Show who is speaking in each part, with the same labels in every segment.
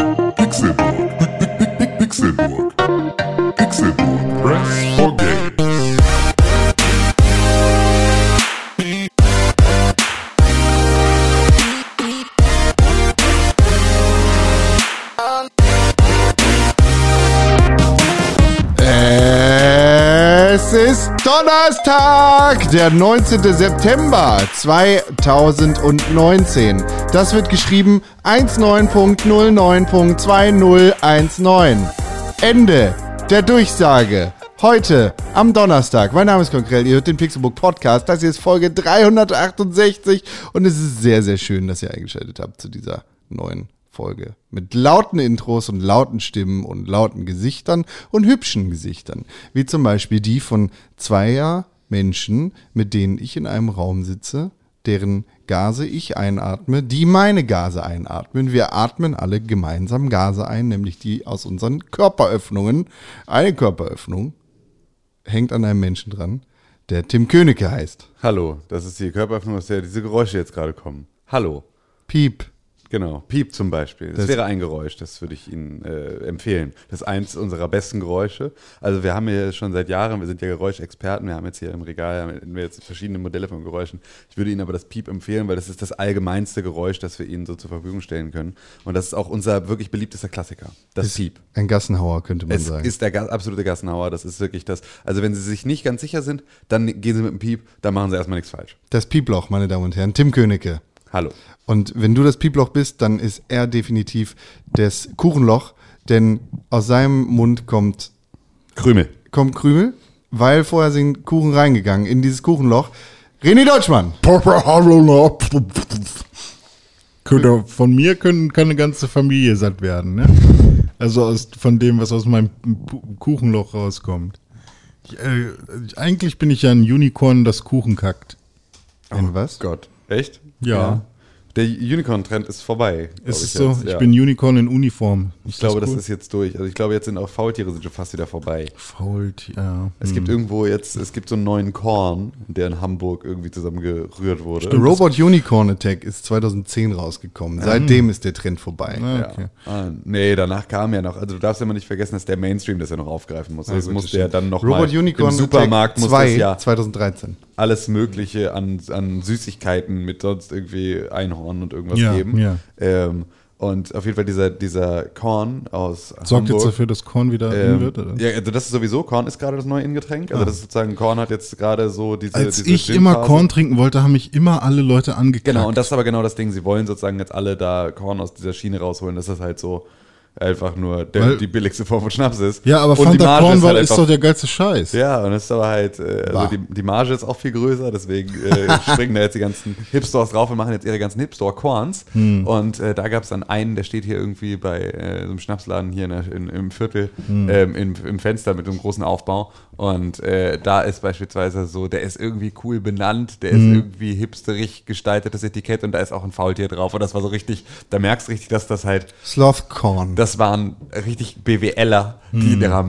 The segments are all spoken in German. Speaker 1: Pixelburg. Pixelburg. Pixelburg. Press for Games.
Speaker 2: Es ist Donnerstag, der 19. September 2019. Das wird geschrieben 19.09.2019. Ende der Durchsage. Heute am Donnerstag. Mein Name ist Konkrell. Ihr hört den Pixelbook Podcast. Das hier ist Folge 368 und es ist sehr, sehr schön, dass ihr eingeschaltet habt zu dieser neuen Folge. Mit lauten Intros und lauten Stimmen und lauten Gesichtern und hübschen Gesichtern. Wie zum Beispiel die von zweier Menschen, mit denen ich in einem Raum sitze, deren Gase ich einatme, die meine Gase einatmen. Wir atmen alle gemeinsam Gase ein, nämlich die aus unseren Körperöffnungen. Eine Körperöffnung hängt an einem Menschen dran, der Tim Königke heißt.
Speaker 3: Hallo, das ist die Körperöffnung, aus der diese Geräusche jetzt gerade kommen. Hallo.
Speaker 2: Piep.
Speaker 3: Genau, Piep zum Beispiel. Das,
Speaker 2: Das-
Speaker 3: wäre ein Geräusch, das würde ich Ihnen äh, empfehlen. Das ist eins unserer besten Geräusche. Also wir haben hier schon seit Jahren, wir sind ja Geräuschexperten, wir haben jetzt hier im Regal haben wir jetzt verschiedene Modelle von Geräuschen. Ich würde Ihnen aber das Piep empfehlen, weil das ist das allgemeinste Geräusch, das wir Ihnen so zur Verfügung stellen können. Und das ist auch unser wirklich beliebtester Klassiker, das Piep.
Speaker 2: Ein Gassenhauer könnte man
Speaker 3: Es
Speaker 2: sagen.
Speaker 3: ist der ga- absolute Gassenhauer, das ist wirklich das. Also wenn Sie sich nicht ganz sicher sind, dann gehen Sie mit dem Piep, dann machen Sie erstmal nichts falsch.
Speaker 2: das Pieploch, meine Damen und Herren, Tim Königke.
Speaker 3: Hallo.
Speaker 2: Und wenn du das Pieploch bist, dann ist er definitiv das Kuchenloch, denn aus seinem Mund kommt,
Speaker 3: Krümel.
Speaker 2: kommt Krümel, weil vorher sind Kuchen reingegangen in dieses Kuchenloch. René Deutschmann.
Speaker 4: Papa Hallo. Könnte,
Speaker 3: Hm.
Speaker 4: von mir können, kann eine ganze Familie satt werden, ne? Also aus, von dem, was aus meinem Pu- Kuchenloch rauskommt. Ich, äh, eigentlich bin ich ja ein Unicorn, das Kuchen kackt.
Speaker 2: Ein was?
Speaker 3: Oh Gott. Echt?
Speaker 4: Ja.
Speaker 3: Der Unicorn-Trend ist vorbei. glaub
Speaker 4: Ist es
Speaker 3: ich
Speaker 4: so?
Speaker 3: jetzt,
Speaker 4: Ich
Speaker 3: ja.
Speaker 4: bin Unicorn in Uniform.
Speaker 3: Ich glaube, das ist jetzt durch. Also ich glaube, jetzt sind auch Faultiere sind schon fast wieder vorbei.
Speaker 4: Fault, ja.
Speaker 3: Es gibt irgendwo jetzt, es gibt so einen neuen Korn, der in Hamburg irgendwie zusammengerührt wurde.
Speaker 2: Robot Unicorn Attack ist 2010 rausgekommen. Seitdem ist der Trend vorbei.
Speaker 3: Ja. Ah, nee, danach kam ja noch. Also du darfst ja immer nicht vergessen, dass der Mainstream das ja noch aufgreifen
Speaker 4: Ah,
Speaker 3: muss. Das
Speaker 2: gut,
Speaker 3: muss
Speaker 2: das
Speaker 3: der
Speaker 2: stimmt.
Speaker 3: dann noch
Speaker 2: Robot
Speaker 3: mal,
Speaker 2: Unicorn
Speaker 3: Im Supermarkt
Speaker 2: Attack
Speaker 3: muss
Speaker 2: 2
Speaker 3: das ja
Speaker 2: 2013.
Speaker 3: alles Mögliche an, an Süßigkeiten mit sonst irgendwie Einhorn und irgendwas
Speaker 4: Ja,
Speaker 3: geben.
Speaker 4: ja.
Speaker 3: Ähm, und auf jeden Fall dieser, dieser Korn aus
Speaker 4: Sorgt
Speaker 3: Hamburg.
Speaker 4: jetzt dafür, dass Korn wieder in
Speaker 3: Ähm,
Speaker 4: wird, oder? Ah.
Speaker 3: Ja, also das ist sowieso, Korn ist gerade das neue Ingetränk. Also das ist sozusagen, Korn hat jetzt gerade so diese.
Speaker 4: Als
Speaker 3: diese
Speaker 4: ich
Speaker 3: Gin-Phase.
Speaker 4: immer Korn trinken wollte, haben mich immer alle Leute angekackt.
Speaker 3: Genau, und das ist aber genau das Ding. Sie wollen sozusagen jetzt alle da Korn aus dieser Schiene rausholen, dass das halt so einfach nur der,
Speaker 4: Weil-
Speaker 3: die billigste Form von Schnaps ist.
Speaker 4: ja, aber
Speaker 3: und die
Speaker 4: Fanta
Speaker 3: Marge
Speaker 4: Korn
Speaker 3: ist, halt
Speaker 4: ist
Speaker 3: einfach,
Speaker 4: doch der geilste Scheiß.
Speaker 3: Ja, und das ist aber halt, äh, also
Speaker 2: Bah.
Speaker 3: die, die Marge ist auch viel größer, deswegen äh, springen da jetzt die ganzen Hipstores drauf und machen jetzt ihre ganzen Hipstore-Korns. Und äh, da gab es dann einen, der steht hier irgendwie bei äh, so einem Schnapsladen hier in der, in, im Viertel ähm, im, im Fenster mit so einem großen Aufbau. Und äh, da ist beispielsweise so, der ist irgendwie cool benannt, der ist irgendwie hipsterig gestaltetes Etikett und da ist auch ein Faultier drauf. Und das war so richtig, da merkst du richtig, dass das halt
Speaker 2: Slothcorn.
Speaker 3: das waren richtig BWLer, die
Speaker 4: Hm,
Speaker 3: in ihrer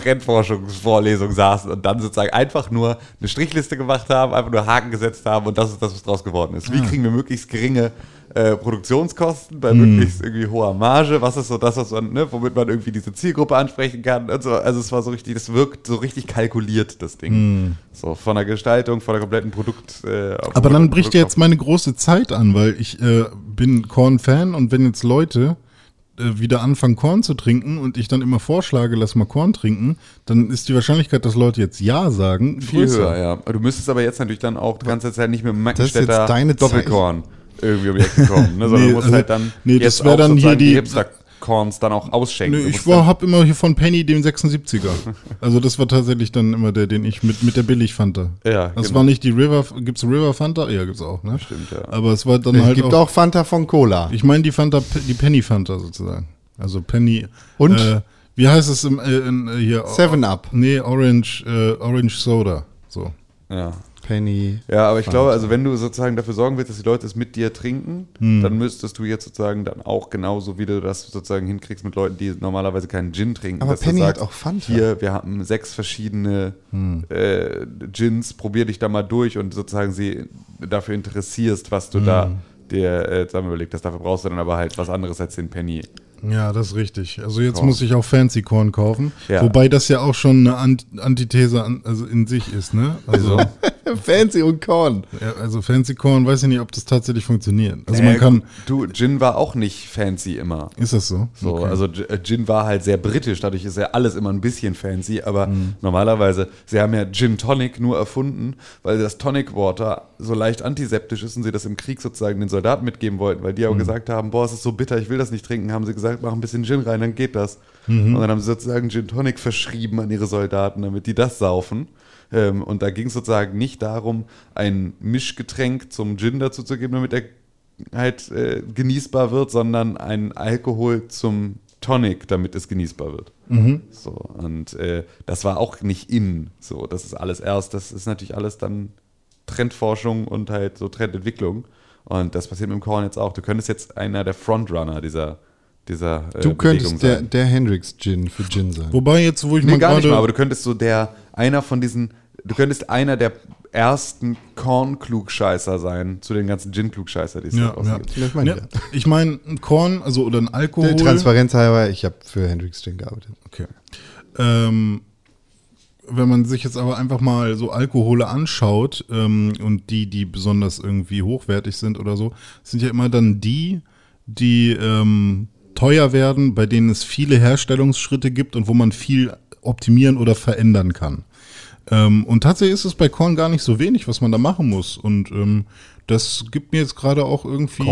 Speaker 3: Marketing-Trendforschungsvorlesung saßen und dann sozusagen einfach nur eine Strichliste gemacht haben, einfach nur Haken gesetzt haben und das ist das, was draus geworden ist.
Speaker 4: Ah.
Speaker 3: Wie kriegen wir möglichst geringe äh, Produktionskosten bei
Speaker 4: Hm.
Speaker 3: möglichst irgendwie hoher Marge? Was ist so das, was man, ne, womit man irgendwie diese Zielgruppe ansprechen kann? Und so. Also es war so richtig, das wirkt so richtig kalkuliert, das Ding. So von der Gestaltung, von der kompletten Produkt. Äh,
Speaker 4: Hm. Aber dann bricht ja jetzt meine große Zeit an, weil ich äh, bin Korn-Fan und wenn jetzt Leute äh, wieder anfangen, Korn zu trinken und ich dann immer vorschlage, lass mal Korn trinken, dann ist die Wahrscheinlichkeit, dass Leute jetzt Ja sagen,
Speaker 3: viel
Speaker 4: größer.
Speaker 3: höher, ja. Du müsstest aber jetzt natürlich dann auch die ganze Zeit nicht mit dem
Speaker 2: ist jetzt
Speaker 3: Mackenstädter
Speaker 2: deine Zeit.
Speaker 3: Doppelkorn irgendwie um die Ecke kommen, ne? sondern
Speaker 4: Nee,
Speaker 3: du musst
Speaker 4: also,
Speaker 3: halt dann
Speaker 4: nee, das
Speaker 3: jetzt
Speaker 4: wär
Speaker 3: auch
Speaker 4: dann hier
Speaker 3: sozusagen
Speaker 4: die-
Speaker 3: Hipster-Korns dann auch ausschenken.
Speaker 4: Nö,
Speaker 3: Du
Speaker 4: ich
Speaker 3: musst
Speaker 4: war, hab immer hier von Penny den 76er. Also das war tatsächlich dann immer der, den ich mit, mit der billig Fanta.
Speaker 3: Ja,
Speaker 4: Das
Speaker 3: genau.
Speaker 4: war nicht die River, gibt's River Fanta? Ja, gibt's auch, ne? Stimmt,
Speaker 3: ja.
Speaker 4: Aber es war dann
Speaker 2: Es
Speaker 4: halt
Speaker 2: gibt
Speaker 4: auch,
Speaker 2: auch Fanta von Cola.
Speaker 4: Ich meine die Fanta, die Penny Fanta sozusagen. Also Penny.
Speaker 2: Und?
Speaker 4: Äh, wie heißt es im, äh, in, äh, hier?
Speaker 2: Seven Up.
Speaker 4: Nee, Orange, äh, Orange Soda. So.
Speaker 3: dann, ja.
Speaker 2: Penny.
Speaker 3: ja, aber ich glaube, also wenn du sozusagen dafür sorgen willst, dass die Leute es mit dir trinken,
Speaker 2: Hm.
Speaker 3: dann müsstest du jetzt sozusagen dann auch genauso, wie du das sozusagen hinkriegst mit Leuten, die normalerweise keinen Gin trinken.
Speaker 2: Aber
Speaker 3: dass du
Speaker 2: Penny hat
Speaker 3: sagst,
Speaker 2: auch Fanta. Hm.
Speaker 3: Hier, wir haben sechs verschiedene
Speaker 2: Hm.
Speaker 3: äh, Gins, probier dich da mal durch und sozusagen sie dafür interessierst, was du da dir äh, zusammen überlegt hast. Dafür brauchst du dann aber halt was anderes als den Penny.
Speaker 4: Ja, das ist richtig. Also jetzt
Speaker 3: Korn.
Speaker 4: muss ich auch Fancy Corn kaufen.
Speaker 3: Ja.
Speaker 4: Wobei das ja auch schon eine Ant Antithese an, also in sich ist, ne? Also,
Speaker 2: Fancy und Korn.
Speaker 4: ja, also Fancy Corn, weiß ich nicht, ob das tatsächlich funktioniert. Also
Speaker 3: Äh,
Speaker 4: man kann.
Speaker 3: Du, Gin war auch nicht fancy immer.
Speaker 4: Ist das so?
Speaker 3: So, also G- äh, Gin war halt sehr britisch, dadurch ist ja alles immer ein bisschen fancy, aber normalerweise, sie haben ja Gin Tonic nur erfunden, weil das Tonic Water so leicht antiseptisch ist und sie das im Krieg sozusagen den Soldaten mitgeben wollten, weil die auch gesagt haben, boah, es ist so bitter, ich will das nicht trinken, haben sie gesagt, mach ein bisschen Gin rein, dann geht das. Und dann haben sie sozusagen Gin Tonic verschrieben an ihre Soldaten, damit die das saufen. Ähm, und da ging es sozusagen nicht darum, ein Mischgetränk zum Gin dazu zu geben, damit er halt äh, genießbar wird, sondern ein Alkohol zum Tonic, damit es genießbar wird.
Speaker 2: Mhm.
Speaker 3: So, und äh, das war auch nicht in. So, das ist alles erst, das ist natürlich alles dann Trendforschung und halt so Trendentwicklung. Und das passiert mit dem Korn jetzt auch. Du könntest jetzt einer der Frontrunner dieser, dieser äh,
Speaker 2: Du
Speaker 3: Bewegung
Speaker 2: könntest der,
Speaker 3: sein.
Speaker 2: der Hendrix-Gin für Gin sein.
Speaker 4: Wobei jetzt, wo ich
Speaker 3: Nee,
Speaker 4: mal
Speaker 3: gar nicht mal, aber
Speaker 4: gerade.
Speaker 3: du könntest so der, einer von diesen, du könntest einer der ersten Korn-Klugscheißer sein, zu den ganzen Gin-Klugscheißer, die es da
Speaker 4: Ja,
Speaker 3: draußen
Speaker 4: ja.
Speaker 3: gibt.
Speaker 2: Das meine ich
Speaker 4: ja. Ich meine, ein Korn, also oder ein Alkohol.
Speaker 2: Der Transparenz halber, ich habe für Hendrix-Gin gearbeitet.
Speaker 4: Okay. Ähm, wenn man sich jetzt aber einfach mal so Alkohole anschaut ähm, und die, die besonders irgendwie hochwertig sind oder so, sind ja immer dann die, die ähm, teuer werden, bei denen es viele Herstellungsschritte gibt und wo man viel optimieren oder verändern kann. Ähm, und tatsächlich ist es bei Korn gar nicht so wenig, was man da machen muss. Und ähm, das gibt mir jetzt gerade auch irgendwie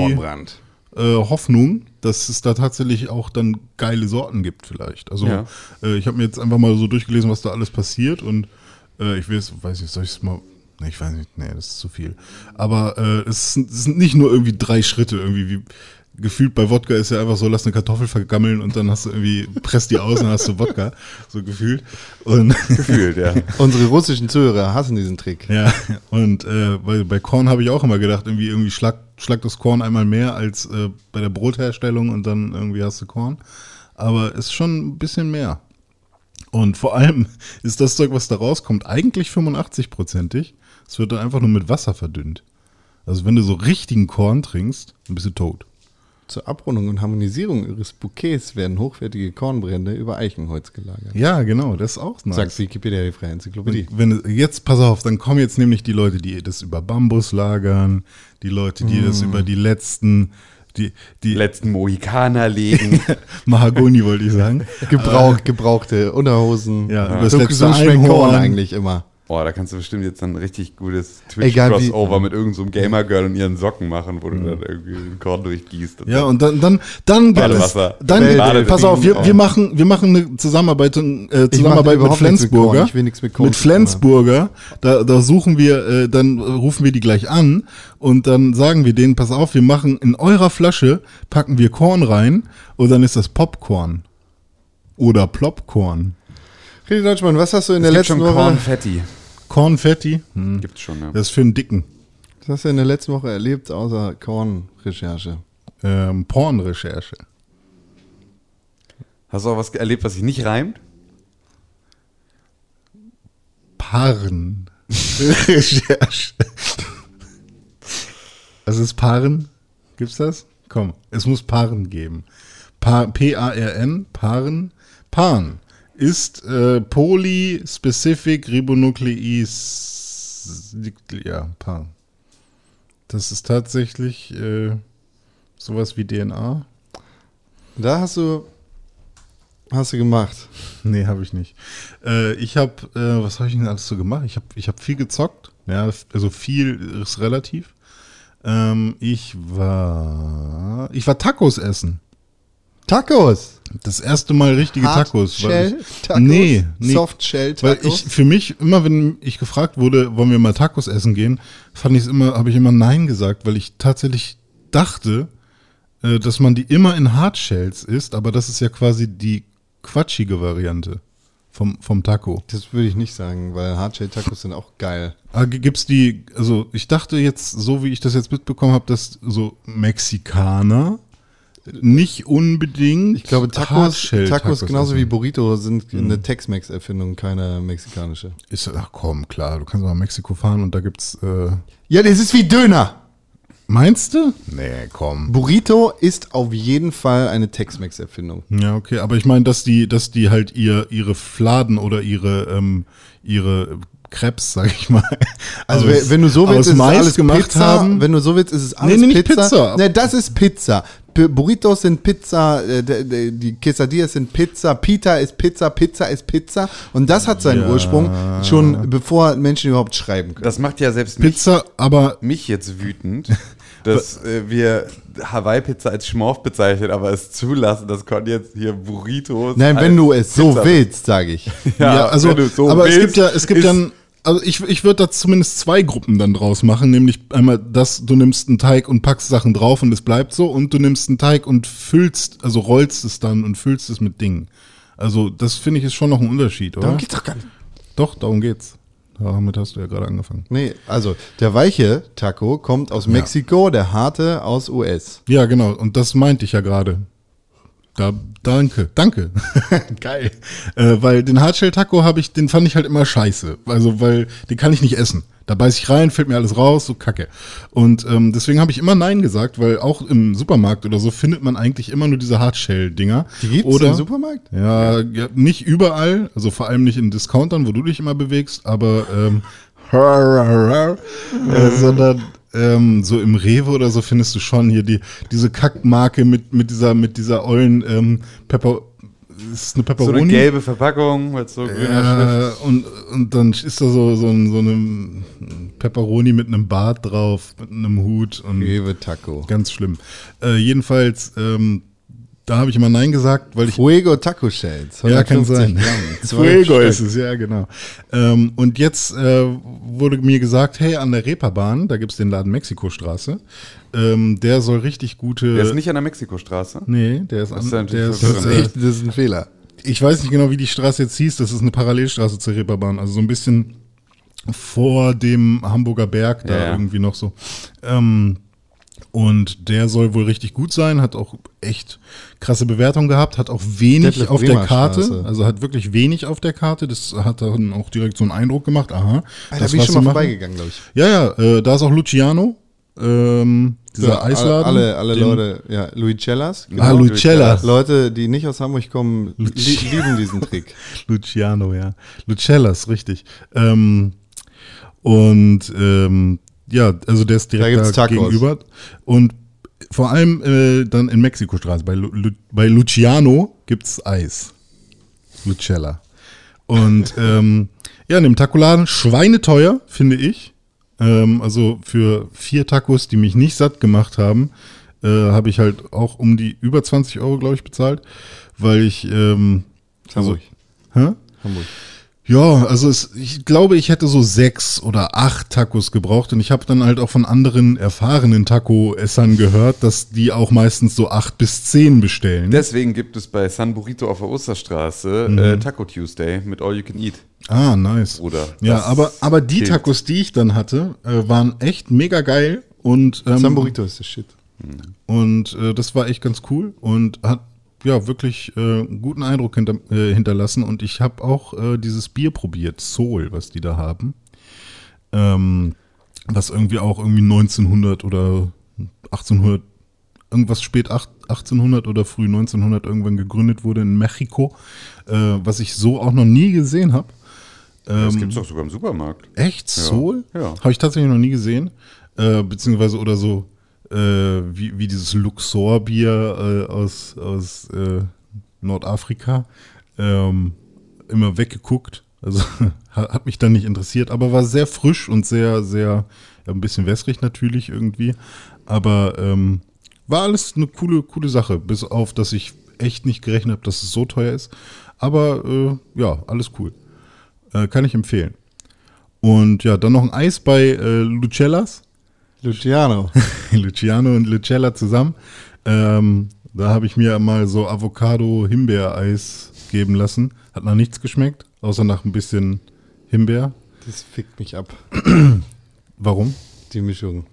Speaker 4: äh, Hoffnung, dass es da tatsächlich auch dann geile Sorten gibt vielleicht. Also
Speaker 3: Ja.
Speaker 4: äh, ich habe mir jetzt einfach mal so durchgelesen, was da alles passiert und äh, ich weiß, weiß nicht, soll ich es mal... Nee, ich weiß nicht, nee, das ist zu viel. Aber äh, es, sind, es sind nicht nur irgendwie drei Schritte irgendwie wie... Gefühlt bei Wodka ist ja einfach so, lass eine Kartoffel vergammeln und dann hast du irgendwie, presst die aus und dann hast du Wodka, so gefühlt. Und
Speaker 3: Gefühlt, ja.
Speaker 2: Unsere russischen Zuhörer hassen diesen Trick.
Speaker 4: Ja, und äh, bei, bei Korn habe ich auch immer gedacht, irgendwie, irgendwie schlag, schlag das Korn einmal mehr als äh, bei der Brotherstellung und dann irgendwie hast du Korn. Aber es ist schon ein bisschen mehr. Und vor allem ist das Zeug, was da rauskommt, eigentlich 85-prozentig. Es wird dann einfach nur mit Wasser verdünnt. Also wenn du so richtigen Korn trinkst, dann bist du tot.
Speaker 2: Zur Abrundung und Harmonisierung ihres Bouquets werden hochwertige Kornbrände über Eichenholz gelagert.
Speaker 4: Ja, genau, das ist auch nice.
Speaker 2: Sagt Wikipedia, die freie Enzyklopädie.
Speaker 4: Wenn, es- jetzt, pass auf, dann kommen jetzt nämlich die Leute, die das über Bambus lagern, die Leute,
Speaker 2: Mm.
Speaker 4: die das über die letzten, die, die
Speaker 3: letzten Mohikaner legen.
Speaker 4: Mahagoni wollte ich sagen.
Speaker 2: Gebraucht, gebrauchte Unterhosen.
Speaker 4: Ja,
Speaker 2: so,
Speaker 4: übers letzte
Speaker 2: so schmeckt Korn
Speaker 4: Einhorn.
Speaker 2: eigentlich immer.
Speaker 3: Boah, da kannst du bestimmt jetzt ein richtig gutes
Speaker 2: Egal wie- Mhm.
Speaker 3: Twitch-Crossover mit irgendeinem so einem Gamer-Girl und ihren Socken machen, wo du dann irgendwie den Korn durchgießt. und
Speaker 4: Ja,
Speaker 3: so.
Speaker 4: und dann, dann, dann gibt es,
Speaker 3: Badewasser.
Speaker 4: dann gibt,
Speaker 3: Bade-
Speaker 4: pass auf, wir,
Speaker 3: Bade-
Speaker 4: wir machen, wir machen eine Zusammenarbeit, äh, Zusammenarbeit mit
Speaker 2: überhaupt nichts mit
Speaker 4: Flensburger.
Speaker 2: Korn. Ich will nichts mit Korn
Speaker 4: Mit
Speaker 2: zu tun haben.
Speaker 4: Flensburger, da, da suchen wir, äh, dann rufen wir die gleich an und dann sagen wir denen, pass auf, wir machen in eurer Flasche, packen wir Korn rein und dann ist das Popcorn. Oder Plopcorn.
Speaker 2: Redi Deutschmann, was hast du in
Speaker 3: es
Speaker 2: der
Speaker 3: gibt
Speaker 2: letzten
Speaker 3: schon
Speaker 2: Woche?
Speaker 3: Kornfetti.
Speaker 4: Kornfetti, hm,
Speaker 3: Gibt's schon, ja.
Speaker 4: das ist für einen Dicken.
Speaker 2: Was hast du in der letzten Woche erlebt, außer Kornrecherche?
Speaker 4: Ähm, Pornrecherche.
Speaker 3: Hast du auch was ge- erlebt, was sich nicht reimt?
Speaker 4: Paaren. Recherche. Was ist Paaren? Gibt's das? Komm, es muss Paaren geben. Pa- P-A-R-N, Paaren. Paaren ist äh, Polyspecific Ribonukleis. Ja, Paaren. Das ist tatsächlich äh, sowas wie DNA.
Speaker 2: Da hast du, hast du gemacht.
Speaker 4: Nee, habe ich nicht. Äh, ich habe, äh, was habe ich denn alles so gemacht? Ich habe ich hab viel gezockt. Ja, f- also viel ist relativ. Ähm, ich war, ich war Tacos essen.
Speaker 2: Tacos.
Speaker 4: Das erste Mal richtige
Speaker 2: Hard
Speaker 4: Tacos. weil
Speaker 2: Shell
Speaker 4: ich,
Speaker 2: Tacos?
Speaker 4: Nee, nee.
Speaker 2: Soft Shell
Speaker 4: Weil
Speaker 2: Tacos?
Speaker 4: ich, für mich, immer wenn ich gefragt wurde, wollen wir mal Tacos essen gehen, fand ich immer, habe ich immer Nein gesagt, weil ich tatsächlich dachte, äh, dass man die immer in Hardshells isst, aber das ist ja quasi die quatschige Variante vom, vom Taco.
Speaker 2: Das würde ich nicht sagen, weil Hardshell-Tacos sind auch geil.
Speaker 4: Ah, gi- Gibt's die, also ich dachte jetzt, so wie ich das jetzt mitbekommen habe, dass so Mexikaner nicht unbedingt.
Speaker 2: Ich glaube, Tacos, Tacos, genauso wie Burrito sind
Speaker 4: Hm.
Speaker 2: eine Tex-Mex-Erfindung, keine mexikanische.
Speaker 4: Ist, ach komm, klar, du kannst mal nach Mexiko fahren und da gibt's äh,
Speaker 2: Ja, das ist wie Döner.
Speaker 4: Meinst du? Nee, komm.
Speaker 2: Burrito ist auf jeden Fall eine Tex-Mex-Erfindung.
Speaker 4: Ja, okay, aber ich meine, dass die, dass die halt ihr, ihre Fladen oder ihre, ähm, ihre Krebs, sag ich mal.
Speaker 2: Also
Speaker 4: aus-
Speaker 2: we- wenn du so willst,
Speaker 4: aus
Speaker 2: ist es
Speaker 4: Mais
Speaker 2: alles
Speaker 4: gemacht
Speaker 2: Pizza.
Speaker 4: haben.
Speaker 2: Wenn du so willst, ist es alles
Speaker 4: nee, nicht
Speaker 2: Pizza.
Speaker 4: Pizza.
Speaker 2: Nee, das ist Pizza. B Burritos sind Pizza, äh, d- d- die Quesadillas sind Pizza, Pita ist Pizza, Pizza ist Pizza. Und das hat seinen Ursprung schon bevor Menschen überhaupt schreiben
Speaker 4: Also,
Speaker 2: können.
Speaker 3: Das macht ja selbst mich,
Speaker 4: Pizza, aber
Speaker 3: mich jetzt wütend, dass äh, wir Hawaii-Pizza als Schmorf bezeichnet, aber es zulassen, dass Con jetzt hier Burritos.
Speaker 2: Nein, wenn
Speaker 3: als
Speaker 2: du es so
Speaker 3: Pizza-
Speaker 2: willst, sage ich.
Speaker 3: Ja,
Speaker 4: Ja, also,
Speaker 3: wenn du so
Speaker 4: aber es
Speaker 3: willst,
Speaker 4: gibt ja, es gibt
Speaker 3: ist-
Speaker 4: ja, ein- also ich, ich würde da zumindest zwei Gruppen dann draus machen, nämlich einmal das, du nimmst einen Teig und packst Sachen drauf und es bleibt so und du nimmst einen Teig und füllst, also rollst es dann und füllst es mit Dingen. Also das finde ich ist schon noch ein Unterschied, oder?
Speaker 2: doch gar nicht.
Speaker 4: Doch, darum geht's. Damit hast du ja gerade angefangen.
Speaker 2: Nee, also der weiche Taco kommt aus Mexiko, der harte aus US.
Speaker 4: Ja, genau. Und das meinte ich ja gerade. Da, danke, danke. Geil. Äh, weil den Hardshell-Taco habe ich, den fand ich halt immer scheiße. Also, weil den kann ich nicht essen. Da beiß ich rein, fällt mir alles raus, so kacke. Und ähm, deswegen habe ich immer Nein gesagt, weil auch im Supermarkt oder so findet man eigentlich immer nur diese Hardshell-Dinger.
Speaker 2: Die gibt's
Speaker 4: oder,
Speaker 2: im Supermarkt?
Speaker 4: Ja, ja, nicht überall, also vor allem nicht in Discountern, wo du dich immer bewegst, aber ähm, äh, sondern ähm, so im Rewe oder so findest du schon hier die, diese Kackmarke mit, mit dieser, mit dieser ollen ähm, Pepper. Ist es
Speaker 3: So
Speaker 4: eine Pepperoni?
Speaker 3: eine gelbe Verpackung mit so grüner Schrift.
Speaker 4: Äh, und, und dann ist da so, so, ein, so eine Pepperoni mit einem Bart drauf, mit einem Hut und
Speaker 2: Rewe Taco.
Speaker 4: ganz schlimm. Äh, jedenfalls, ähm, da habe ich immer Nein gesagt, weil ich
Speaker 2: Fuego Taco Shells.
Speaker 4: ja, kann
Speaker 2: 150
Speaker 4: sein.
Speaker 2: Gramm, zwölf
Speaker 4: Fuego
Speaker 2: Stück.
Speaker 4: ist es, ja, genau. Ähm, und jetzt äh, wurde mir gesagt, hey, an der Reeperbahn, da gibt's den Laden Mexikostraße, ähm, der soll richtig gute...
Speaker 3: Der ist nicht an der Mexikostraße.
Speaker 4: nee, der ist
Speaker 3: ist
Speaker 4: an...
Speaker 3: natürlich
Speaker 4: Der ist,
Speaker 2: Das ist
Speaker 3: verwirrend.
Speaker 4: äh,
Speaker 2: echt, das ist ein Fehler.
Speaker 4: ich weiß nicht genau, wie die Straße jetzt hieß, das ist eine Parallelstraße zur Reeperbahn, also so ein bisschen vor dem Hamburger Berg da
Speaker 3: Ja, ja.
Speaker 4: irgendwie noch so. Ähm, und der soll wohl richtig gut sein, hat auch echt krasse Bewertungen gehabt, hat auch wenig
Speaker 2: Detlef
Speaker 4: auf der
Speaker 2: Bremer
Speaker 4: Karte,
Speaker 2: Straße.
Speaker 4: also hat wirklich wenig auf der Karte, das hat dann auch direkt so einen Eindruck gemacht, aha.
Speaker 2: Ah, da
Speaker 4: das
Speaker 2: bin ich
Speaker 4: was
Speaker 2: schon
Speaker 4: zu
Speaker 2: mal
Speaker 4: machen.
Speaker 2: vorbeigegangen, glaube ich.
Speaker 4: Ja, ja, äh, da ist auch Luciano, ähm, dieser
Speaker 2: Ja, alle-
Speaker 4: Eisladen.
Speaker 2: Alle, alle
Speaker 4: den-
Speaker 2: Leute, ja, Luicellas.
Speaker 4: Ah,
Speaker 2: genau.
Speaker 4: Luciella.
Speaker 2: Leute, die nicht aus Hamburg kommen, li lieben diesen Trick.
Speaker 4: Luciano, ja. Lucellas, richtig. Ähm, und ähm, ja, also der ist
Speaker 2: Da
Speaker 4: direkt
Speaker 2: gibt's
Speaker 4: da
Speaker 2: Tacos.
Speaker 4: gegenüber. Und vor allem äh, dann in Mexikostraße, bei, Lu Lu bei Luciano gibt's Eis. Lucella. Und ähm, ja, in dem Tacoladen schweineteuer, finde ich. Ähm, also für vier Tacos, die mich nicht satt gemacht haben, äh, habe ich halt auch um die über 20 Euro, glaube ich, bezahlt, weil ich ähm,
Speaker 2: Hamburg.
Speaker 4: Hä?
Speaker 2: Hamburg.
Speaker 4: Ja, also es, ich glaube, ich hätte so sechs oder acht Tacos gebraucht und ich habe dann halt auch von anderen erfahrenen Taco-Essern gehört, dass die auch meistens so acht bis zehn bestellen.
Speaker 3: Deswegen gibt es bei San Burrito auf der Osterstraße
Speaker 4: Mhm.
Speaker 3: äh, Taco Tuesday mit All You Can Eat.
Speaker 4: ah, nice.
Speaker 3: Bruder,
Speaker 4: ja,
Speaker 3: das
Speaker 4: aber, aber die
Speaker 3: killt.
Speaker 4: Tacos, die ich dann hatte, äh, waren echt mega geil und,
Speaker 2: San
Speaker 4: ähm,
Speaker 2: Burrito ist der Shit.
Speaker 4: und äh, das war echt ganz cool und hat ja wirklich äh, einen guten Eindruck hinter, äh, hinterlassen und ich habe auch äh, dieses Bier probiert, Soul, was die da haben. ähm, was irgendwie auch irgendwie 1900 oder 1800, irgendwas spät acht- 1800 oder früh 1900 irgendwann gegründet wurde in Mexiko, äh, was ich so auch noch nie gesehen habe. Ähm,
Speaker 3: das gibt es doch sogar im Supermarkt.
Speaker 4: Echt?
Speaker 3: Ja.
Speaker 4: Soul?
Speaker 3: Ja.
Speaker 4: Habe ich tatsächlich noch nie gesehen. Äh, beziehungsweise oder so äh, wie, wie dieses Luxor-Bier äh, aus, aus äh, Nordafrika. Ähm, immer weggeguckt. Also hat hat mich dann nicht interessiert, aber war sehr frisch und sehr, sehr, ja, ein bisschen wässrig natürlich irgendwie. Aber ähm, war alles eine coole, coole Sache, bis auf, dass ich echt nicht gerechnet habe, dass es so teuer ist. Aber äh, ja, alles cool. Äh, kann ich empfehlen. Und ja, dann noch ein Eis bei äh, Lucellas.
Speaker 2: Luciano.
Speaker 4: Luciano und Lucella zusammen. Ähm, da habe ich mir mal so Avocado-Himbeereis geben lassen. Hat nach nichts geschmeckt, außer nach ein bisschen Himbeer.
Speaker 2: Das fickt mich ab,
Speaker 4: Warum?
Speaker 2: die Mischung.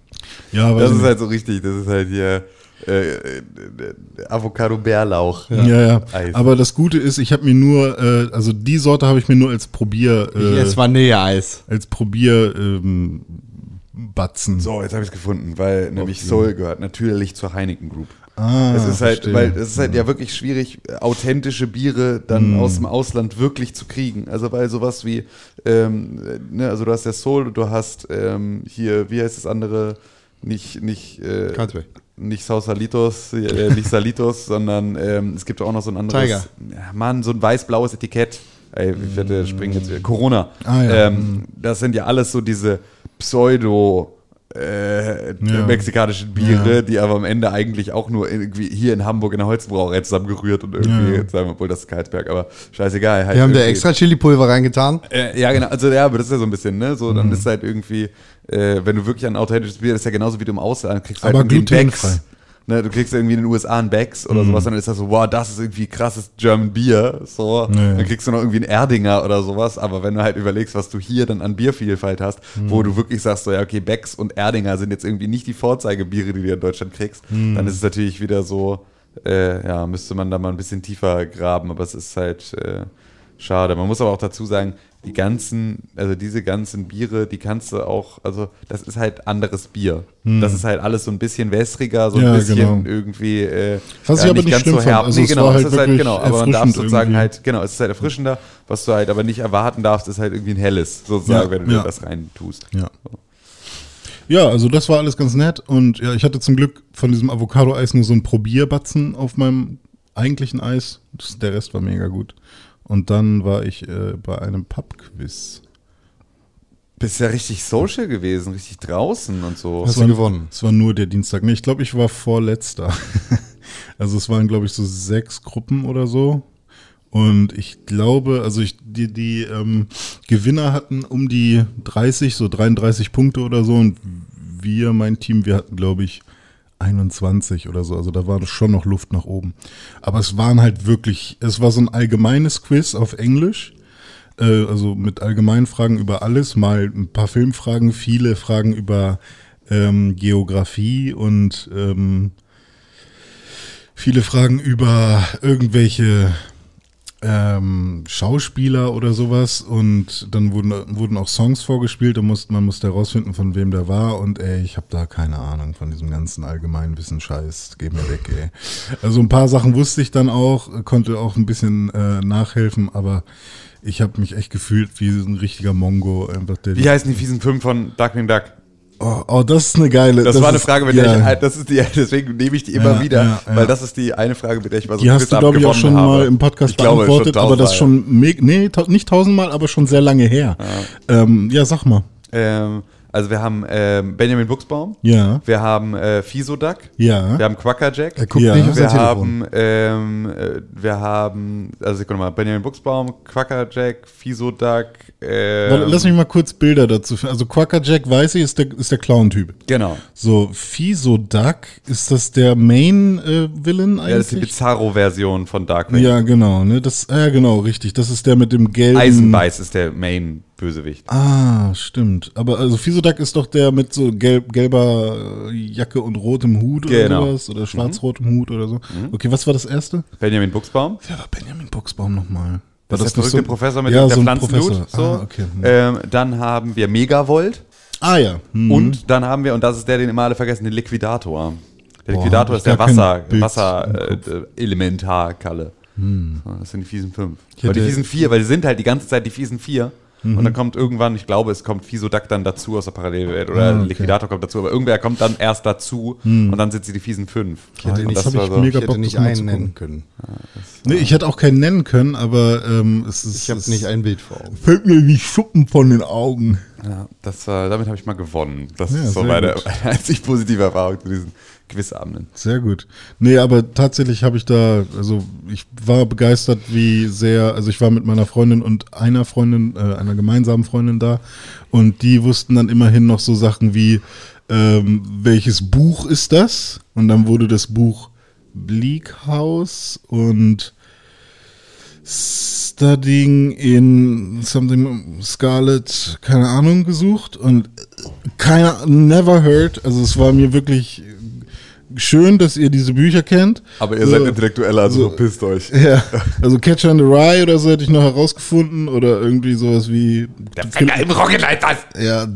Speaker 4: Ja,
Speaker 3: Das
Speaker 4: weiß ich
Speaker 3: ist
Speaker 4: nicht.
Speaker 3: halt so richtig. Das ist halt hier äh, äh, äh, Avocado-Bärlauch.
Speaker 4: ja, ja.
Speaker 3: halt, Eis.
Speaker 4: Aber das Gute ist, ich habe mir nur, äh, also die Sorte habe ich mir nur als Probier,
Speaker 2: Ich
Speaker 4: äh,
Speaker 2: esse Vanilleeis.
Speaker 4: als Probier ähm, Batzen.
Speaker 3: So, jetzt habe ich es gefunden, weil nämlich Soul gehört natürlich zur Heineken Group.
Speaker 4: Ah,
Speaker 3: es ist halt,
Speaker 4: verstehe.
Speaker 3: weil es ist halt ja wirklich schwierig, äh, authentische Biere
Speaker 4: Hm.
Speaker 3: dann aus dem Ausland wirklich zu kriegen. Also weil sowas wie, ähm, äh, ne, also du hast ja Soul, du hast ähm, hier, wie heißt das andere? Nicht, nicht, äh,
Speaker 2: Carlsberg.
Speaker 3: nicht Sausalitos, äh, nicht Salitos, sondern ähm, es gibt auch noch so ein anderes.
Speaker 2: Tiger.
Speaker 3: Ja, Mann, so ein weiß-blaues Etikett. Ey, ich werde springen jetzt wieder. Corona.
Speaker 4: Hm. Ah, ja.
Speaker 3: ähm, das sind ja alles so diese Pseudo- äh,
Speaker 4: Ja.
Speaker 3: mexikanischen Biere,
Speaker 4: Ja.
Speaker 3: die aber am Ende eigentlich auch nur irgendwie hier in Hamburg in der Holzbrauerei zusammengerührt und irgendwie,
Speaker 4: Ja.
Speaker 3: sagen wir, obwohl das ist Karlsberg, aber scheißegal. Halt
Speaker 2: Wir haben da
Speaker 3: irgendwie-
Speaker 2: extra Chili-Pulver reingetan.
Speaker 3: äh, ja, genau. Also, ja, aber das ist ja so ein bisschen, ne? So, dann ist halt irgendwie, äh, wenn du wirklich ein authentisches Bier, das ist ja genauso wie du im Ausland kriegst, halt
Speaker 4: Aber
Speaker 3: irgendwie einen
Speaker 4: glutenfrei.
Speaker 3: Becks. Ne, du kriegst irgendwie in den USA einen Becks oder sowas, dann ist das so, wow, das ist irgendwie krasses German Bier. So,
Speaker 4: Ja.
Speaker 3: dann kriegst du noch irgendwie einen Erdinger oder sowas. Aber wenn du halt überlegst, was du hier dann an Biervielfalt hast, wo du wirklich sagst, so, ja, okay, Becks und Erdinger sind jetzt irgendwie nicht die Vorzeigebiere, die du in Deutschland kriegst, dann ist es natürlich wieder so, äh, ja, müsste man da mal ein bisschen tiefer graben. Aber es ist halt, äh, Schade. Man muss aber auch dazu sagen, die ganzen, also diese ganzen Biere, die kannst du auch, also das ist halt anderes Bier. Das ist halt alles so ein bisschen wässriger, so ein
Speaker 4: Ja,
Speaker 3: bisschen
Speaker 4: genau.
Speaker 3: irgendwie. Äh,
Speaker 4: Was ich aber nicht schlimm fand. Also
Speaker 3: nee,
Speaker 4: es
Speaker 3: genau, es
Speaker 4: war halt
Speaker 3: ist halt,
Speaker 4: wirklich
Speaker 3: genau, aber man darf
Speaker 4: erfrischend
Speaker 3: sozusagen
Speaker 4: irgendwie.
Speaker 3: halt, genau, es ist halt erfrischender. Was du halt aber nicht erwarten darfst, ist halt irgendwie ein helles, sozusagen,
Speaker 4: Ja,
Speaker 3: wenn du
Speaker 4: ja.
Speaker 3: dir das rein tust.
Speaker 4: Ja. Ja, also das war alles ganz nett und ja, ich hatte zum Glück von diesem Avocado-Eis nur so einen Probierbatzen auf meinem eigentlichen Eis. Das, der Rest war mega gut. Und dann war ich äh, bei einem Pub-Quiz.
Speaker 3: Bist ja richtig social gewesen, richtig draußen und so.
Speaker 2: Hast
Speaker 4: war-
Speaker 2: du gewonnen?
Speaker 4: Es war nur der Dienstag. Nee, ich glaube, ich war vorletzter. also es waren, glaube ich, so sechs Gruppen oder so. Und ich glaube, also ich, die, die ähm, Gewinner hatten um die 30, so 33 Punkte oder so. Und wir, mein Team, wir hatten, glaube ich, 21 oder so. Also da war schon noch Luft nach oben. Aber es waren halt wirklich, es war so ein allgemeines Quiz auf Englisch. Äh, also mit allgemeinen Fragen über alles, mal ein paar Filmfragen, viele Fragen über ähm, Geografie und ähm, viele Fragen über irgendwelche ähm, Schauspieler oder sowas und dann wurden, wurden auch Songs vorgespielt und musste, man musste herausfinden, von wem der war und ey, ich habe da keine Ahnung von diesem ganzen allgemeinen Wissen Scheiß, geh mir weg, ey. Also ein paar Sachen wusste ich dann auch, konnte auch ein bisschen äh, nachhelfen, aber ich habe mich echt gefühlt wie so ein richtiger Mongo. Einfach der
Speaker 3: Wie heißen die fiesen Fünf von Duckling Duck?
Speaker 4: oh, oh, das ist eine geile.
Speaker 3: Das, war eine Frage, mit
Speaker 4: ja.
Speaker 3: der ich, halt- das ist die, deswegen nehme ich die immer
Speaker 4: Ja,
Speaker 3: wieder,
Speaker 4: ja, ja.
Speaker 3: weil das ist die eine Frage, mit der ich mal so
Speaker 4: Die
Speaker 3: ein
Speaker 4: hast
Speaker 3: Quiz
Speaker 4: du, glaube ich, auch
Speaker 3: abgewonnen
Speaker 4: schon mal
Speaker 3: habe.
Speaker 4: im Podcast
Speaker 3: Ich glaube,
Speaker 4: beantwortet, aber das ist
Speaker 3: tausendmal.
Speaker 4: schon, me- nee, tau- nicht tausendmal, aber schon sehr lange her. Ja, ähm, ja sag mal.
Speaker 3: Ähm, also wir haben ähm, Benjamin Buchsbaum,
Speaker 4: Ja.
Speaker 3: wir haben äh, Fisoduck,
Speaker 4: Ja. Äh,
Speaker 3: wir haben Quackerjack,
Speaker 2: Er guckt
Speaker 4: Ja.
Speaker 2: nicht auf
Speaker 3: wir
Speaker 2: sein Telefon.
Speaker 3: haben, ähm, äh, wir haben, also Sekunde mal, Benjamin Buchsbaum, Quackerjack, Fisoduck,
Speaker 4: Warte,
Speaker 3: ähm,
Speaker 4: Lass mich mal kurz Bilder dazu finden. Also Quackerjack, weiß ich, ist der, ist der Clown-Typ.
Speaker 3: genau.
Speaker 4: So, Fisoduck, ist das der Main-Villain eigentlich?
Speaker 3: Ja, das ist die Bizarro-Version von Darkwing.
Speaker 4: Ja, genau, ne? Das, ja, genau, richtig. Das ist der mit dem gelben.
Speaker 3: Eisenbeiß ist der Main-Bösewicht.
Speaker 4: Ah, stimmt. Aber also Fisodak ist doch der mit so gelb, gelber äh, Jacke und rotem Hut
Speaker 3: Genau. Mhm.
Speaker 4: oder sowas. Oder schwarz-rotem Hut oder so. Okay, was war das erste?
Speaker 3: Benjamin Buchsbaum.
Speaker 4: Wer war Benjamin Boxbaum nochmal? War
Speaker 3: Das ist der
Speaker 4: nicht
Speaker 3: verrückte Professor mit
Speaker 4: ja,
Speaker 3: dem
Speaker 4: so
Speaker 3: der
Speaker 4: ein
Speaker 3: Pflanzenblut.
Speaker 4: Professor.
Speaker 3: So.
Speaker 4: Ah, okay. Hm.
Speaker 3: ähm, dann haben wir Megavolt.
Speaker 4: ah ja. Hm.
Speaker 3: Und dann haben wir, und das ist der, den immer alle vergessen, den Liquidator. Der
Speaker 4: Boah,
Speaker 3: Liquidator
Speaker 4: hab
Speaker 3: ist
Speaker 4: ich
Speaker 3: der
Speaker 4: gar kein
Speaker 3: Wasser,
Speaker 4: Bild Hm.
Speaker 3: Wasser
Speaker 4: im
Speaker 3: äh, äh, Elementarkalle. So, Das sind die fiesen fünf.
Speaker 4: Ich
Speaker 3: Weil die
Speaker 4: hätte-
Speaker 3: fiesen vier, weil die sind halt die ganze Zeit die fiesen vier. Und
Speaker 4: Mhm.
Speaker 3: dann kommt irgendwann, ich glaube, es kommt Fisodak dann dazu aus der Parallelwelt oder
Speaker 4: Ah, okay. Hm.
Speaker 3: Liquidator kommt dazu, aber irgendwer kommt dann erst dazu und dann sind sie die fiesen fünf.
Speaker 2: hätte
Speaker 3: und
Speaker 2: nicht-
Speaker 3: das
Speaker 4: hab
Speaker 3: war
Speaker 4: ich
Speaker 3: so,
Speaker 4: mega-
Speaker 2: Ich hätte
Speaker 4: Bock,
Speaker 2: nicht
Speaker 4: das mal
Speaker 2: einen
Speaker 4: zu gucken.
Speaker 2: nennen können.
Speaker 4: Nee, ich hätte auch keinen nennen können, aber ähm, es ist.
Speaker 2: Ich habe
Speaker 4: es
Speaker 2: nicht ein Bild vor Augen.
Speaker 4: Fällt mir wie Schuppen von den Augen.
Speaker 3: ja, das war, damit habe ich mal gewonnen. Das
Speaker 4: Ja,
Speaker 3: ist so
Speaker 4: sehr
Speaker 3: meine
Speaker 4: gut.
Speaker 3: meine einzig positive Erfahrung zu diesen Quizabenden.
Speaker 4: Sehr gut. Nee, aber tatsächlich habe ich da, also ich war begeistert, wie sehr, also ich war mit meiner Freundin und einer Freundin, äh, einer gemeinsamen Freundin da und die wussten dann immerhin noch so Sachen wie, ähm, welches Buch ist das? Und dann wurde das Buch Bleak House und Studying in something Scarlet, keine Ahnung, gesucht und keiner, never heard. Also es war mir wirklich schön, dass ihr diese Bücher kennt.
Speaker 3: Aber ihr
Speaker 4: So,
Speaker 3: seid Intellektueller, also
Speaker 4: so-
Speaker 3: verpisst euch.
Speaker 4: Ja, also Catcher in the Rye oder so hätte ich noch herausgefunden oder irgendwie sowas wie
Speaker 5: Der Finger im Rocket heißt das.
Speaker 4: ja,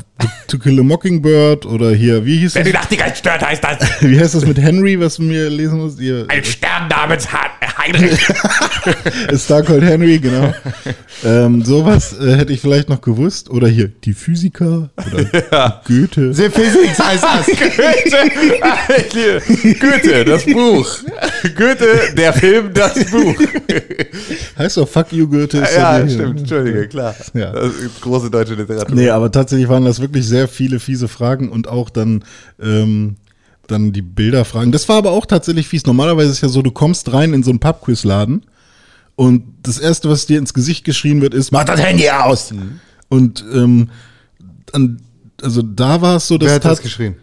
Speaker 4: To Kill a Mockingbird oder hier, wie hieß
Speaker 5: Wenn die
Speaker 4: das?
Speaker 5: Nachtigall stört, heißt das.
Speaker 4: Wie heißt das mit Henry, was mir lesen musst? Ihr,
Speaker 5: Ein Stern namens Ha- Heinrich.
Speaker 4: Star Cold Äh, Henry, genau. ähm, sowas äh, hätte ich vielleicht noch gewusst. Oder hier, die Physiker oder Goethe.
Speaker 2: The Physics heißt das.
Speaker 3: Goethe, Hier, Goethe, das Buch. Goethe, der Film, das Buch.
Speaker 4: Heißt doch Fuck You Goethe. ist
Speaker 3: Ja,
Speaker 4: hier.
Speaker 3: stimmt, entschuldige, klar.
Speaker 4: Ja.
Speaker 3: Das ist große deutsche Literatur.
Speaker 4: Nee, aber tatsächlich waren das wirklich sehr viele fiese Fragen und auch dann, ähm, dann die Bilderfragen. Das war aber auch tatsächlich fies. Normalerweise ist ja so, du kommst rein in so einen Pubquizladen und das Erste, was dir ins Gesicht geschrien wird, ist, mach das Handy aus! Und ähm, an, also da war es so, dass
Speaker 2: Wer hat das
Speaker 4: tat-
Speaker 2: geschrien?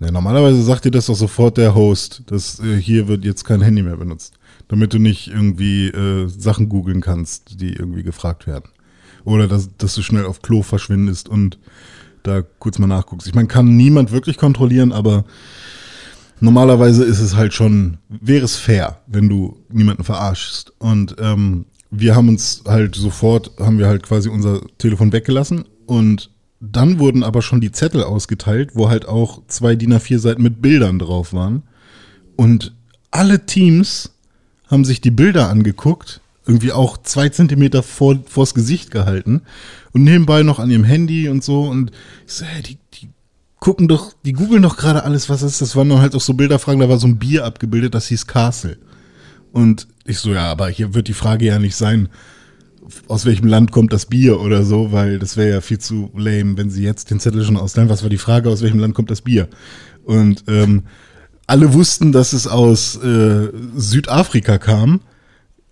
Speaker 4: ja, normalerweise sagt dir das doch sofort der Host, dass äh, hier wird jetzt kein Handy mehr benutzt, damit du nicht irgendwie äh, Sachen googeln kannst, die irgendwie gefragt werden. Oder dass, dass du schnell auf Klo verschwindest und da kurz mal nachguckst. Ich meine, kann niemand wirklich kontrollieren, aber normalerweise ist es halt schon, wäre es fair, wenn du niemanden verarschst. Und ähm, wir haben uns halt sofort, haben wir halt quasi unser Telefon weggelassen und dann wurden aber schon die Zettel ausgeteilt, wo halt auch zwei DIN A4 Seiten mit Bildern drauf waren. Und alle Teams haben sich die Bilder angeguckt, irgendwie auch zwei Zentimeter vor, vors Gesicht gehalten und nebenbei noch an ihrem Handy und so. Und ich so, hey, die, die gucken doch, die googeln doch gerade alles, was ist. Das waren dann halt auch so Bilderfragen, da war so ein Bier abgebildet, das hieß Castle. Und ich so, ja, aber hier wird die Frage ja nicht sein, aus welchem Land kommt das Bier oder so, weil das wäre ja viel zu lame, wenn sie jetzt den Zettel schon ausleihen. Was war die Frage, aus welchem Land kommt das Bier? Und ähm, alle wussten, dass es aus äh, Südafrika kam.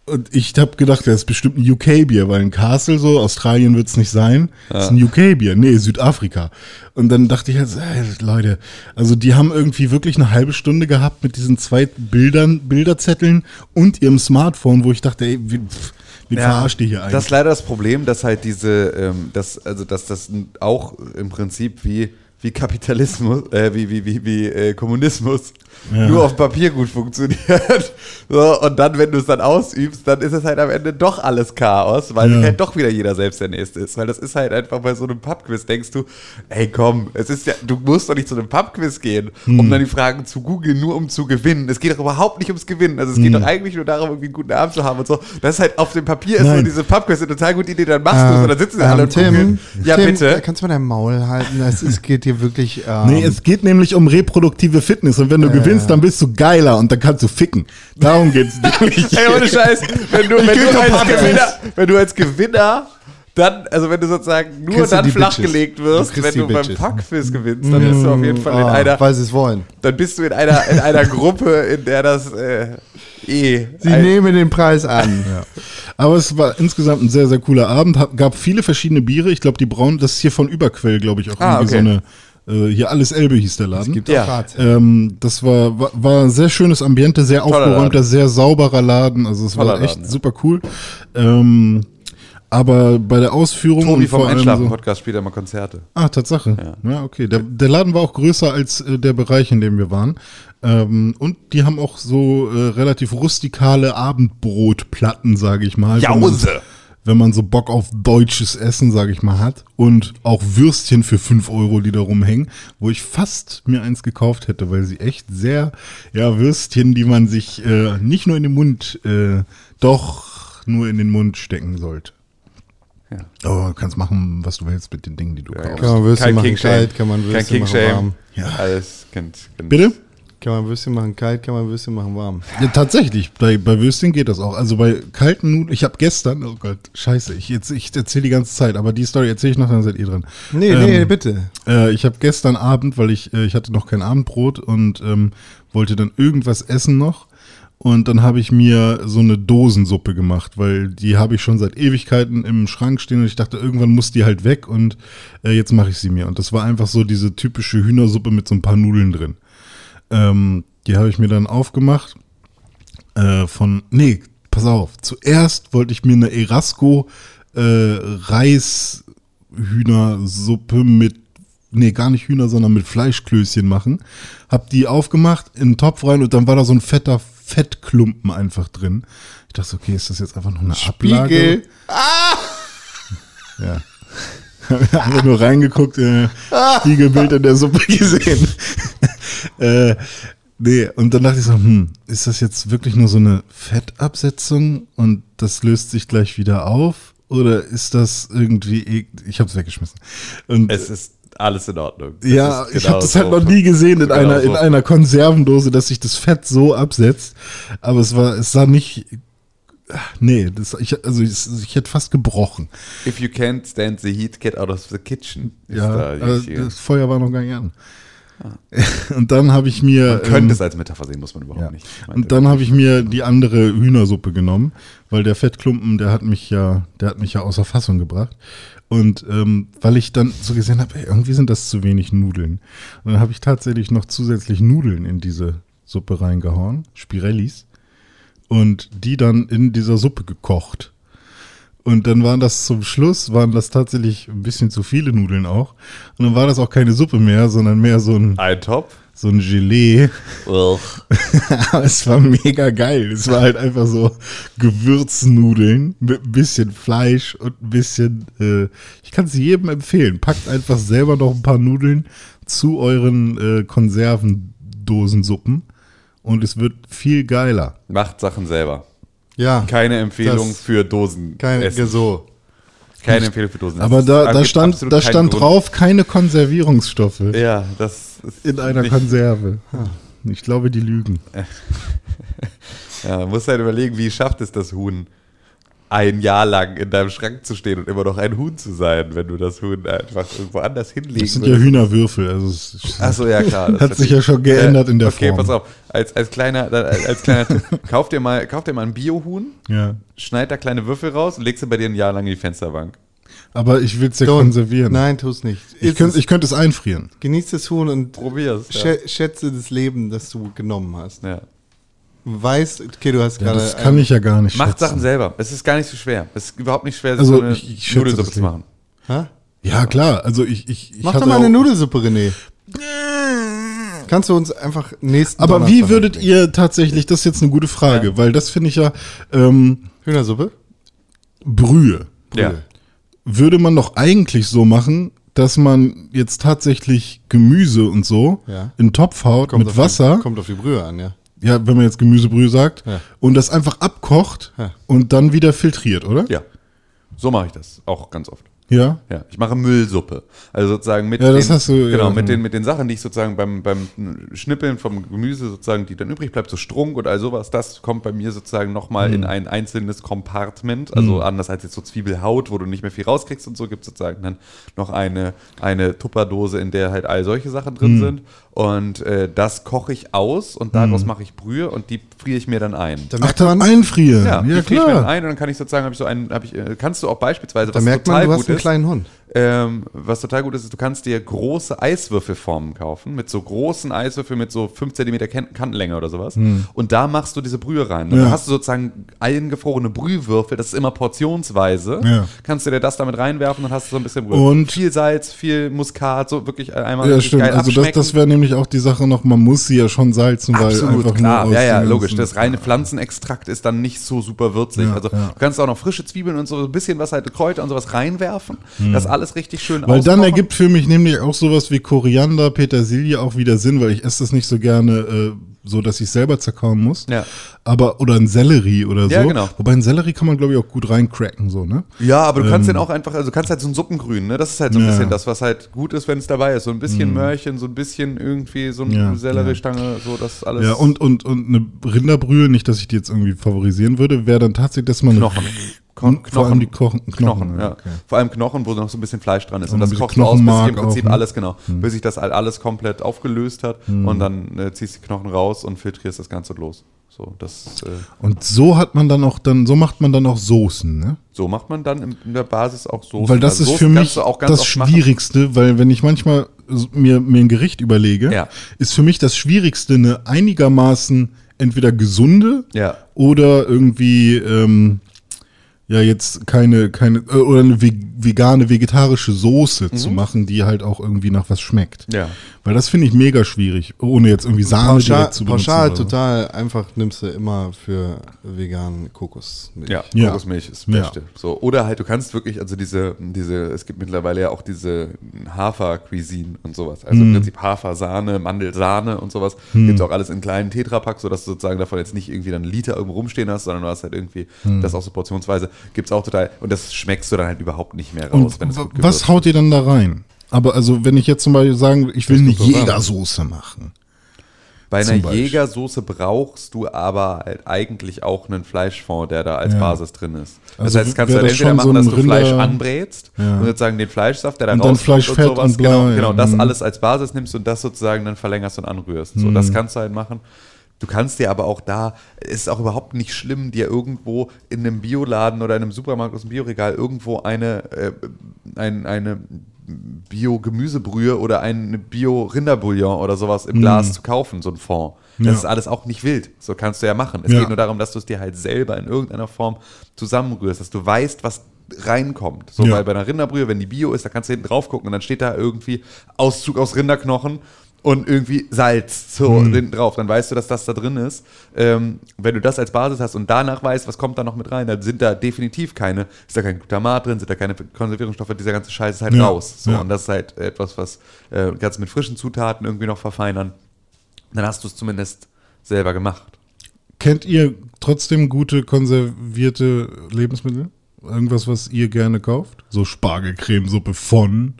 Speaker 4: Und ich habe gedacht, das ist bestimmt ein UK-Bier, weil ein Castle so, Australien wird's nicht sein, ist ein UK-Bier, nee, Südafrika. Und dann dachte ich halt, so, ey, Leute, also die haben irgendwie wirklich eine halbe Stunde gehabt mit diesen zwei Bildern, Bilderzetteln und ihrem Smartphone, wo ich dachte, ey, wie, pff, wie verarscht ihr hier eigentlich?
Speaker 3: Das ist leider das Problem, dass halt diese, ähm, dass, also dass das n- auch im Prinzip wie, wie Kapitalismus, äh, wie, wie, wie, wie äh, Kommunismus nur auf Papier gut funktioniert. so, und dann, wenn du es dann ausübst, dann ist es halt am Ende doch alles Chaos, weil sich halt doch wieder jeder selbst der Nächste ist. Weil das ist halt einfach bei so einem Pubquiz, denkst du, ey komm, es ist ja, du musst doch nicht zu einem Pubquiz gehen, um dann die Fragen zu googeln, nur um zu gewinnen. Es geht doch überhaupt nicht ums Gewinnen. Also es geht doch eigentlich nur darum, irgendwie einen guten Abend zu haben und so. Das ist halt auf dem Papier ist so
Speaker 4: Nein.
Speaker 3: diese Pubquiz eine total gute Idee, dann machst du es und dann sitzen sie alle und
Speaker 2: Ah, ähm, Tim,
Speaker 3: googeln. Ja,
Speaker 2: Tim, äh,
Speaker 3: bitte.
Speaker 2: Kannst du mal dein Maul halten? Das ist, geht dir wirklich. Ähm,
Speaker 4: Nee, es geht nämlich um reproduktive Fitness und wenn du gewinnst, dann bist du geiler und dann kannst du ficken. Darum geht's nämlich.
Speaker 3: Ey, ohne Scheiß, wenn du, wenn
Speaker 2: geh
Speaker 3: du
Speaker 2: zur
Speaker 3: als
Speaker 2: Pubquiz.
Speaker 3: Gewinner, wenn du als Gewinner dann, also wenn du sozusagen nur
Speaker 2: Kriegst du
Speaker 3: dann
Speaker 2: die Bitches.
Speaker 3: flachgelegt
Speaker 2: Du
Speaker 3: wirst,
Speaker 2: kriegst
Speaker 3: wenn
Speaker 2: die
Speaker 3: du beim
Speaker 2: Bitches.
Speaker 3: Pubquiz gewinnst, dann bist du auf jeden Fall in
Speaker 2: ah,
Speaker 3: einer
Speaker 2: weil sie es wollen.
Speaker 3: dann bist du in einer, in einer Gruppe, in der das äh, eh.
Speaker 2: Sie
Speaker 3: ein-
Speaker 2: nehmen den Preis an.
Speaker 4: Aber es war insgesamt ein sehr, sehr cooler Abend. Hab, gab viele verschiedene Biere. Ich glaube, die braun, das ist hier von Überquell, glaube ich, auch
Speaker 3: Ah,
Speaker 4: irgendwie
Speaker 3: okay.
Speaker 4: so eine, äh, hier alles Elbe hieß der Laden.
Speaker 2: Gibt
Speaker 3: Ja.
Speaker 2: auch Ratsherren.
Speaker 4: ähm, das war, war, war ein sehr schönes Ambiente, sehr aufgeräumter, sehr sauberer Laden. Also es
Speaker 3: Toller
Speaker 4: war echt
Speaker 3: Laden, ja.
Speaker 4: super cool. Ähm, aber bei der Ausführung
Speaker 3: Tobi vom
Speaker 4: so-
Speaker 3: Einschlafen-Podcast spielt immer Konzerte.
Speaker 4: Ah, Tatsache. Ja, okay. Der, der Laden war auch größer als äh, der Bereich, in dem wir waren. Ähm, und die haben auch so äh, relativ rustikale Abendbrotplatten, sage ich mal. Wenn man,
Speaker 5: Jause.
Speaker 4: wenn man so Bock auf deutsches Essen, sage ich mal, hat. Und auch Würstchen für 5 Euro, die da rumhängen, wo ich fast mir eins gekauft hätte, weil sie echt sehr, ja, Würstchen, die man sich äh, nicht nur in den Mund, äh, doch nur in den Mund stecken sollte.
Speaker 3: Ja.
Speaker 4: Aber du kannst machen, was du willst mit den Dingen, die du kaufst.
Speaker 2: Kann man Würstchen
Speaker 3: Kein
Speaker 2: machen
Speaker 3: King-Shame.
Speaker 2: kalt, kann man
Speaker 3: Kein
Speaker 2: Würstchen
Speaker 3: King
Speaker 2: machen
Speaker 3: Shame.
Speaker 2: warm.
Speaker 4: Ja.
Speaker 3: Alles kennt. kennt-
Speaker 4: Bitte?
Speaker 2: Kann man Würstchen machen kalt, kann man Würstchen machen warm.
Speaker 4: Ja, tatsächlich, bei, bei Würstchen geht das auch. Also bei kalten Nudeln, ich habe gestern, oh Gott, scheiße, ich, jetzt- ich erzähle die ganze Zeit, aber die Story erzähle ich noch, dann seid ihr dran.
Speaker 2: Nee,
Speaker 4: Ähm,
Speaker 2: nee, bitte.
Speaker 4: Äh, ich habe gestern Abend, weil ich, äh, ich hatte noch kein Abendbrot und ähm, wollte dann irgendwas essen noch. Und dann habe ich mir so eine Dosensuppe gemacht, weil die habe ich schon seit Ewigkeiten im Schrank stehen und ich dachte, irgendwann muss die halt weg und äh, jetzt mache ich sie mir. Und das war einfach so diese typische Hühnersuppe mit so ein paar Nudeln drin. Ähm, die habe ich mir dann aufgemacht. Äh, von, nee, pass auf. Zuerst wollte ich mir eine Erasco äh, Reishühnersuppe mit nee, gar nicht Hühner, sondern mit Fleischklößchen machen. Hab die aufgemacht, in den Topf rein und dann war da so ein fetter Fettklumpen einfach drin. Ich dachte, so, okay, ist das jetzt einfach noch eine Ablage?
Speaker 2: Spiegel.
Speaker 4: Ja. Einfach nur reingeguckt, äh, Spiegelbild in der Suppe gesehen. äh, nee, und dann dachte ich so, hm, ist das jetzt wirklich nur so eine Fettabsetzung und das löst sich gleich wieder auf? Oder ist das irgendwie, ek- ich hab's weggeschmissen. Und
Speaker 3: Es ist alles in Ordnung. Das
Speaker 4: ja,
Speaker 3: ist
Speaker 4: ich
Speaker 3: genau
Speaker 4: habe das
Speaker 3: so.
Speaker 4: halt noch nie gesehen in,
Speaker 3: Genau
Speaker 4: einer,
Speaker 3: so.
Speaker 4: in einer Konservendose, dass sich das Fett so absetzt. Aber es war, es sah nicht, ah, nee, das, ich, also ich, ich hätte fast gebrochen.
Speaker 3: If you can't stand the heat, get out of the kitchen. ist
Speaker 4: Ja,
Speaker 3: da die
Speaker 4: äh,
Speaker 3: richtige-
Speaker 4: das Feuer war noch gar nicht an. Und dann habe ich mir.
Speaker 3: könnte es als Metapher sehen, muss man überhaupt
Speaker 4: ähm, ja.
Speaker 3: nicht. Ich meinte-
Speaker 4: Und dann habe ich mir die andere Hühnersuppe genommen, weil der Fettklumpen, der hat mich ja, der hat mich ja außer Fassung gebracht. Und ähm, weil ich dann so gesehen habe, ey, irgendwie sind das zu wenig Nudeln. Und dann habe ich tatsächlich noch zusätzlich Nudeln in diese Suppe reingehauen, Spirellis, und die dann in dieser Suppe gekocht. Und dann waren das zum Schluss, waren das tatsächlich ein bisschen zu viele Nudeln auch. Und dann war das auch keine Suppe mehr, sondern mehr so ein,
Speaker 3: ein Top.
Speaker 4: so ein Gelee.
Speaker 3: Ugh.
Speaker 4: Aber es war mega geil. Es war halt einfach so Gewürznudeln mit ein bisschen Fleisch und ein bisschen. Äh, ich kann es jedem empfehlen. Packt einfach selber noch ein paar Nudeln zu euren äh, Konservendosensuppen und es wird viel geiler.
Speaker 3: Macht Sachen selber.
Speaker 2: Ja.
Speaker 3: Keine Empfehlung
Speaker 2: Das-
Speaker 3: für Dosen.
Speaker 2: Kein so.
Speaker 3: keine Empfehlung für Dosen.
Speaker 4: Aber da, da
Speaker 3: gibt
Speaker 4: stand,
Speaker 3: absolut
Speaker 4: da
Speaker 3: keinen
Speaker 4: stand
Speaker 3: Grund.
Speaker 4: drauf keine Konservierungsstoffe
Speaker 2: Äh,
Speaker 3: Ja, das ist
Speaker 4: in einer
Speaker 3: nicht- Äh,
Speaker 4: Konserve.
Speaker 2: Hm.
Speaker 4: Ich glaube, die lügen.
Speaker 3: Ja, musst halt überlegen, wie schafft es das Huhn, ein Jahr lang in deinem Schrank zu stehen und immer noch ein Huhn zu sein, wenn du das Huhn einfach irgendwo anders hinlegen
Speaker 4: Das sind ja Hühnerwürfel. Also es ist
Speaker 3: Achso, ja klar. das
Speaker 4: Hat sich ja schon geändert in der
Speaker 3: okay,
Speaker 4: Form.
Speaker 3: Okay, pass auf. Als, als kleiner, als als kleiner Tipp. Kauf dir mal, kauf dir mal ein Biohuhn,
Speaker 4: ja.
Speaker 3: schneid da kleine Würfel raus und legst sie bei dir ein Jahr lang in die Fensterbank.
Speaker 4: Aber ich will es ja
Speaker 2: Don't.
Speaker 4: konservieren.
Speaker 2: Nein, tu's nicht.
Speaker 4: Ich
Speaker 2: Iss
Speaker 4: könnte
Speaker 2: es.
Speaker 4: ich könnt es einfrieren.
Speaker 2: Genieß das Huhn und
Speaker 3: Probier's. Ja.
Speaker 2: schä- schätze das Leben, das du genommen hast.
Speaker 3: Ja.
Speaker 2: Weiß, okay, du hast
Speaker 4: Ja,
Speaker 2: gerade.
Speaker 4: das kann ich ja gar nicht.
Speaker 3: Macht
Speaker 4: schätzen.
Speaker 3: Sachen selber. Es ist gar nicht so schwer. Es ist überhaupt nicht schwer,
Speaker 4: Also,
Speaker 3: so eine
Speaker 4: ich- ich schätze
Speaker 3: Nudelsuppe
Speaker 4: das
Speaker 3: zu
Speaker 4: nicht.
Speaker 3: machen.
Speaker 2: Hä?
Speaker 4: Ja, klar. Also ich, ich, ich
Speaker 2: Mach doch
Speaker 4: hatte
Speaker 2: mal eine
Speaker 4: auch-
Speaker 2: Nudelsuppe, René.
Speaker 3: Äh.
Speaker 2: Kannst du uns einfach nächsten
Speaker 4: Aber
Speaker 2: Donnerstag
Speaker 4: wie würdet ihr tatsächlich, das ist jetzt eine gute Frage, weil das finde ich ja, ähm,
Speaker 2: Hühnersuppe?
Speaker 4: Brühe.
Speaker 3: Ja.
Speaker 4: Würde man doch eigentlich so machen, dass man jetzt tatsächlich Gemüse und so
Speaker 2: Ja.
Speaker 4: in den Topf haut
Speaker 2: Kommt auf
Speaker 4: mit
Speaker 2: die-
Speaker 4: Wasser,
Speaker 2: kommt auf die Brühe an, ja.
Speaker 4: ja, wenn man jetzt Gemüsebrühe sagt,
Speaker 2: Ja.
Speaker 4: und das einfach abkocht
Speaker 2: Ja.
Speaker 4: und dann wieder filtriert, oder?
Speaker 3: Ja. So mache ich das. Auch ganz oft.
Speaker 4: Ja.
Speaker 3: Ja, ich mache Müllsuppe. Also sozusagen mit
Speaker 4: Ja, das
Speaker 3: den,
Speaker 4: hast du,
Speaker 3: genau,
Speaker 4: ja.
Speaker 3: mit den mit den Sachen, die ich sozusagen beim beim Schnippeln vom Gemüse sozusagen, die dann übrig bleibt, so Strunk und all sowas, das kommt bei mir sozusagen nochmal mal in ein einzelnes Compartment, also anders als jetzt so Zwiebelhaut, wo du nicht mehr viel rauskriegst und so gibt's sozusagen dann noch eine eine Tupperdose, in der halt all solche Sachen drin sind und äh, das koche ich aus und daraus mache ich Brühe und die friere ich mir dann ein.
Speaker 2: Da
Speaker 4: Ach,
Speaker 2: merkt
Speaker 4: dann
Speaker 2: man,
Speaker 4: einfrieren.
Speaker 3: ja,
Speaker 4: Ja,
Speaker 3: die friere ich mir dann
Speaker 4: klar.
Speaker 3: ein und dann kann ich sozusagen, habe ich so einen, habe ich, äh, kannst du auch beispielsweise,
Speaker 2: da merkt man du hast einen
Speaker 3: ist,
Speaker 2: kleinen Hund.
Speaker 3: ähm, was total gut ist, ist, du kannst dir große Eiswürfelformen kaufen, mit so großen Eiswürfeln mit so 5 cm Kantenlänge oder sowas. Und da machst du diese Brühe rein. Dann
Speaker 4: Hm. Ja.
Speaker 3: hast du sozusagen eingefrorene Brühwürfel, das ist immer portionsweise.
Speaker 4: Ja.
Speaker 3: Kannst du dir das damit reinwerfen, dann hast du so ein bisschen Brühe.
Speaker 4: Und-
Speaker 3: viel Salz, viel Muskat, so wirklich einmal
Speaker 4: Ja,
Speaker 3: richtig
Speaker 4: stimmt. Also das, das wäre nämlich auch die Sache noch, man muss sie ja schon salzen, weil
Speaker 3: Absolut,
Speaker 4: einfach
Speaker 3: klar.
Speaker 4: nur genau aus
Speaker 3: Ja, ja,
Speaker 4: den
Speaker 3: logisch.
Speaker 4: ganzen-
Speaker 3: Das reine Pflanzenextrakt ist dann nicht so super würzig.
Speaker 4: Ja,
Speaker 3: also
Speaker 4: ja.
Speaker 3: du kannst auch noch frische Zwiebeln und so ein bisschen was halt Kräuter und sowas reinwerfen. Das alles richtig schön
Speaker 4: Hm. Weil dann
Speaker 3: auskochen.
Speaker 4: ergibt für mich nämlich auch sowas wie Koriander, Petersilie auch wieder Sinn, weil ich esse das nicht so gerne äh, so, dass ich selber zerkauen muss.
Speaker 3: Ja.
Speaker 4: Aber, oder ein Sellerie oder so.
Speaker 3: Ja, genau.
Speaker 4: Wobei ein Sellerie kann man, glaube ich, auch gut reincracken, so, ne?
Speaker 3: Ja, aber du kannst den auch einfach, also du kannst halt so ein Suppengrün, ne? Das ist halt so ein
Speaker 4: Ja. Mhm.
Speaker 3: bisschen das, was halt gut ist, wenn es dabei ist. So ein bisschen Möhrchen, so ein bisschen irgendwie so eine
Speaker 4: Ja,
Speaker 3: Selleriestange, so das alles.
Speaker 4: Ja, und, und, und eine Rinderbrühe, nicht, dass ich die jetzt irgendwie favorisieren würde, wäre dann tatsächlich, dass man.
Speaker 3: Knochen. Ko-
Speaker 4: Knochen. Vor allem die Kochen,
Speaker 3: Knochen, ja.
Speaker 4: okay.
Speaker 3: Vor allem Knochen, wo noch so ein bisschen Fleisch dran ist. Und,
Speaker 4: Und ein
Speaker 3: das
Speaker 4: bisschen
Speaker 3: kochst du aus, bis sich im
Speaker 4: Knochenmark
Speaker 3: Prinzip
Speaker 4: auch, ne? Mhm.
Speaker 3: alles, genau, bis sich das halt alles komplett aufgelöst hat. Und dann äh, ziehst du die Knochen raus und filtrierst das Ganze los. So, das, äh,
Speaker 4: Und so hat man dann auch dann, so macht man dann auch Soßen, ne?
Speaker 3: so macht man dann in, in der Basis auch Soßen.
Speaker 4: Weil das
Speaker 3: Also
Speaker 4: ist
Speaker 3: Soßen
Speaker 4: für
Speaker 3: kannst du
Speaker 4: mich
Speaker 3: auch ganz
Speaker 4: das
Speaker 3: oft machen.
Speaker 4: Schwierigste, weil wenn ich manchmal so mir, mir ein Gericht überlege,
Speaker 3: Ja.
Speaker 4: ist für mich das Schwierigste eine einigermaßen entweder gesunde
Speaker 3: Ja.
Speaker 4: oder irgendwie ähm, ja jetzt keine, keine, äh, oder eine ve- vegane, vegetarische Soße zu machen, die halt auch irgendwie nach was schmeckt.
Speaker 3: Mhm. Ja.
Speaker 4: Weil das finde ich mega schwierig, ohne jetzt irgendwie Sahne
Speaker 2: Pauschal,
Speaker 4: direkt zu benutzen. also.
Speaker 2: pauschal
Speaker 4: oder so.
Speaker 2: total einfach nimmst du immer für veganen Kokosmilch.
Speaker 3: Ja,
Speaker 4: Ja.
Speaker 3: Kokosmilch ist das
Speaker 4: Ja.
Speaker 3: Beste. So, oder halt, du kannst wirklich, also diese, diese, es gibt mittlerweile ja auch diese Hafer-Cuisine und sowas. Also
Speaker 4: Mhm.
Speaker 3: im Prinzip Hafer-Sahne, Mandelsahne und sowas. Gibt's auch alles in kleinen Tetrapack, sodass du sozusagen davon jetzt nicht irgendwie dann einen Liter irgendwo rumstehen hast, sondern du hast halt irgendwie
Speaker 4: Mhm.
Speaker 3: das auch so portionsweise. Gibt's auch total, und das schmeckst du dann halt überhaupt nicht mehr raus,
Speaker 4: Und
Speaker 3: wenn es
Speaker 4: wa-
Speaker 3: gut gewürzt
Speaker 4: was haut ihr dann da rein? Aber also, wenn ich jetzt zum Beispiel sagen, ich will eine Jägersoße machen.
Speaker 3: Bei einer
Speaker 4: Zum Beispiel.
Speaker 3: Jägersoße brauchst du aber halt eigentlich auch einen Fleischfond, der da als
Speaker 4: Ja.
Speaker 3: Basis drin ist. Das
Speaker 4: Also
Speaker 3: heißt, kannst du
Speaker 4: wär
Speaker 3: halt
Speaker 4: das
Speaker 3: entweder
Speaker 4: schon
Speaker 3: machen,
Speaker 4: so ein
Speaker 3: dass du Fleisch
Speaker 4: Rinder-
Speaker 3: anbrätst
Speaker 4: Ja.
Speaker 3: und sozusagen den Fleischsaft, der da
Speaker 4: Und dann
Speaker 3: rauskommt
Speaker 4: Fleischfett und bla,
Speaker 3: genau,
Speaker 4: ja.
Speaker 3: genau, das
Speaker 4: Mhm. Mhm.
Speaker 3: alles als Basis nimmst und das sozusagen dann verlängerst und anrührst. So, das kannst du halt machen. Du kannst dir aber auch da, es ist auch überhaupt nicht schlimm, dir irgendwo in einem Bioladen oder in einem Supermarkt aus dem Bioregal irgendwo eine, äh, ein, eine Bio-Gemüsebrühe oder ein Bio-Rinderbouillon oder sowas im Glas zu kaufen, so ein Fond. Das
Speaker 4: Mhm. Ja.
Speaker 3: ist alles auch nicht wild. So kannst du ja machen. Es
Speaker 4: Ja.
Speaker 3: geht nur darum, dass du es dir halt selber in irgendeiner Form zusammenrührst, dass du weißt, was reinkommt. So,
Speaker 4: Ja.
Speaker 3: weil bei einer Rinderbrühe, wenn die Bio ist, da kannst du hinten drauf gucken und dann steht da irgendwie Auszug aus Rinderknochen und irgendwie Salz so
Speaker 4: Hm.
Speaker 3: hinten drauf. Dann weißt du, dass das da drin ist. Ähm, wenn du das als Basis hast und danach weißt, was kommt da noch mit rein, dann sind da definitiv keine, ist da kein Glutamat drin, sind da keine Konservierungsstoffe, dieser ganze Scheiß ist halt
Speaker 4: Ja,
Speaker 3: raus. So,
Speaker 4: ja.
Speaker 3: und das ist halt etwas, was äh, kannst du mit frischen Zutaten irgendwie noch verfeinern. Dann hast du es zumindest selber gemacht.
Speaker 4: Kennt ihr trotzdem gute konservierte Lebensmittel? Irgendwas, was ihr gerne kauft? So Spargelcremesuppe von.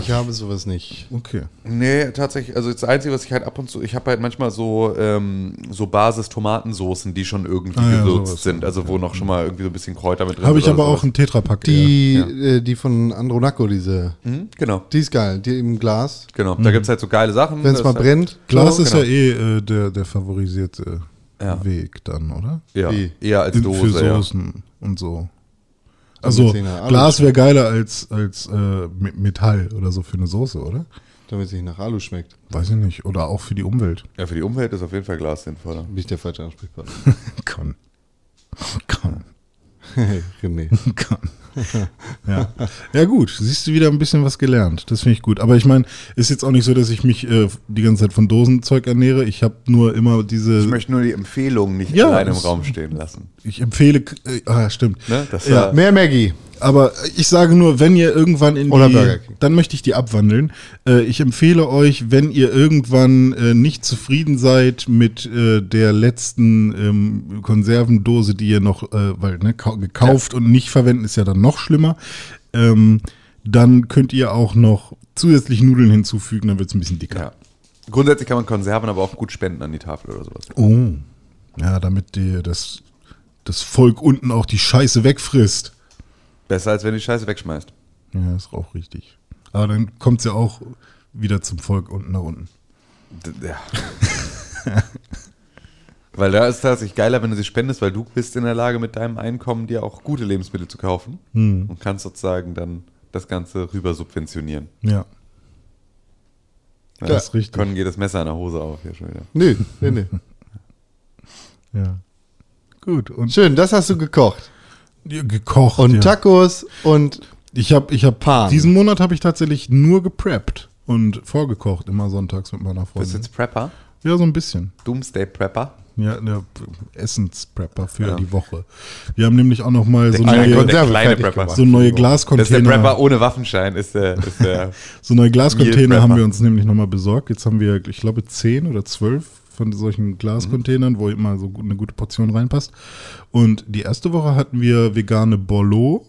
Speaker 2: Ich habe sowas nicht.
Speaker 4: Okay.
Speaker 3: Nee, tatsächlich. Also das Einzige, was ich halt ab und zu, ich habe halt manchmal so, ähm, so Basis-Tomatensoßen, die schon irgendwie
Speaker 4: Ah ja,
Speaker 3: gewürzt
Speaker 4: sowas.
Speaker 3: sind. Also wo noch schon mal irgendwie so ein bisschen Kräuter mit drin
Speaker 4: Habe ich
Speaker 3: sind
Speaker 4: aber
Speaker 3: oder
Speaker 4: auch
Speaker 3: sowas.
Speaker 4: einen Tetrapack.
Speaker 2: Die, äh, die von Andronaco, diese.
Speaker 3: Mhm, genau,
Speaker 2: Die ist geil, die im Glas.
Speaker 3: genau.
Speaker 4: Mhm.
Speaker 3: Da gibt es halt so geile Sachen.
Speaker 2: Wenn es
Speaker 3: Das
Speaker 2: mal
Speaker 3: ist halt-
Speaker 2: brennt.
Speaker 4: Glas
Speaker 3: Genau.
Speaker 4: ist ja eh äh, der, der favorisierte
Speaker 3: Ja.
Speaker 4: Weg dann, oder?
Speaker 3: Ja,
Speaker 2: Wie?
Speaker 3: eher als
Speaker 4: In-
Speaker 3: Dose.
Speaker 4: für
Speaker 3: ja.
Speaker 4: Soßen und so. Also
Speaker 2: Zehner Alu
Speaker 4: Glas wäre geiler als, als äh, Me- Metall oder so für eine Soße, oder?
Speaker 2: Damit es nicht nach Alu schmeckt.
Speaker 4: Weiß ich nicht. Oder auch für die Umwelt.
Speaker 3: ja, für die Umwelt ist auf jeden Fall Glas
Speaker 4: Also
Speaker 3: sinnvoller.
Speaker 2: Bin ich der falsche Ansprechpartner.
Speaker 4: Kann. Kann.
Speaker 2: Hey, René.
Speaker 4: kann. ja. ja, gut. Siehst du wieder ein bisschen was gelernt. Das finde ich gut. Aber ich meine, ist jetzt auch nicht so, dass ich mich äh, die ganze Zeit von Dosenzeug ernähre. Ich habe nur immer diese.
Speaker 3: Ich möchte nur die Empfehlungen nicht
Speaker 4: Ja,
Speaker 3: allein im
Speaker 4: das-
Speaker 3: Raum stehen lassen.
Speaker 4: Ich empfehle. K- Äh, ah, stimmt.
Speaker 3: Ne? Das
Speaker 4: Ja.
Speaker 3: war-
Speaker 2: Mehr Maggie.
Speaker 4: Aber ich sage nur, wenn ihr irgendwann in
Speaker 2: Oder
Speaker 4: die,
Speaker 2: Burger King.
Speaker 4: dann möchte ich die abwandeln. Äh, ich empfehle euch, wenn ihr irgendwann äh, nicht zufrieden seid mit äh, der letzten ähm, Konservendose, die ihr noch, äh, weil ne, kau- gekauft und nicht verwenden ist ja dann noch schlimmer. Ähm, dann könnt ihr auch noch zusätzlich Nudeln hinzufügen, dann wird es ein bisschen dicker.
Speaker 3: ja. Grundsätzlich kann man Konserven aber auch gut spenden an die Tafel oder sowas.
Speaker 4: Oh, ja, damit die, das, das Volk unten auch die Scheiße wegfrisst.
Speaker 3: Besser als wenn du die Scheiße wegschmeißt.
Speaker 4: Ja, ist auch richtig. Aber dann kommt es ja auch wieder zum Volk unten nach unten.
Speaker 3: D- Ja. weil da ist tatsächlich geiler, wenn du sie spendest, weil du bist in der Lage, mit deinem Einkommen dir auch gute Lebensmittel zu kaufen
Speaker 4: Hm.
Speaker 3: und kannst sozusagen dann das Ganze rüber subventionieren.
Speaker 4: Ja.
Speaker 3: Ja,
Speaker 4: Das ist richtig.
Speaker 3: Können geht das Messer in der Hose auf hier schon wieder.
Speaker 2: Nö, nö, nö.
Speaker 4: Ja. Gut. Und
Speaker 2: Schön, das hast du gekocht.
Speaker 4: Ja, gekocht.
Speaker 2: Und
Speaker 4: ja.
Speaker 2: Tacos und
Speaker 4: Ich habe, ich habe,
Speaker 2: Pan.
Speaker 4: diesen Monat habe ich tatsächlich nur gepreppt und vorgekocht, immer sonntags mit meiner
Speaker 3: Bist du
Speaker 4: Freundin.
Speaker 3: jetzt Prepper?
Speaker 4: Ja, so ein bisschen.
Speaker 3: Doomsday Prepper?
Speaker 4: Ja, der P- Essensprepper für
Speaker 3: Ja.
Speaker 4: die Woche. Wir haben nämlich auch noch mal so
Speaker 2: eine
Speaker 3: kleine-
Speaker 4: neue,
Speaker 2: Konserve
Speaker 3: kleine
Speaker 2: fertig
Speaker 3: Prepper.
Speaker 2: gemacht.
Speaker 4: so neue
Speaker 3: Das ist der Prepper
Speaker 4: Glascontainer.
Speaker 3: ohne Waffenschein, ist der, ist der
Speaker 4: So neue Glascontainer haben
Speaker 3: Meal-Prepper.
Speaker 4: wir uns nämlich noch mal besorgt. Jetzt haben wir, ich glaube, zehn oder zwölf von solchen Glascontainern, wo immer so gut- eine gute Portion reinpasst. Und die erste Woche hatten wir vegane Borlo.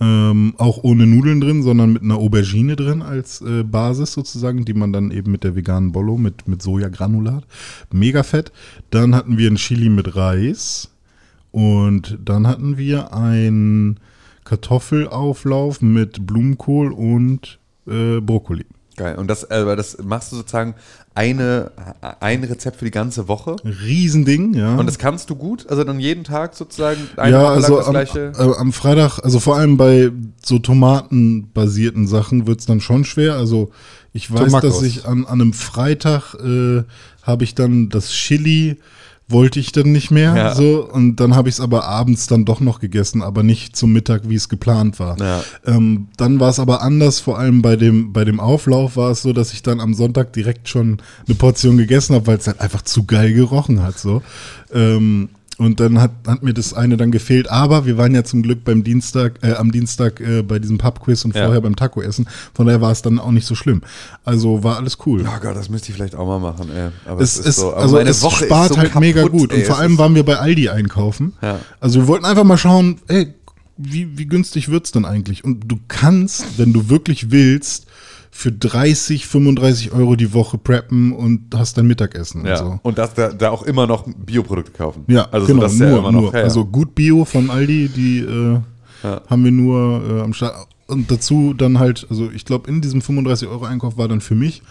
Speaker 4: Ähm, auch ohne Nudeln drin, sondern mit einer Aubergine drin als äh, Basis sozusagen, die man dann eben mit der veganen Bollo mit, mit Sojagranulat. Mega fett. Dann hatten wir ein Chili mit Reis. Und dann hatten wir einen Kartoffelauflauf mit Blumenkohl und äh, Brokkoli.
Speaker 3: geil. Und das, äh, aber das machst du sozusagen eine, ein Rezept für die ganze Woche.
Speaker 4: Riesending, ja.
Speaker 3: Und das kannst du gut, also dann jeden Tag sozusagen eine
Speaker 4: Mhm.
Speaker 3: Woche
Speaker 4: ja,
Speaker 3: lang
Speaker 4: also
Speaker 3: das
Speaker 4: am,
Speaker 3: gleiche.
Speaker 4: äh, am Freitag, also vor allem bei so tomatenbasierten Sachen wird's dann schon schwer. Also ich weiß,
Speaker 2: Tomakos.
Speaker 4: dass ich an, an einem Freitag äh, habe ich dann das Chili, wollte ich dann nicht mehr.
Speaker 3: Ja.
Speaker 4: So, und dann habe ich es aber abends dann doch noch gegessen, aber nicht zum Mittag, wie es geplant war.
Speaker 3: Ja.
Speaker 4: Ähm, dann war es aber anders, vor allem bei dem, bei dem Auflauf war es so, dass ich dann am Sonntag direkt schon eine Portion gegessen habe, weil es halt einfach zu geil gerochen hat. So. Ähm, und dann hat, hat mir das eine dann gefehlt. Aber wir waren ja zum Glück beim Dienstag, äh, am Dienstag äh, bei diesem Pubquiz und
Speaker 3: Ja.
Speaker 4: vorher beim Taco-Essen. Von daher war es dann auch nicht so schlimm. Also war alles cool.
Speaker 3: Oh Gott, das müsste ich vielleicht auch mal machen, ey. Aber
Speaker 4: Es, ist,
Speaker 3: so- aber
Speaker 4: also
Speaker 3: meine
Speaker 4: es
Speaker 3: Woche ist
Speaker 4: spart
Speaker 3: so
Speaker 4: halt mega
Speaker 3: kaputt,
Speaker 4: gut.
Speaker 3: ey.
Speaker 4: Und vor
Speaker 3: Es
Speaker 4: allem
Speaker 3: ist-
Speaker 4: waren wir bei Aldi einkaufen.
Speaker 3: Ja.
Speaker 4: Also wir wollten einfach mal schauen, ey, wie, wie günstig wird's denn eigentlich? Und du kannst, wenn du wirklich willst, für 30, 35 Euro die Woche preppen und hast dein Mittagessen
Speaker 3: ja.
Speaker 4: und so.
Speaker 3: Und dass da, da auch immer noch Bioprodukte kaufen.
Speaker 4: Ja,
Speaker 3: also
Speaker 4: genau,
Speaker 3: so, dass
Speaker 4: nur,
Speaker 3: der immer noch.
Speaker 4: nur.
Speaker 3: ja, ja.
Speaker 4: Also gut Bio von Aldi, die äh, haben wir nur äh, am Start. Und dazu dann halt, also ich glaube, in diesem 35-Euro-Einkauf war dann für mich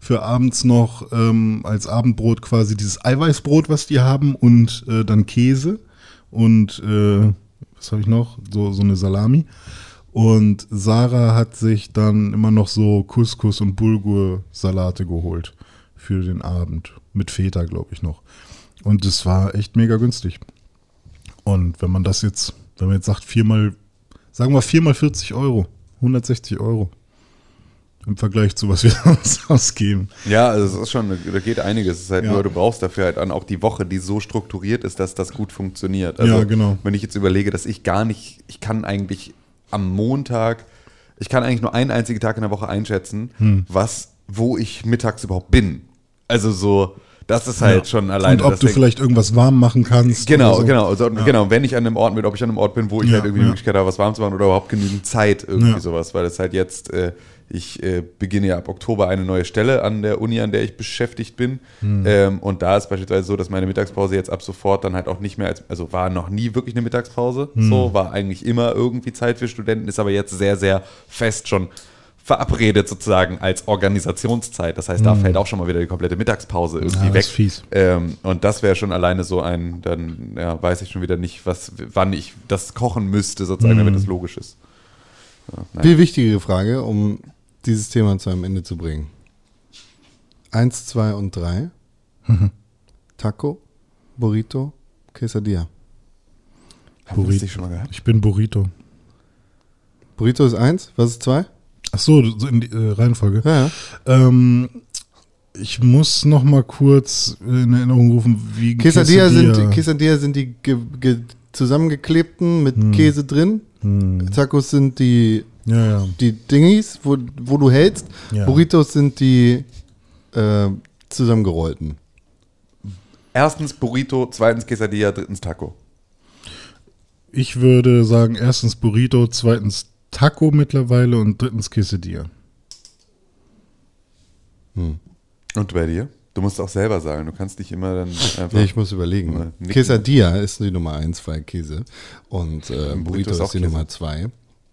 Speaker 4: für abends noch ähm, als Abendbrot quasi dieses Eiweißbrot, was die haben, und äh, dann Käse und äh, was habe ich noch? So, so eine Salami. Und Sarah hat sich dann immer noch so Couscous und Bulgur-Salate geholt für den Abend. Mit Feta, glaube ich, noch. Und das war echt mega günstig. Und wenn man das jetzt, wenn man jetzt sagt, viermal, sagen wir viermal 40 Euro, 160 Euro. Im Vergleich zu was wir sonst ausgeben.
Speaker 3: Ja, also es ist schon, da geht einiges. Es ist halt
Speaker 4: Ja.
Speaker 3: nur, du brauchst dafür halt dann auch die Woche, die so strukturiert ist, dass das gut funktioniert. Also,
Speaker 4: Ja, genau.
Speaker 3: Wenn ich jetzt überlege, dass ich gar nicht, ich kann eigentlich am Montag, ich kann eigentlich nur einen einzigen Tag in der Woche einschätzen,
Speaker 4: Hm.
Speaker 3: was, wo ich mittags überhaupt bin. Also so, das ist halt schon alleine.
Speaker 4: Und ob
Speaker 3: das
Speaker 4: du
Speaker 3: Ding.
Speaker 4: vielleicht irgendwas warm machen kannst.
Speaker 3: Genau,
Speaker 4: oder so.
Speaker 3: genau. Also, Genau, wenn ich an einem Ort bin, ob ich an einem Ort bin, wo ich
Speaker 4: Ja,
Speaker 3: halt irgendwie
Speaker 4: ja.
Speaker 3: die Möglichkeit habe, was warm zu machen oder überhaupt genügend Zeit, irgendwie
Speaker 4: Ja.
Speaker 3: sowas, weil es halt jetzt, äh, ich äh, beginne ja ab Oktober eine neue Stelle an der Uni, an der ich beschäftigt bin.
Speaker 4: Hm.
Speaker 3: Ähm, und da ist beispielsweise so, dass meine Mittagspause jetzt ab sofort dann halt auch nicht mehr als, also war noch nie wirklich eine Mittagspause,
Speaker 4: Hm.
Speaker 3: so, war eigentlich immer irgendwie Zeit für Studenten, ist aber jetzt sehr, sehr fest schon verabredet sozusagen als Organisationszeit. Das heißt, da
Speaker 4: Hm.
Speaker 3: fällt auch schon mal wieder die komplette Mittagspause
Speaker 2: Ah,
Speaker 3: irgendwie
Speaker 4: Ja,
Speaker 3: weg.
Speaker 4: das ist fies.
Speaker 3: Ähm, und das wäre schon alleine so ein, dann ja, weiß ich schon wieder nicht, was, wann ich das kochen müsste,
Speaker 2: Mhm.
Speaker 3: sozusagen, damit es logisch ist.
Speaker 2: Viel wichtigere Frage, um dieses Thema zu einem Ende zu bringen. Eins, zwei und drei. Taco, Burrito, Quesadilla.
Speaker 3: Haben wir das
Speaker 4: Burrito.
Speaker 3: nicht schon mal gehabt?
Speaker 4: Ich bin Burrito.
Speaker 2: Burrito ist eins, was ist zwei?
Speaker 4: Ach so, so in die äh, Reihenfolge.
Speaker 2: Ja, ja.
Speaker 4: Ähm, ich muss noch mal kurz in Erinnerung rufen, wie
Speaker 2: Quesadilla, Sind, Quesadilla sind die ge, ge, zusammengeklebten mit Käse drin. Tacos sind die,
Speaker 4: ja, ja.
Speaker 2: die Dingis, wo, wo du hältst.
Speaker 4: Ja.
Speaker 2: Burritos sind die äh, zusammengerollten.
Speaker 3: Erstens Burrito, zweitens Quesadilla, drittens Taco.
Speaker 4: Ich würde sagen, erstens Burrito, zweitens Taco mittlerweile und drittens Quesadilla.
Speaker 3: Und bei dir? Du musst auch selber sagen, du kannst nicht immer dann einfach.
Speaker 2: Nee, ich muss überlegen.
Speaker 3: Ja, nicken.
Speaker 2: Quesadilla ist die Nummer eins, weil Käse. Und äh, Burrito,
Speaker 3: Burrito ist
Speaker 2: ist,
Speaker 3: auch
Speaker 2: die
Speaker 3: Käse.
Speaker 2: Nummer zwei,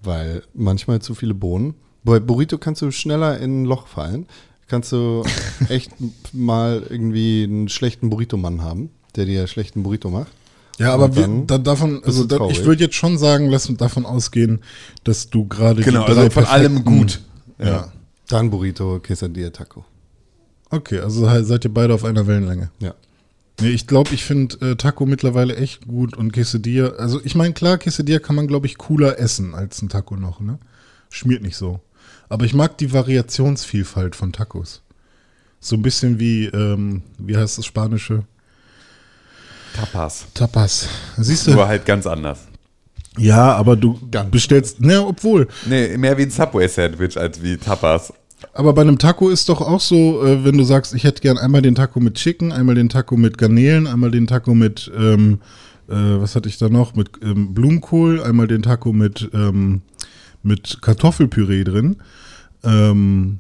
Speaker 2: weil manchmal zu viele Bohnen. Bei Burrito kannst du schneller in ein Loch fallen. Kannst du echt mal irgendwie einen schlechten Burrito-Mann haben, der dir schlechten Burrito macht.
Speaker 4: Ja, aber
Speaker 2: Und
Speaker 4: wir,
Speaker 2: dann
Speaker 4: da, davon, also
Speaker 2: du
Speaker 4: da,
Speaker 2: traurig.
Speaker 4: ich würde jetzt schon sagen, lass uns davon ausgehen, dass du gerade
Speaker 3: Genau,
Speaker 4: die drei
Speaker 3: also von allem
Speaker 4: perfekten-
Speaker 3: gut.
Speaker 4: Ja.
Speaker 2: Dann Burrito, Quesadilla, Taco.
Speaker 4: Okay, also he- seid ihr beide auf einer Wellenlänge.
Speaker 2: Ja.
Speaker 4: Nee, ich glaube, ich finde äh, Taco mittlerweile echt gut und Quesadilla. Also ich meine, klar, Quesadilla kann man, glaube ich, cooler essen als ein Taco noch, ne? Schmiert nicht so. Aber ich mag die Variationsvielfalt von Tacos. So ein bisschen wie, ähm, wie heißt das Spanische?
Speaker 3: Tapas.
Speaker 4: Tapas. Siehst du?
Speaker 3: Nur halt ganz anders.
Speaker 4: Ja, aber du bestellst, ne, obwohl.
Speaker 3: Nee, mehr wie ein Subway-Sandwich als wie Tapas.
Speaker 4: Aber bei einem Taco ist doch auch so, äh, wenn du sagst, ich hätte gern einmal den Taco mit Chicken, einmal den Taco mit Garnelen, einmal den Taco mit, ähm, äh, was hatte ich da noch, mit ähm, Blumenkohl, einmal den Taco mit, ähm, mit Kartoffelpüree drin. Ähm,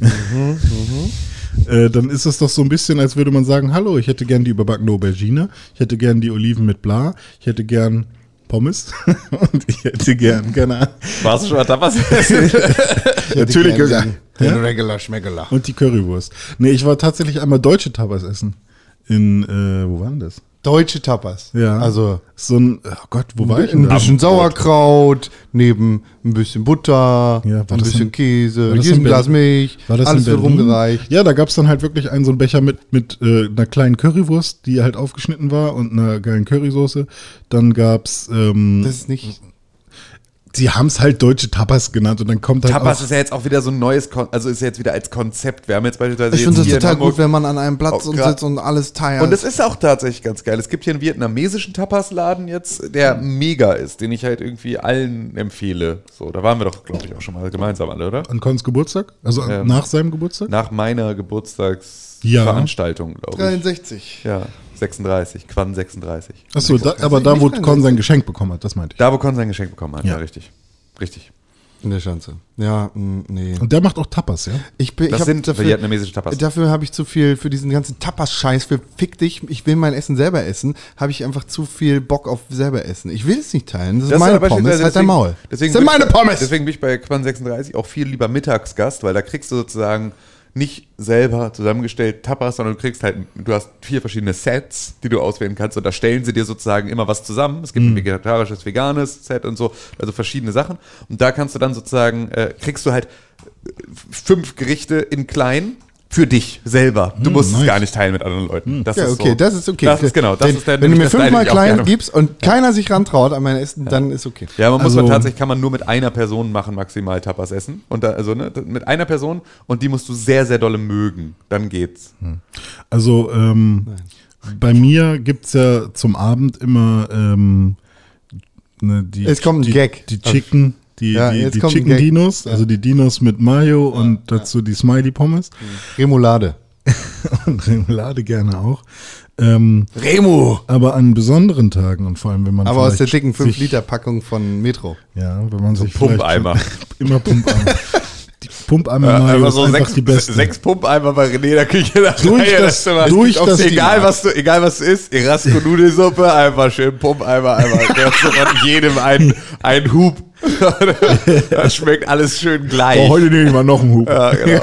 Speaker 4: äh, dann ist es doch so ein bisschen, als würde man sagen, hallo, ich hätte gern die überbackene Aubergine, ich hätte gern die Oliven mit Bla, ich hätte gern Pommes und ich hätte gern, keine Ahnung.
Speaker 3: Warst du schon mal Tapas? essen?
Speaker 4: Natürlich,
Speaker 2: Den, den Regular Schmeckler.
Speaker 4: Und die Currywurst. Nee, ich war tatsächlich einmal deutsche Tapas essen. in, äh, wo war denn das?
Speaker 2: Deutsche Tapas.
Speaker 4: Ja.
Speaker 2: Also
Speaker 4: So ein, oh Gott, wo war ich denn
Speaker 2: ein
Speaker 4: da?
Speaker 2: bisschen Sauerkraut, neben ein bisschen Butter,
Speaker 4: Ja, war
Speaker 2: ein
Speaker 4: das
Speaker 2: bisschen
Speaker 4: in-
Speaker 2: Käse,
Speaker 4: war das
Speaker 2: hier ist ein
Speaker 4: in
Speaker 2: Glas
Speaker 4: Berlin?
Speaker 2: Milch,
Speaker 4: War das
Speaker 2: alles
Speaker 4: in
Speaker 2: wird
Speaker 4: Berlin?
Speaker 2: rumgereicht.
Speaker 4: Ja, da gab es dann halt wirklich einen so einen Becher mit, mit äh, einer kleinen Currywurst, die halt aufgeschnitten war und einer geilen Currysoße. Dann gab's, ähm,
Speaker 2: Das ist nicht.
Speaker 4: die haben's halt deutsche Tapas genannt und dann kommt halt
Speaker 3: Tapas
Speaker 4: auch,
Speaker 3: ist ja jetzt auch wieder so ein neues, Kon also ist ja jetzt wieder als Konzept. Wir haben jetzt beispielsweise
Speaker 2: Ich
Speaker 3: jetzt
Speaker 2: finde das
Speaker 3: hier in
Speaker 2: total
Speaker 3: Hamburg-
Speaker 2: gut, wenn man an einem Platz
Speaker 3: Oh,
Speaker 2: und
Speaker 3: grad-
Speaker 2: sitzt und alles teilt.
Speaker 3: Und das ist auch tatsächlich ganz geil. Es gibt hier einen vietnamesischen Tapas-Laden jetzt, der mega ist, den ich halt irgendwie allen empfehle. So, da waren wir doch, glaube ich, auch schon mal gemeinsam alle, oder?
Speaker 4: an Cons Geburtstag, also an-
Speaker 3: Ähm,
Speaker 4: nach seinem Geburtstag.
Speaker 3: Nach meiner
Speaker 4: Ja.
Speaker 3: Geburtstagsveranstaltung, glaube ich.
Speaker 2: 63.
Speaker 3: Ja, 36, Quan 36.
Speaker 4: Achso, da, aber da, wo Con sein Geschenk bekommen hat, das meinte ich.
Speaker 3: Da, wo Con sein Geschenk bekommen hat, ja,
Speaker 4: Ja.
Speaker 3: richtig. Richtig.
Speaker 2: In der Schanze. Ja, mh, nee.
Speaker 4: Und der macht auch Tapas, ja?
Speaker 2: Ich bin,
Speaker 3: Das
Speaker 2: ich hab
Speaker 3: sind
Speaker 2: dafür,
Speaker 3: vietnamesische Tapas.
Speaker 2: Dafür habe ich zu viel, für diesen ganzen Tapas-Scheiß, für fick dich, ich will mein Essen selber essen, habe ich einfach zu viel Bock auf selber essen. Ich will es nicht teilen, das, ist meine
Speaker 3: aber
Speaker 2: Pommes,
Speaker 3: beispielsweise
Speaker 2: halt dein Maul. das
Speaker 3: Deswegen
Speaker 2: sind
Speaker 3: bin
Speaker 2: meine
Speaker 3: ich,
Speaker 2: Pommes!
Speaker 3: Deswegen bin ich bei Quan 36 auch viel lieber Mittagsgast, weil da kriegst du sozusagen nicht selber zusammengestellt Tapas, sondern du kriegst halt, du hast vier verschiedene Sets, die du auswählen kannst und da stellen sie dir sozusagen immer was zusammen. Es
Speaker 2: Mhm.
Speaker 3: gibt ein vegetarisches, veganes Set und so, also verschiedene Sachen. Und da kannst du dann sozusagen, äh, kriegst du halt fünf Gerichte in klein für dich selber. Du musst es
Speaker 4: nice.
Speaker 3: gar nicht teilen mit anderen Leuten. Das
Speaker 2: Mm, ja,
Speaker 3: ist
Speaker 2: okay,
Speaker 3: so.
Speaker 2: das ist okay.
Speaker 3: Das ist genau, das
Speaker 2: wenn,
Speaker 3: ist der,
Speaker 2: wenn du mir
Speaker 3: nämlich das Teil,
Speaker 2: fünfmal
Speaker 3: den ich auch gerne-
Speaker 2: klein gibst und keiner sich rantraut an mein Essen, dann ist okay.
Speaker 3: Ja, man muss
Speaker 4: Also-
Speaker 3: man tatsächlich kann man nur mit einer Person machen maximal Tapas essen und da, also ne, mit einer Person und die musst du sehr sehr dolle mögen, dann geht's.
Speaker 4: Also ähm, bei mir gibt es ja zum Abend immer ähm, ne, die,
Speaker 2: Jetzt kommt ein
Speaker 4: die,
Speaker 2: Gag.
Speaker 4: die Chicken, die,
Speaker 2: Ja,
Speaker 4: die,
Speaker 2: jetzt
Speaker 4: die
Speaker 2: kommt ein
Speaker 4: Chicken
Speaker 2: Gag.
Speaker 4: Dinos, also die Dinos mit Mayo und dazu die Smiley Pommes
Speaker 2: Mhm. Remoulade.
Speaker 4: und Remoulade gerne auch. Ähm,
Speaker 2: Remo!
Speaker 4: aber an besonderen Tagen und vor allem wenn man
Speaker 2: Aber aus der
Speaker 4: vielleicht
Speaker 2: dicken
Speaker 4: sich-
Speaker 2: 5-Liter-Packung von Metro.
Speaker 4: ja, wenn man sich
Speaker 3: Pumpeimer.
Speaker 4: vielleicht- immer Pumpeimer. die Pumpeimer
Speaker 2: Äh,
Speaker 4: Mayo ist einfach die beste.
Speaker 3: Äh, sechs Pumpeimer bei René in der Küche. nach
Speaker 4: Durch
Speaker 3: Reihe,
Speaker 4: das-
Speaker 3: ist immer-
Speaker 4: durch
Speaker 3: auch
Speaker 4: das
Speaker 3: egal
Speaker 4: Thema.
Speaker 3: was du egal was du isst, Erasco Nudelsuppe, einfach schön Pumpeimer, einfach kannst du von jedem einen einen Hub. das schmeckt alles schön gleich.
Speaker 4: Boah, heute nehme ich mal noch einen Hub.
Speaker 3: ja, genau.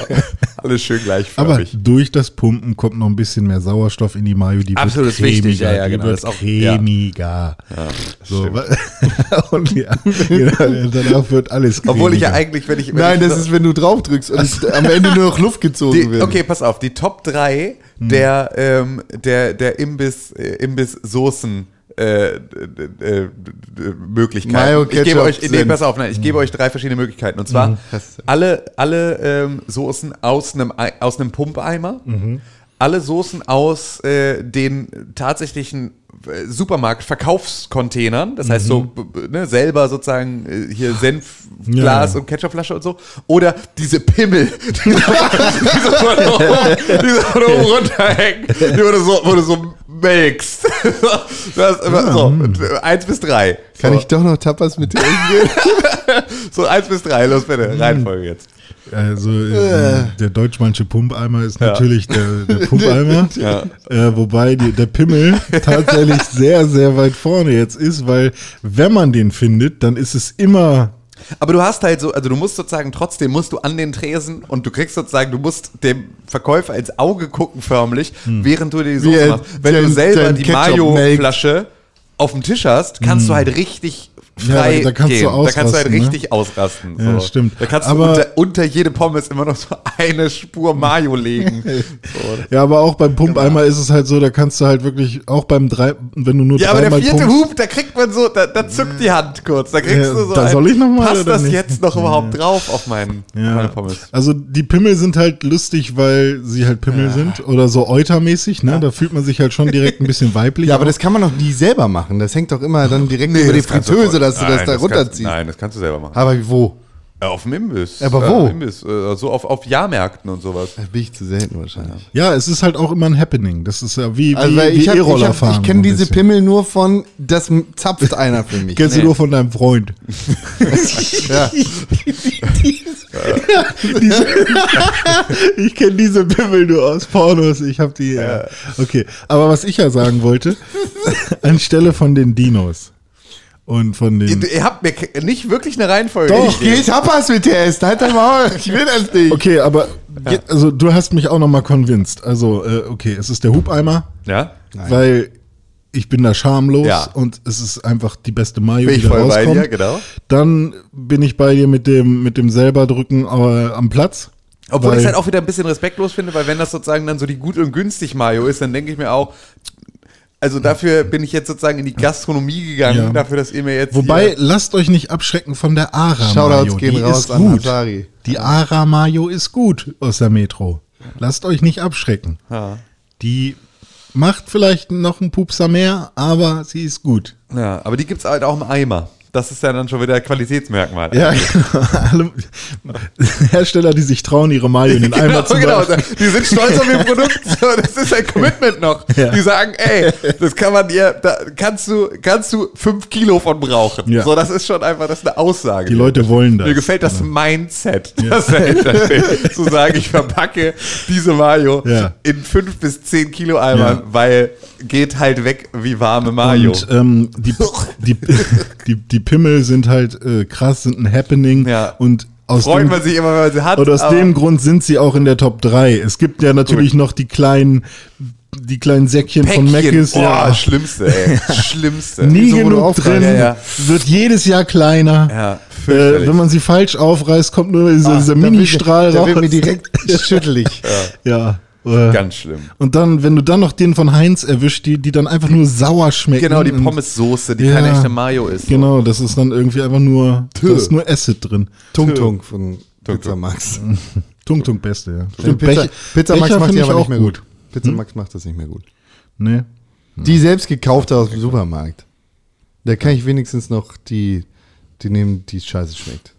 Speaker 3: Alles schön
Speaker 4: Aber
Speaker 3: gleichförmig.
Speaker 4: durch das Pumpen kommt noch ein bisschen mehr Sauerstoff in die Mayo, die
Speaker 3: Absolut
Speaker 4: wird cremiger,
Speaker 3: wichtig, ja, ja,
Speaker 4: die
Speaker 3: genau,
Speaker 4: wird
Speaker 3: das auch-
Speaker 4: cremiger. so, wa- und ja, genau, danach wird alles cremiger.
Speaker 3: Obwohl ich ja eigentlich, wenn ich wenn
Speaker 2: Nein,
Speaker 3: ich,
Speaker 2: das ist, wenn du draufdrückst und es am Ende nur noch Luft gezogen
Speaker 3: Die,
Speaker 2: wird.
Speaker 3: okay, pass auf, die Top 3 der, ähm, der, der Imbiss, äh, Imbiss-Soßen. Äh, d- d- d- d- Möglichkeiten.
Speaker 2: Mayo,
Speaker 3: ich gebe
Speaker 2: Ketchup, Mhm.
Speaker 3: euch, nee,
Speaker 2: Senf.
Speaker 3: pass auf, nein, ich gebe euch drei verschiedene Möglichkeiten. Und zwar alle, alle ähm, Soßen aus einem Ei- aus einem Pumpeimer,
Speaker 2: Mhm.
Speaker 3: alle Soßen aus äh, den tatsächlichen äh, Supermarkt-Verkaufscontainern, das heißt
Speaker 2: Mhm.
Speaker 3: so b- b- ne, selber sozusagen äh, hier Senfglas
Speaker 4: Ja.
Speaker 3: und Ketchupflasche und so, oder diese Pimmel, die so die so von oben, die so von oben runterhängen, die wurde so, wurde so melkst. Das ist immer so, eins bis drei.
Speaker 2: Kann
Speaker 3: so,
Speaker 2: ich doch noch Tapas mit dir essen?
Speaker 3: so eins bis drei, los bitte, Reihenfolge jetzt.
Speaker 4: Also äh, der deutschmannsche Pumpeimer ist natürlich der, der Pumpeimer, äh, wobei die, der Pimmel tatsächlich sehr, sehr weit vorne jetzt ist, weil wenn man den findet, dann ist es immer
Speaker 3: Aber du hast halt so, also du musst sozusagen trotzdem, musst du an den Tresen und du kriegst sozusagen, du musst dem Verkäufer ins Auge gucken förmlich,
Speaker 4: Hm.
Speaker 3: während du dir die Soße
Speaker 2: er
Speaker 3: machst. Wenn du
Speaker 2: dein-
Speaker 3: selber
Speaker 2: dein
Speaker 3: die
Speaker 2: Ketchup
Speaker 3: Mayo-Flasche auf dem Tisch hast, kannst du halt richtig frei
Speaker 4: Hm. Ja, da kannst du
Speaker 3: gehen. da kannst du halt
Speaker 4: ausrasten, ne?
Speaker 3: richtig ausrasten. So.
Speaker 4: Ja, stimmt.
Speaker 3: Da kannst
Speaker 4: Aber-
Speaker 3: du unter, unter jede Pommes immer noch so eine Spur Mayo legen. so.
Speaker 4: Ja, aber auch beim Pumpeimer ist es halt so, da kannst du halt wirklich, auch beim drei, wenn du nur
Speaker 3: Genau. Ja, aber der
Speaker 4: dreimal
Speaker 3: vierte
Speaker 4: pumpst-
Speaker 3: Hub, da kriegt man so, da, da zuckt die Hand kurz. Da kriegst
Speaker 4: Ja,
Speaker 3: du so
Speaker 4: da
Speaker 3: ein,
Speaker 4: soll ich noch mal
Speaker 3: passt
Speaker 4: oder
Speaker 3: das
Speaker 4: nicht?
Speaker 3: jetzt noch überhaupt drauf auf meinen auf meine
Speaker 4: Ja.
Speaker 3: Pommes?
Speaker 4: Also die Pimmel sind halt lustig, weil sie halt Pimmel sind oder so Eutermäßig, ne? Da fühlt man sich halt schon direkt ein bisschen weiblich.
Speaker 2: Ja, aber das kann man doch nie selber machen. Das hängt doch immer dann direkt über die
Speaker 3: das kannst du
Speaker 2: Fritteuse,
Speaker 3: voll-
Speaker 2: dass du das da
Speaker 3: Nein, Kannst,
Speaker 2: runterziehst.
Speaker 3: nein, das kannst du selber machen.
Speaker 2: Aber wo?
Speaker 3: Äh, auf dem Imbiss.
Speaker 2: Aber
Speaker 3: Äh,
Speaker 2: wo?
Speaker 3: Imbiss. Äh, so auf, auf Jahrmärkten und sowas.
Speaker 2: Da bin ich zu selten wahrscheinlich.
Speaker 4: ja, es ist halt auch immer ein Happening. Das ist ja wie, wie,
Speaker 2: Also weil
Speaker 4: wie
Speaker 2: ich, hab- ich,
Speaker 4: E-Roller
Speaker 2: hab- ich
Speaker 4: fahren
Speaker 2: kenne
Speaker 4: so ein
Speaker 2: diese
Speaker 4: bisschen.
Speaker 2: Pimmel nur von, das m- zapft einer für mich.
Speaker 4: Kennst
Speaker 3: Nee.
Speaker 4: du nur von deinem Freund.
Speaker 2: ja.
Speaker 4: ich kenne diese Pimmel nur aus Pornos. Ich habe
Speaker 2: äh,
Speaker 4: die. Ja. Okay, aber was ich ja sagen wollte, anstelle von den Dinos Und von den.
Speaker 3: Ihr, ihr habt mir ke- nicht wirklich eine Reihenfolge.
Speaker 2: Ich gehe Tapas mit dir essen. Halt dein Maul. Ich will das nicht.
Speaker 4: Okay, aber je- also du hast mich auch nochmal convinced. Also, äh, okay, es ist der Hubeimer,
Speaker 3: Ja?
Speaker 4: weil ich bin da schamlos
Speaker 3: Ja.
Speaker 4: und es ist einfach die beste Mayo,
Speaker 3: Bin ich
Speaker 4: die da
Speaker 3: voll bei
Speaker 4: rauskommt.
Speaker 3: dir, genau.
Speaker 4: Dann bin ich bei dir mit dem, mit dem selber drücken äh, am Platz.
Speaker 3: Obwohl
Speaker 4: weil-
Speaker 3: ich es halt auch wieder ein bisschen respektlos finde, weil wenn das sozusagen dann so die gut und günstig Mayo ist, dann denke ich mir auch, also dafür bin ich jetzt sozusagen in die Gastronomie gegangen,
Speaker 4: Ja.
Speaker 3: dafür, dass ihr mir jetzt.
Speaker 4: Wobei,
Speaker 3: hier,
Speaker 4: lasst euch nicht abschrecken von der Ara
Speaker 2: Shoutouts
Speaker 4: Mayo.
Speaker 2: gehen
Speaker 4: die
Speaker 2: raus
Speaker 4: ist
Speaker 2: an
Speaker 4: gut.
Speaker 2: Ansari.
Speaker 4: Die Ara Mayo ist gut aus der Metro. Lasst euch nicht abschrecken.
Speaker 3: ja,
Speaker 4: Die macht vielleicht noch einen Pupser mehr, aber sie ist gut.
Speaker 3: ja, aber die gibt's halt auch im Eimer. Das ist ja dann schon wieder ein Qualitätsmerkmal.
Speaker 4: Ja, genau. Alle Hersteller, die sich trauen, ihre Mayo in den Eimer zu
Speaker 3: genau,
Speaker 4: werfen.
Speaker 3: Die sind stolz auf ihr Produkt. So, Das ist ein Commitment noch.
Speaker 4: Ja.
Speaker 3: Die sagen, ey, das kann man dir, da kannst du, kannst du fünf Kilo von brauchen.
Speaker 4: Ja.
Speaker 3: So, das ist schon einfach, das ist eine Aussage.
Speaker 4: Die Leute wollen das. Genau.
Speaker 3: Mir gefällt das Mindset, das dahinter steht. Zu sagen, ich verpacke diese Mayo
Speaker 4: Ja.
Speaker 3: in fünf bis zehn Kilo Eimern,
Speaker 4: Ja.
Speaker 3: weil geht halt weg wie warme Mayo.
Speaker 4: Und ähm, die, die, die, die Pimmel sind halt äh, krass, sind ein Happening.
Speaker 3: Ja.
Speaker 4: Und aus
Speaker 3: Freut
Speaker 4: dem,
Speaker 3: man sich immer, wenn man sie hat.
Speaker 4: Und aus
Speaker 3: aber-
Speaker 4: dem Grund sind sie auch in der Top 3. Es gibt ja natürlich noch die kleinen, die kleinen Säckchen von Mc's.
Speaker 3: Boah,
Speaker 4: ja.
Speaker 3: oh, schlimmste, ey. Schlimmste.
Speaker 4: Nie
Speaker 3: So wurde
Speaker 4: genug
Speaker 3: aufgehört.
Speaker 4: drin,
Speaker 3: Ja, ja.
Speaker 4: wird jedes Jahr kleiner.
Speaker 3: Ja,
Speaker 4: äh,
Speaker 3: fürchterlich. Ah,
Speaker 4: wenn man sie falsch aufreißt, kommt nur dieser, dieser
Speaker 2: Da wird mir-
Speaker 4: Ministrahl
Speaker 2: Da
Speaker 4: raus.
Speaker 2: wird mir direkt schüttelig.
Speaker 4: ja. äh,
Speaker 3: Ganz schlimm.
Speaker 4: Und dann, wenn du dann noch den von Heinz erwischt, die, die dann einfach nur sauer schmecken.
Speaker 3: Genau, die
Speaker 4: Äh, und-
Speaker 3: Pommessoße, die
Speaker 4: Ja.
Speaker 3: keine echte Mayo ist.
Speaker 4: Genau, das ist dann irgendwie einfach nur, da ist nur Acid drin.
Speaker 2: Tung Tung Mhm. von Pizza Max.
Speaker 4: Tung Tung Beste, ja. Stimmt,
Speaker 2: Pizza,
Speaker 4: Bech-
Speaker 2: Pizza Max
Speaker 4: Becher
Speaker 2: macht
Speaker 4: find
Speaker 2: die
Speaker 4: ich
Speaker 2: aber nicht
Speaker 4: auch
Speaker 2: mehr gut. Hm? Pizza Max macht das nicht mehr gut.
Speaker 4: Nee.
Speaker 2: Die selbst gekaufte aus dem Supermarkt. Da kann ich wenigstens noch die, die nehmen, die scheiße schmeckt.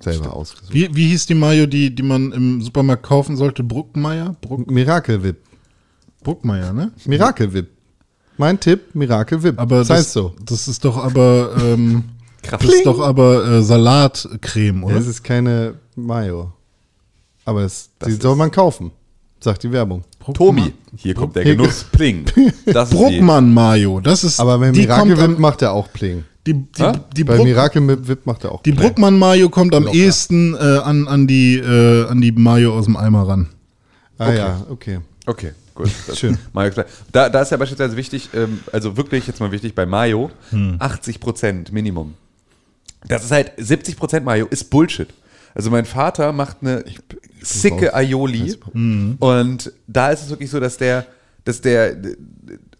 Speaker 2: Selber ausgesucht.
Speaker 4: Wie, wie hieß die Mayo, die, die man im Supermarkt kaufen sollte? Bruckmeier? Bruck,
Speaker 2: Miracle Whip.
Speaker 4: Bruckmeier, ne?
Speaker 2: Miracle Whip. Mein Tipp, Miracle Whip.
Speaker 4: Aber das,
Speaker 2: das heißt so.
Speaker 4: das ist doch aber, ähm, das
Speaker 3: Pling.
Speaker 4: ist doch aber äh, Salatcreme, oder?
Speaker 2: Das ist keine Mayo. Aber es, die soll man kaufen, sagt die Werbung.
Speaker 3: Tobi, hier kommt der Genuss. Pling. Das ist die-
Speaker 4: Bruckmann Mayo, das ist
Speaker 2: Aber bei
Speaker 4: die
Speaker 2: Miracle
Speaker 4: kommt
Speaker 2: Whip
Speaker 4: am,
Speaker 2: macht er auch Pling.
Speaker 4: die, die,
Speaker 3: Hä?
Speaker 4: die,
Speaker 2: Bei
Speaker 4: Bruck,
Speaker 2: Miracle Whip macht er auch
Speaker 4: die
Speaker 2: Pling.
Speaker 4: Bruckmann Mayo kommt am ehesten äh, an, an die äh, an die Mayo aus dem Eimer ran.
Speaker 2: Ah ja, okay.
Speaker 3: Okay, gut. Das-
Speaker 2: Schön.
Speaker 3: Mayo Klein. Da, da ist ja beispielsweise wichtig, ähm, also wirklich jetzt mal wichtig bei Mayo, 80 Prozent Minimum. Das ist halt, 70 Prozent Mayo ist Bullshit. Also mein Vater macht eine sicke Aioli und da ist es wirklich so, dass der, dass der äh,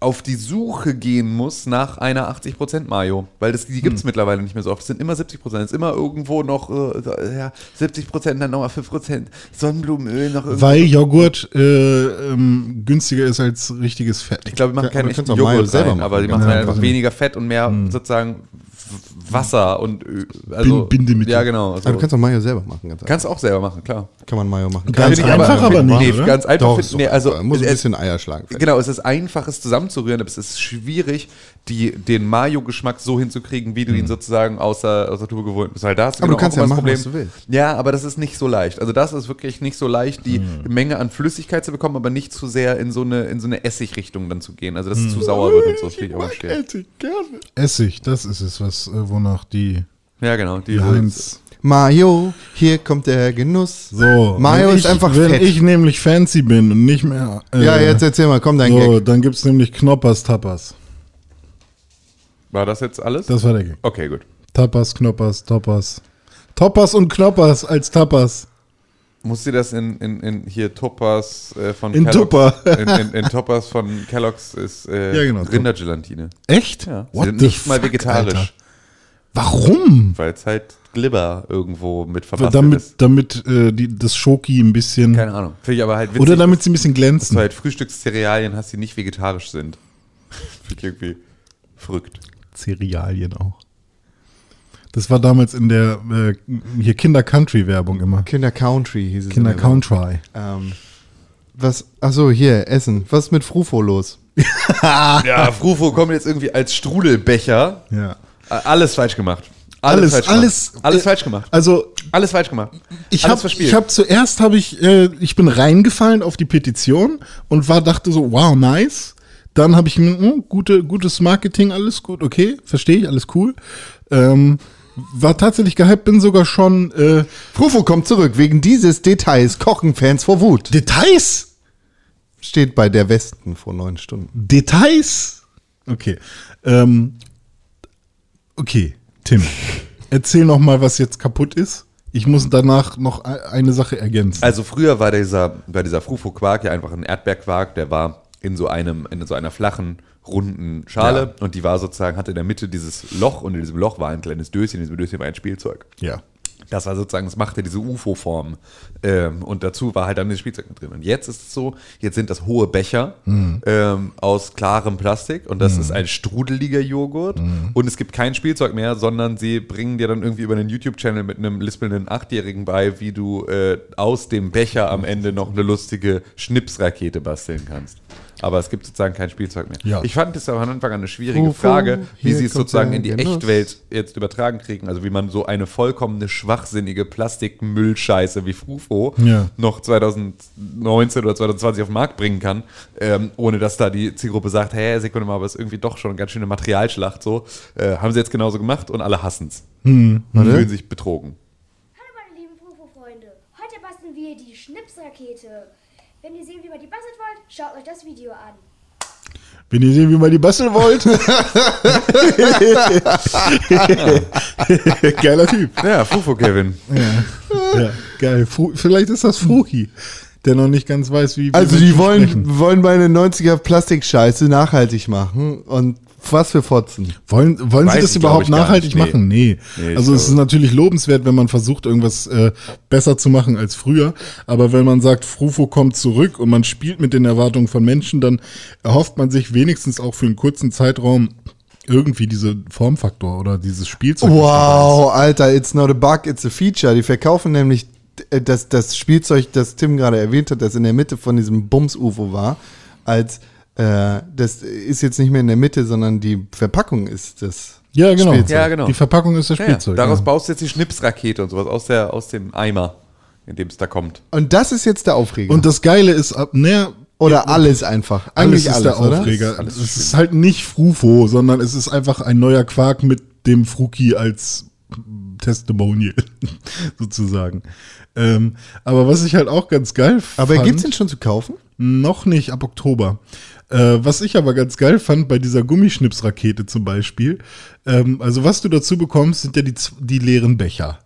Speaker 3: auf die Suche gehen muss nach einer 80 Prozent Mayo, weil das, die gibt es mittlerweile nicht mehr so oft. Es sind immer 70 Prozent, es ist immer irgendwo noch äh, ja, 70 Prozent, dann nochmal 5 Prozent Sonnenblumenöl noch irgendwo.
Speaker 4: Weil Joghurt äh, ähm, günstiger ist als richtiges Fett.
Speaker 3: Ich glaube, die machen
Speaker 2: Ja, aber
Speaker 3: keinen
Speaker 2: du kannst
Speaker 3: echten
Speaker 2: auch Mayo
Speaker 3: Joghurt
Speaker 2: selber
Speaker 3: rein,
Speaker 2: machen,
Speaker 3: aber die
Speaker 2: genau.
Speaker 3: machen halt
Speaker 4: Ja,
Speaker 3: einfach
Speaker 4: also-
Speaker 3: weniger Fett und mehr sozusagen w- Wasser und Ö- also
Speaker 4: Bin- Bindemittel.
Speaker 3: Ja, genau. so.
Speaker 2: Aber du kannst auch Mayo selber machen. Ganz
Speaker 3: kannst auch selber machen, klar.
Speaker 2: einfach. kann man Mayo machen.
Speaker 4: Ganz
Speaker 3: Finde ich
Speaker 4: einfach, aber nicht,
Speaker 3: Nee,
Speaker 4: oder?
Speaker 3: ganz einfach.
Speaker 2: Doch,
Speaker 3: find-
Speaker 2: ist doch
Speaker 3: nee, also
Speaker 2: einfach. muss ein
Speaker 3: es-
Speaker 2: bisschen Eier schlagen.
Speaker 3: Genau, es ist einfach, es zusammenzurühren, aber es ist schwierig, die, den Mayo-Geschmack so hinzukriegen, wie du ihn sozusagen außer, außer Tube gewohnt bist. Weil da hast du
Speaker 2: Mhm. Aber du
Speaker 3: genau
Speaker 2: kannst
Speaker 3: auch
Speaker 2: ja
Speaker 3: immer das
Speaker 2: machen, was
Speaker 3: Problem.
Speaker 2: du
Speaker 3: Ja, aber das ist nicht so leicht. Also das ist wirklich nicht so leicht, die
Speaker 2: Mhm.
Speaker 3: Menge an Flüssigkeit zu bekommen, aber nicht zu sehr in so eine, in so eine Essig-Richtung dann zu gehen. Also dass
Speaker 2: Mhm.
Speaker 3: es zu sauer wird und so. Das finde ich auch nicht schwer.
Speaker 4: Essig, das ist es, was äh, wonach die
Speaker 3: Ja, genau. Die
Speaker 4: Heinz.
Speaker 2: Mayo, hier kommt der Genuss.
Speaker 4: So,
Speaker 2: Mayo
Speaker 4: wenn
Speaker 2: ist
Speaker 4: ich,
Speaker 2: einfach
Speaker 4: Wenn
Speaker 2: fett.
Speaker 4: ich nämlich fancy bin und nicht mehr. äh,
Speaker 2: ja, jetzt erzähl mal, komm dein
Speaker 4: So,
Speaker 2: Gag.
Speaker 4: dann gibt's nämlich Knoppers Tapas.
Speaker 3: War das jetzt alles?
Speaker 4: Das war der Gag.
Speaker 3: okay, gut.
Speaker 4: Tapas, Knoppers, Toppers. Toppers und Knoppers als Tapas.
Speaker 3: Musst du das in, in, in hier Toppers äh, von
Speaker 4: In
Speaker 3: Kellogg's-
Speaker 4: Tupper.
Speaker 3: in, in, in Toppers von Kellogg's ist äh,
Speaker 4: Ja, genau.
Speaker 3: Rindergelatine.
Speaker 4: Echt?
Speaker 3: Ja. Sie
Speaker 4: What
Speaker 3: sind
Speaker 4: the
Speaker 3: nicht mal
Speaker 4: fuck, Alter.
Speaker 3: vegetarisch,
Speaker 4: Warum?
Speaker 3: weil es halt Glibber irgendwo mit verbastelt
Speaker 4: Damit,
Speaker 3: ist.
Speaker 4: damit äh, die, das Schoki ein bisschen.
Speaker 3: Keine Ahnung. Finde ich aber halt witzig,
Speaker 4: Oder damit sie ein bisschen
Speaker 3: dass du
Speaker 4: glänzen.
Speaker 3: halt Frühstückscerealien hast, die nicht vegetarisch sind. Finde ich irgendwie verrückt.
Speaker 4: Cerealien auch. Das war damals in der äh, hier Kinder Country Werbung immer.
Speaker 2: Kinder Country hieß es.
Speaker 4: Kinder
Speaker 2: in der Werbung.
Speaker 4: Country.
Speaker 2: Ähm, was, achso, hier, Essen. Was ist mit Frufo los?
Speaker 3: Ja, Frufo kommt Ah, jetzt irgendwie als Strudelbecher.
Speaker 4: Ja.
Speaker 3: Äh, Alles falsch gemacht.
Speaker 4: Alles,
Speaker 3: falsch
Speaker 4: alles,
Speaker 3: gemacht. Alles
Speaker 4: äh,
Speaker 3: falsch gemacht.
Speaker 4: Also
Speaker 3: Alles falsch gemacht.
Speaker 4: ich
Speaker 3: Alles
Speaker 4: habe, ich habe zuerst habe ich, äh, ich bin reingefallen auf die Petition und war dachte so, wow nice. Dann habe ich mir, hm, gute, gutes Marketing, alles gut, okay, verstehe ich, alles cool. Ähm, war tatsächlich gehypt, bin sogar schon äh,
Speaker 2: Frufo kommt zurück. Wegen dieses Details kochen Fans vor Wut.
Speaker 4: Details
Speaker 2: Steht bei der Westen vor neun Stunden.
Speaker 4: Details? Okay. Ähm, okay, Tim, erzähl noch mal, was jetzt kaputt ist. Ich muss danach noch e- eine Sache ergänzen.
Speaker 3: Also früher war dieser, war dieser Frufo-Quark ja einfach ein Erdbeerquark, der war in so einem, in so einer flachen, runden Schale und die war sozusagen, hatte in der Mitte dieses Loch und in diesem Loch war ein kleines Döschen, in diesem Döschen war ein Spielzeug.
Speaker 4: ja.
Speaker 3: Das war sozusagen, das machte diese UFO-Form. Ähm, und dazu war halt dann das Spielzeug mit drin. Und jetzt ist es so, jetzt sind das hohe Becher
Speaker 2: Mhm.
Speaker 3: ähm, aus klarem Plastik und das ist ein strudeliger Joghurt.
Speaker 2: Mhm.
Speaker 3: Und es gibt kein Spielzeug mehr, sondern sie bringen dir dann irgendwie über einen YouTube-Channel mit einem lispelnden Achtjährigen bei, wie du äh, aus dem Becher am Ende noch eine lustige Schnipsrakete basteln kannst. Aber es gibt sozusagen kein Spielzeug mehr.
Speaker 4: Ja.
Speaker 3: Ich fand es am Anfang eine schwierige
Speaker 2: UFO,
Speaker 3: Frage, wie
Speaker 2: hier
Speaker 3: sie es
Speaker 2: kommt
Speaker 3: sozusagen
Speaker 2: der ne?
Speaker 3: in die
Speaker 2: Genuss.
Speaker 3: Echtwelt jetzt übertragen kriegen, also wie man so eine vollkommene schwachsinnige Plastikmüllscheiße wie Frufo
Speaker 4: Ja.
Speaker 3: noch 2019 oder 2020 auf den Markt bringen kann, ähm, ohne dass da die Zielgruppe sagt, hä, Sekunde mal, aber ist irgendwie doch schon eine ganz schöne Materialschlacht so. Äh, haben sie jetzt genauso gemacht und alle hassen es.
Speaker 4: Hm,
Speaker 3: Und fühlen sich betrogen.
Speaker 6: Hallo meine lieben Fufo-Freunde. Heute basteln wir die Schnipsrakete. Wenn ihr sehen, wie man die bastelt wollt, schaut euch das Video an.
Speaker 4: Wenn ihr sehen, wie man die basteln wollt. Geiler Typ.
Speaker 3: Ja, Frufo, Kevin.
Speaker 4: Ja, geil. Fru Vielleicht ist das Fruchi, der noch nicht ganz weiß, wie. wie
Speaker 2: Also
Speaker 4: Menschen
Speaker 2: die wollen,
Speaker 4: sprechen.
Speaker 2: wollen meine 90er Plastikscheiße nachhaltig machen. Und was für Fotzen.
Speaker 4: Wollen, wollen Sie
Speaker 3: Weiß
Speaker 4: das
Speaker 3: ich,
Speaker 4: überhaupt
Speaker 3: glaub ich, gar
Speaker 4: nachhaltig
Speaker 3: nicht. Nee.
Speaker 4: machen? Nee.
Speaker 3: Nee, ich
Speaker 4: also es
Speaker 3: glaube-
Speaker 4: ist natürlich lobenswert, wenn man versucht, irgendwas äh, besser zu machen als früher. Aber wenn man sagt, Frufo kommt zurück und man spielt mit den Erwartungen von Menschen, dann erhofft man sich wenigstens auch für einen kurzen Zeitraum irgendwie diese Formfaktor oder dieses Spielzeug. das dabei
Speaker 2: Wow, Alter, it's not a bug, it's a feature. Die verkaufen nämlich äh, das, das Spielzeug, das Tim gerade erwähnt hat, das in der Mitte von diesem Bums-UFO war, als äh, das ist jetzt nicht mehr in der Mitte, sondern die Verpackung ist das.
Speaker 4: ist. Ja, genau.
Speaker 2: Spielzeug.
Speaker 3: Ja, genau.
Speaker 4: Die Verpackung ist das
Speaker 3: Ja, ja.
Speaker 4: Spielzeug.
Speaker 3: Daraus
Speaker 4: ja.
Speaker 3: baust du jetzt die Schnipsrakete und sowas aus, der, aus dem Eimer, in dem es da kommt.
Speaker 2: Und das ist jetzt der Aufreger.
Speaker 4: Und das Geile ist, ab, naja,
Speaker 2: oder alles einfach. Eigentlich
Speaker 4: Eigentlich ist
Speaker 2: alles,
Speaker 4: der
Speaker 2: oder?
Speaker 4: Aufreger. es ist halt nicht Frufo, sondern es ist einfach ein neuer Quark mit dem Fruki als Testimonial, sozusagen. Ähm, aber was ich halt auch ganz geil
Speaker 2: Aber
Speaker 4: fand.
Speaker 2: gibt's den schon zu kaufen?
Speaker 4: Noch nicht, ab Oktober. Äh, was ich aber ganz geil fand bei dieser Gummischnipsrakete zum Beispiel, ähm, also was du dazu bekommst, sind ja die, z- die leeren Becher.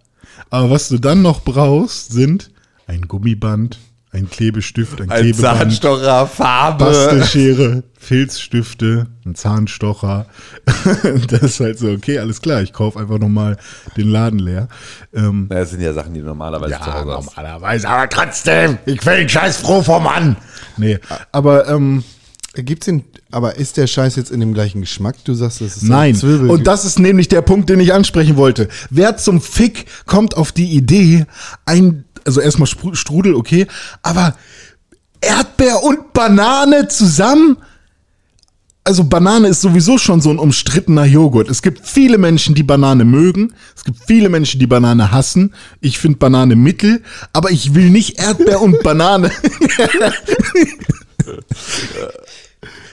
Speaker 4: Aber was du dann noch brauchst, sind ein Gummiband, ein Klebestift, ein,
Speaker 3: Ein
Speaker 4: Klebeband,
Speaker 3: Zahnstocher, Farbe.
Speaker 4: Bastelschere, Filzstifte, ein Zahnstocher. das ist halt so, okay, alles klar, ich kaufe einfach nochmal den Laden leer. Ähm,
Speaker 3: Na, Das sind ja Sachen, die du normalerweise zu Hause hast.
Speaker 4: normalerweise, aber trotzdem, ich will den Scheiß froh vom Mann. Nee, aber ähm,
Speaker 2: Gibt's den, aber ist der Scheiß jetzt in dem gleichen Geschmack? Du sagst, das ist so
Speaker 4: Nein.
Speaker 2: Zwiebel.
Speaker 4: Und das ist nämlich der Punkt, den ich ansprechen wollte. Wer zum Fick kommt auf die Idee, ein, also erstmal Spru- Strudel, okay, aber Erdbeer und Banane zusammen? Also Banane ist sowieso schon so ein umstrittener Joghurt. Es gibt viele Menschen, die Banane mögen. Es gibt viele Menschen, die Banane hassen. Ich finde Banane mittel, aber ich will nicht Erdbeer und Banane.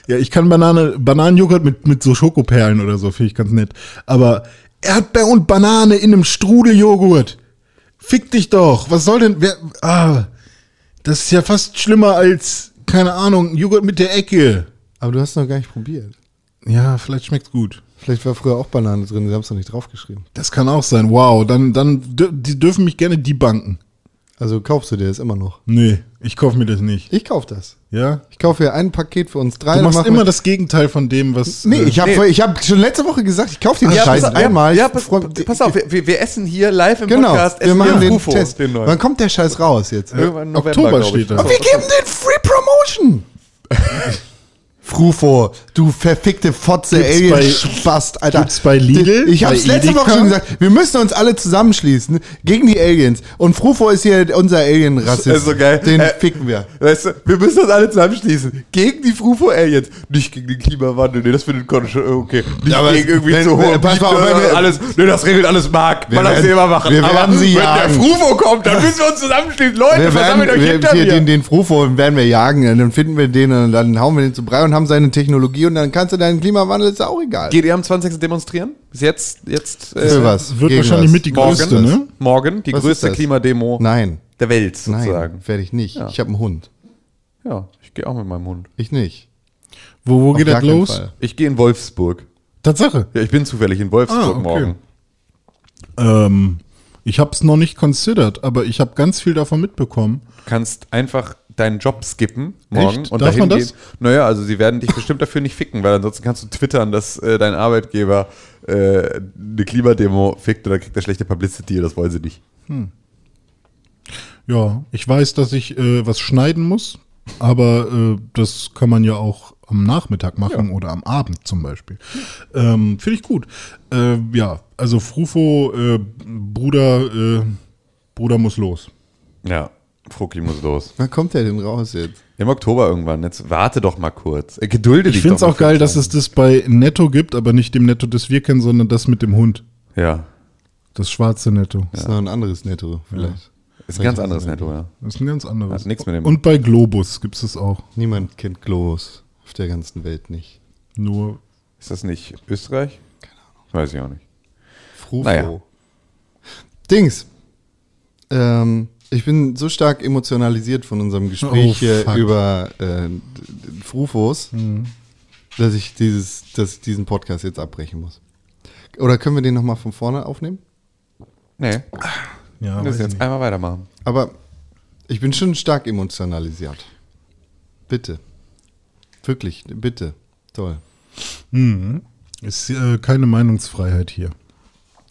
Speaker 4: Ja, ich kann Banane, Bananenjoghurt mit, mit so Schokoperlen oder so, finde ich ganz nett. Aber Erdbeer und Banane in einem Strudeljoghurt. Fick dich doch. Was soll denn, wer, ah, das ist ja fast schlimmer als, keine Ahnung, Joghurt mit der Ecke.
Speaker 2: aber du hast noch gar nicht probiert.
Speaker 4: Ja, vielleicht schmeckt's gut.
Speaker 2: Vielleicht war früher auch Banane drin, sie haben es noch nicht draufgeschrieben.
Speaker 4: Das kann auch sein. Wow, dann, dann, dür- die dürfen mich gerne die banken.
Speaker 2: Also kaufst du dir das immer noch.
Speaker 4: Nee, ich kauf mir das nicht.
Speaker 2: Ich kauf das.
Speaker 4: Ja?
Speaker 2: Ich kaufe hier ein Paket für uns drei.
Speaker 4: Du
Speaker 2: dann
Speaker 4: machst
Speaker 2: machen
Speaker 4: immer
Speaker 2: wir-
Speaker 4: das Gegenteil von dem, was.
Speaker 2: Nee,
Speaker 4: äh,
Speaker 2: ich habe
Speaker 3: Nee.
Speaker 2: ich hab schon letzte Woche gesagt, ich kaufe den Scheiß
Speaker 3: pass,
Speaker 2: einmal.
Speaker 3: Ja, pass,
Speaker 2: Freund-
Speaker 3: pass auf, wir, wir essen hier live im
Speaker 2: genau.
Speaker 3: Podcast,
Speaker 2: wir
Speaker 3: essen
Speaker 2: machen
Speaker 3: hier
Speaker 2: den
Speaker 3: Rufo,
Speaker 2: Test.
Speaker 3: den neuen.
Speaker 2: Wann kommt der Scheiß raus jetzt? Und
Speaker 3: Irgendwann im November,
Speaker 4: Oktober
Speaker 3: glaub ich.
Speaker 4: steht da.
Speaker 2: wir geben den Free Promotion. Frufo, du verfickte Fotze,
Speaker 4: Gibt's
Speaker 2: ey,
Speaker 4: bei-
Speaker 2: ihr Spast, Alter.
Speaker 4: gibt's bei Lidl?
Speaker 2: Ich hab's
Speaker 4: Bei
Speaker 2: letzte
Speaker 4: Edeka?
Speaker 2: Woche schon gesagt, wir müssen uns alle zusammenschließen gegen die Aliens. Und Frufo ist hier unser Alien-Rassist.
Speaker 3: Das ist so geil.
Speaker 2: Den
Speaker 3: Äh,
Speaker 2: ficken wir.
Speaker 3: Weißt du, wir müssen das alle zusammenschließen. Gegen die Frufo-Aliens. Nicht gegen den Klimawandel. Nee, das findet Conny schon okay. Nicht
Speaker 2: Aber
Speaker 3: gegen irgendwie
Speaker 2: wenn-
Speaker 3: zu hohe
Speaker 2: wenn- pass mal auf,
Speaker 3: Miete
Speaker 2: wenn wir-
Speaker 3: alles. Nee, das regelt alles Mark.
Speaker 2: Wir
Speaker 3: Man darf
Speaker 2: werden-
Speaker 3: selber machen.
Speaker 2: wir werden sie
Speaker 3: wenn
Speaker 2: jagen.
Speaker 3: der Frufo kommt, dann müssen wir uns zusammenschließen. Leute,
Speaker 2: Wir werden,
Speaker 3: versammelt euch
Speaker 2: wir,
Speaker 3: hinter
Speaker 2: hier
Speaker 3: mir.
Speaker 2: den, den Frufo werden wir jagen, und dann finden wir den und dann hauen wir den zu Brei und haben haben seine Technologie und dann kannst du deinen Klimawandel, ist auch egal.
Speaker 3: Geht ihr am 20. demonstrieren? Bis jetzt, jetzt
Speaker 2: Für
Speaker 3: äh,
Speaker 2: was?
Speaker 4: Wird
Speaker 2: Gegen
Speaker 4: wahrscheinlich
Speaker 2: was?
Speaker 4: mit die
Speaker 3: morgen,
Speaker 4: größte, ne?
Speaker 3: morgen die
Speaker 2: Was ist
Speaker 3: größte
Speaker 2: das?
Speaker 3: Klimademo
Speaker 2: Nein,
Speaker 3: der Welt sozusagen.
Speaker 2: nein, werde ich nicht. Ich habe einen Hund.
Speaker 3: Ja, ich gehe auch mit meinem Hund.
Speaker 2: Ich nicht.
Speaker 4: Wo, wo geht
Speaker 2: gar
Speaker 4: das
Speaker 2: keinen
Speaker 4: los?
Speaker 2: Fall.
Speaker 3: Ich gehe in Wolfsburg.
Speaker 4: Tatsache.
Speaker 3: Ja, ich bin zufällig in Wolfsburg
Speaker 4: Ah, okay.
Speaker 3: morgen.
Speaker 4: Ähm, ich habe es noch nicht considered, aber ich habe ganz viel davon mitbekommen.
Speaker 3: kannst einfach deinen Job skippen morgen
Speaker 4: Echt?
Speaker 3: und
Speaker 4: Darf
Speaker 3: dahin
Speaker 4: man
Speaker 3: gehen.
Speaker 4: das?
Speaker 3: Naja, also sie werden dich bestimmt dafür nicht ficken, weil ansonsten kannst du twittern, dass äh, dein Arbeitgeber äh, eine Klimademo fickt oder kriegt er schlechte Publicity, das wollen sie nicht.
Speaker 4: Ja, ich weiß, dass ich äh, was schneiden muss, aber äh, das kann man ja auch am Nachmittag machen oder am Abend zum Beispiel. Ähm, Finde ich gut. Äh, ja, also Frufo, äh, Bruder, äh, Bruder muss los.
Speaker 3: Ja, Fruki muss los.
Speaker 2: Wann kommt der denn raus jetzt?
Speaker 3: Im Oktober irgendwann, jetzt warte doch mal kurz. Äh, gedulde dich
Speaker 4: Ich finde es
Speaker 3: doch mal
Speaker 4: auch geil,
Speaker 3: kurz.
Speaker 4: dass es das bei Netto gibt, aber nicht dem Netto, das wir kennen, sondern das mit dem Hund.
Speaker 3: Ja,
Speaker 4: Das schwarze Netto.
Speaker 2: Das ist noch ein anderes Netto vielleicht.
Speaker 3: ist ein ganz anderes Netto, ja.
Speaker 4: Das ist ein ganz anderes.
Speaker 3: Hat nix mit dem-
Speaker 4: Und bei Globus gibt es das auch.
Speaker 2: Niemand kennt Globus. Auf der ganzen Welt nicht.
Speaker 4: Nur
Speaker 3: Ist das nicht Österreich? Keine Ahnung. Weiß ich auch nicht.
Speaker 2: Frufo.
Speaker 3: Naja.
Speaker 2: Dings. Ähm, ich bin so stark emotionalisiert von unserem Gespräch
Speaker 4: Oh,
Speaker 2: hier
Speaker 4: fuck. Mhm.
Speaker 2: über äh, d- d- Frufos, dass ich dieses, dass ich diesen Podcast jetzt abbrechen muss. Oder können wir den nochmal von vorne aufnehmen?
Speaker 3: Nee,
Speaker 4: Ja,
Speaker 3: wir müssen
Speaker 4: Ah, weiß
Speaker 3: jetzt
Speaker 4: nicht.
Speaker 3: einmal weitermachen.
Speaker 2: Aber ich bin schon stark emotionalisiert. Bitte. Wirklich, bitte. Toll.
Speaker 4: ist äh, keine Meinungsfreiheit hier.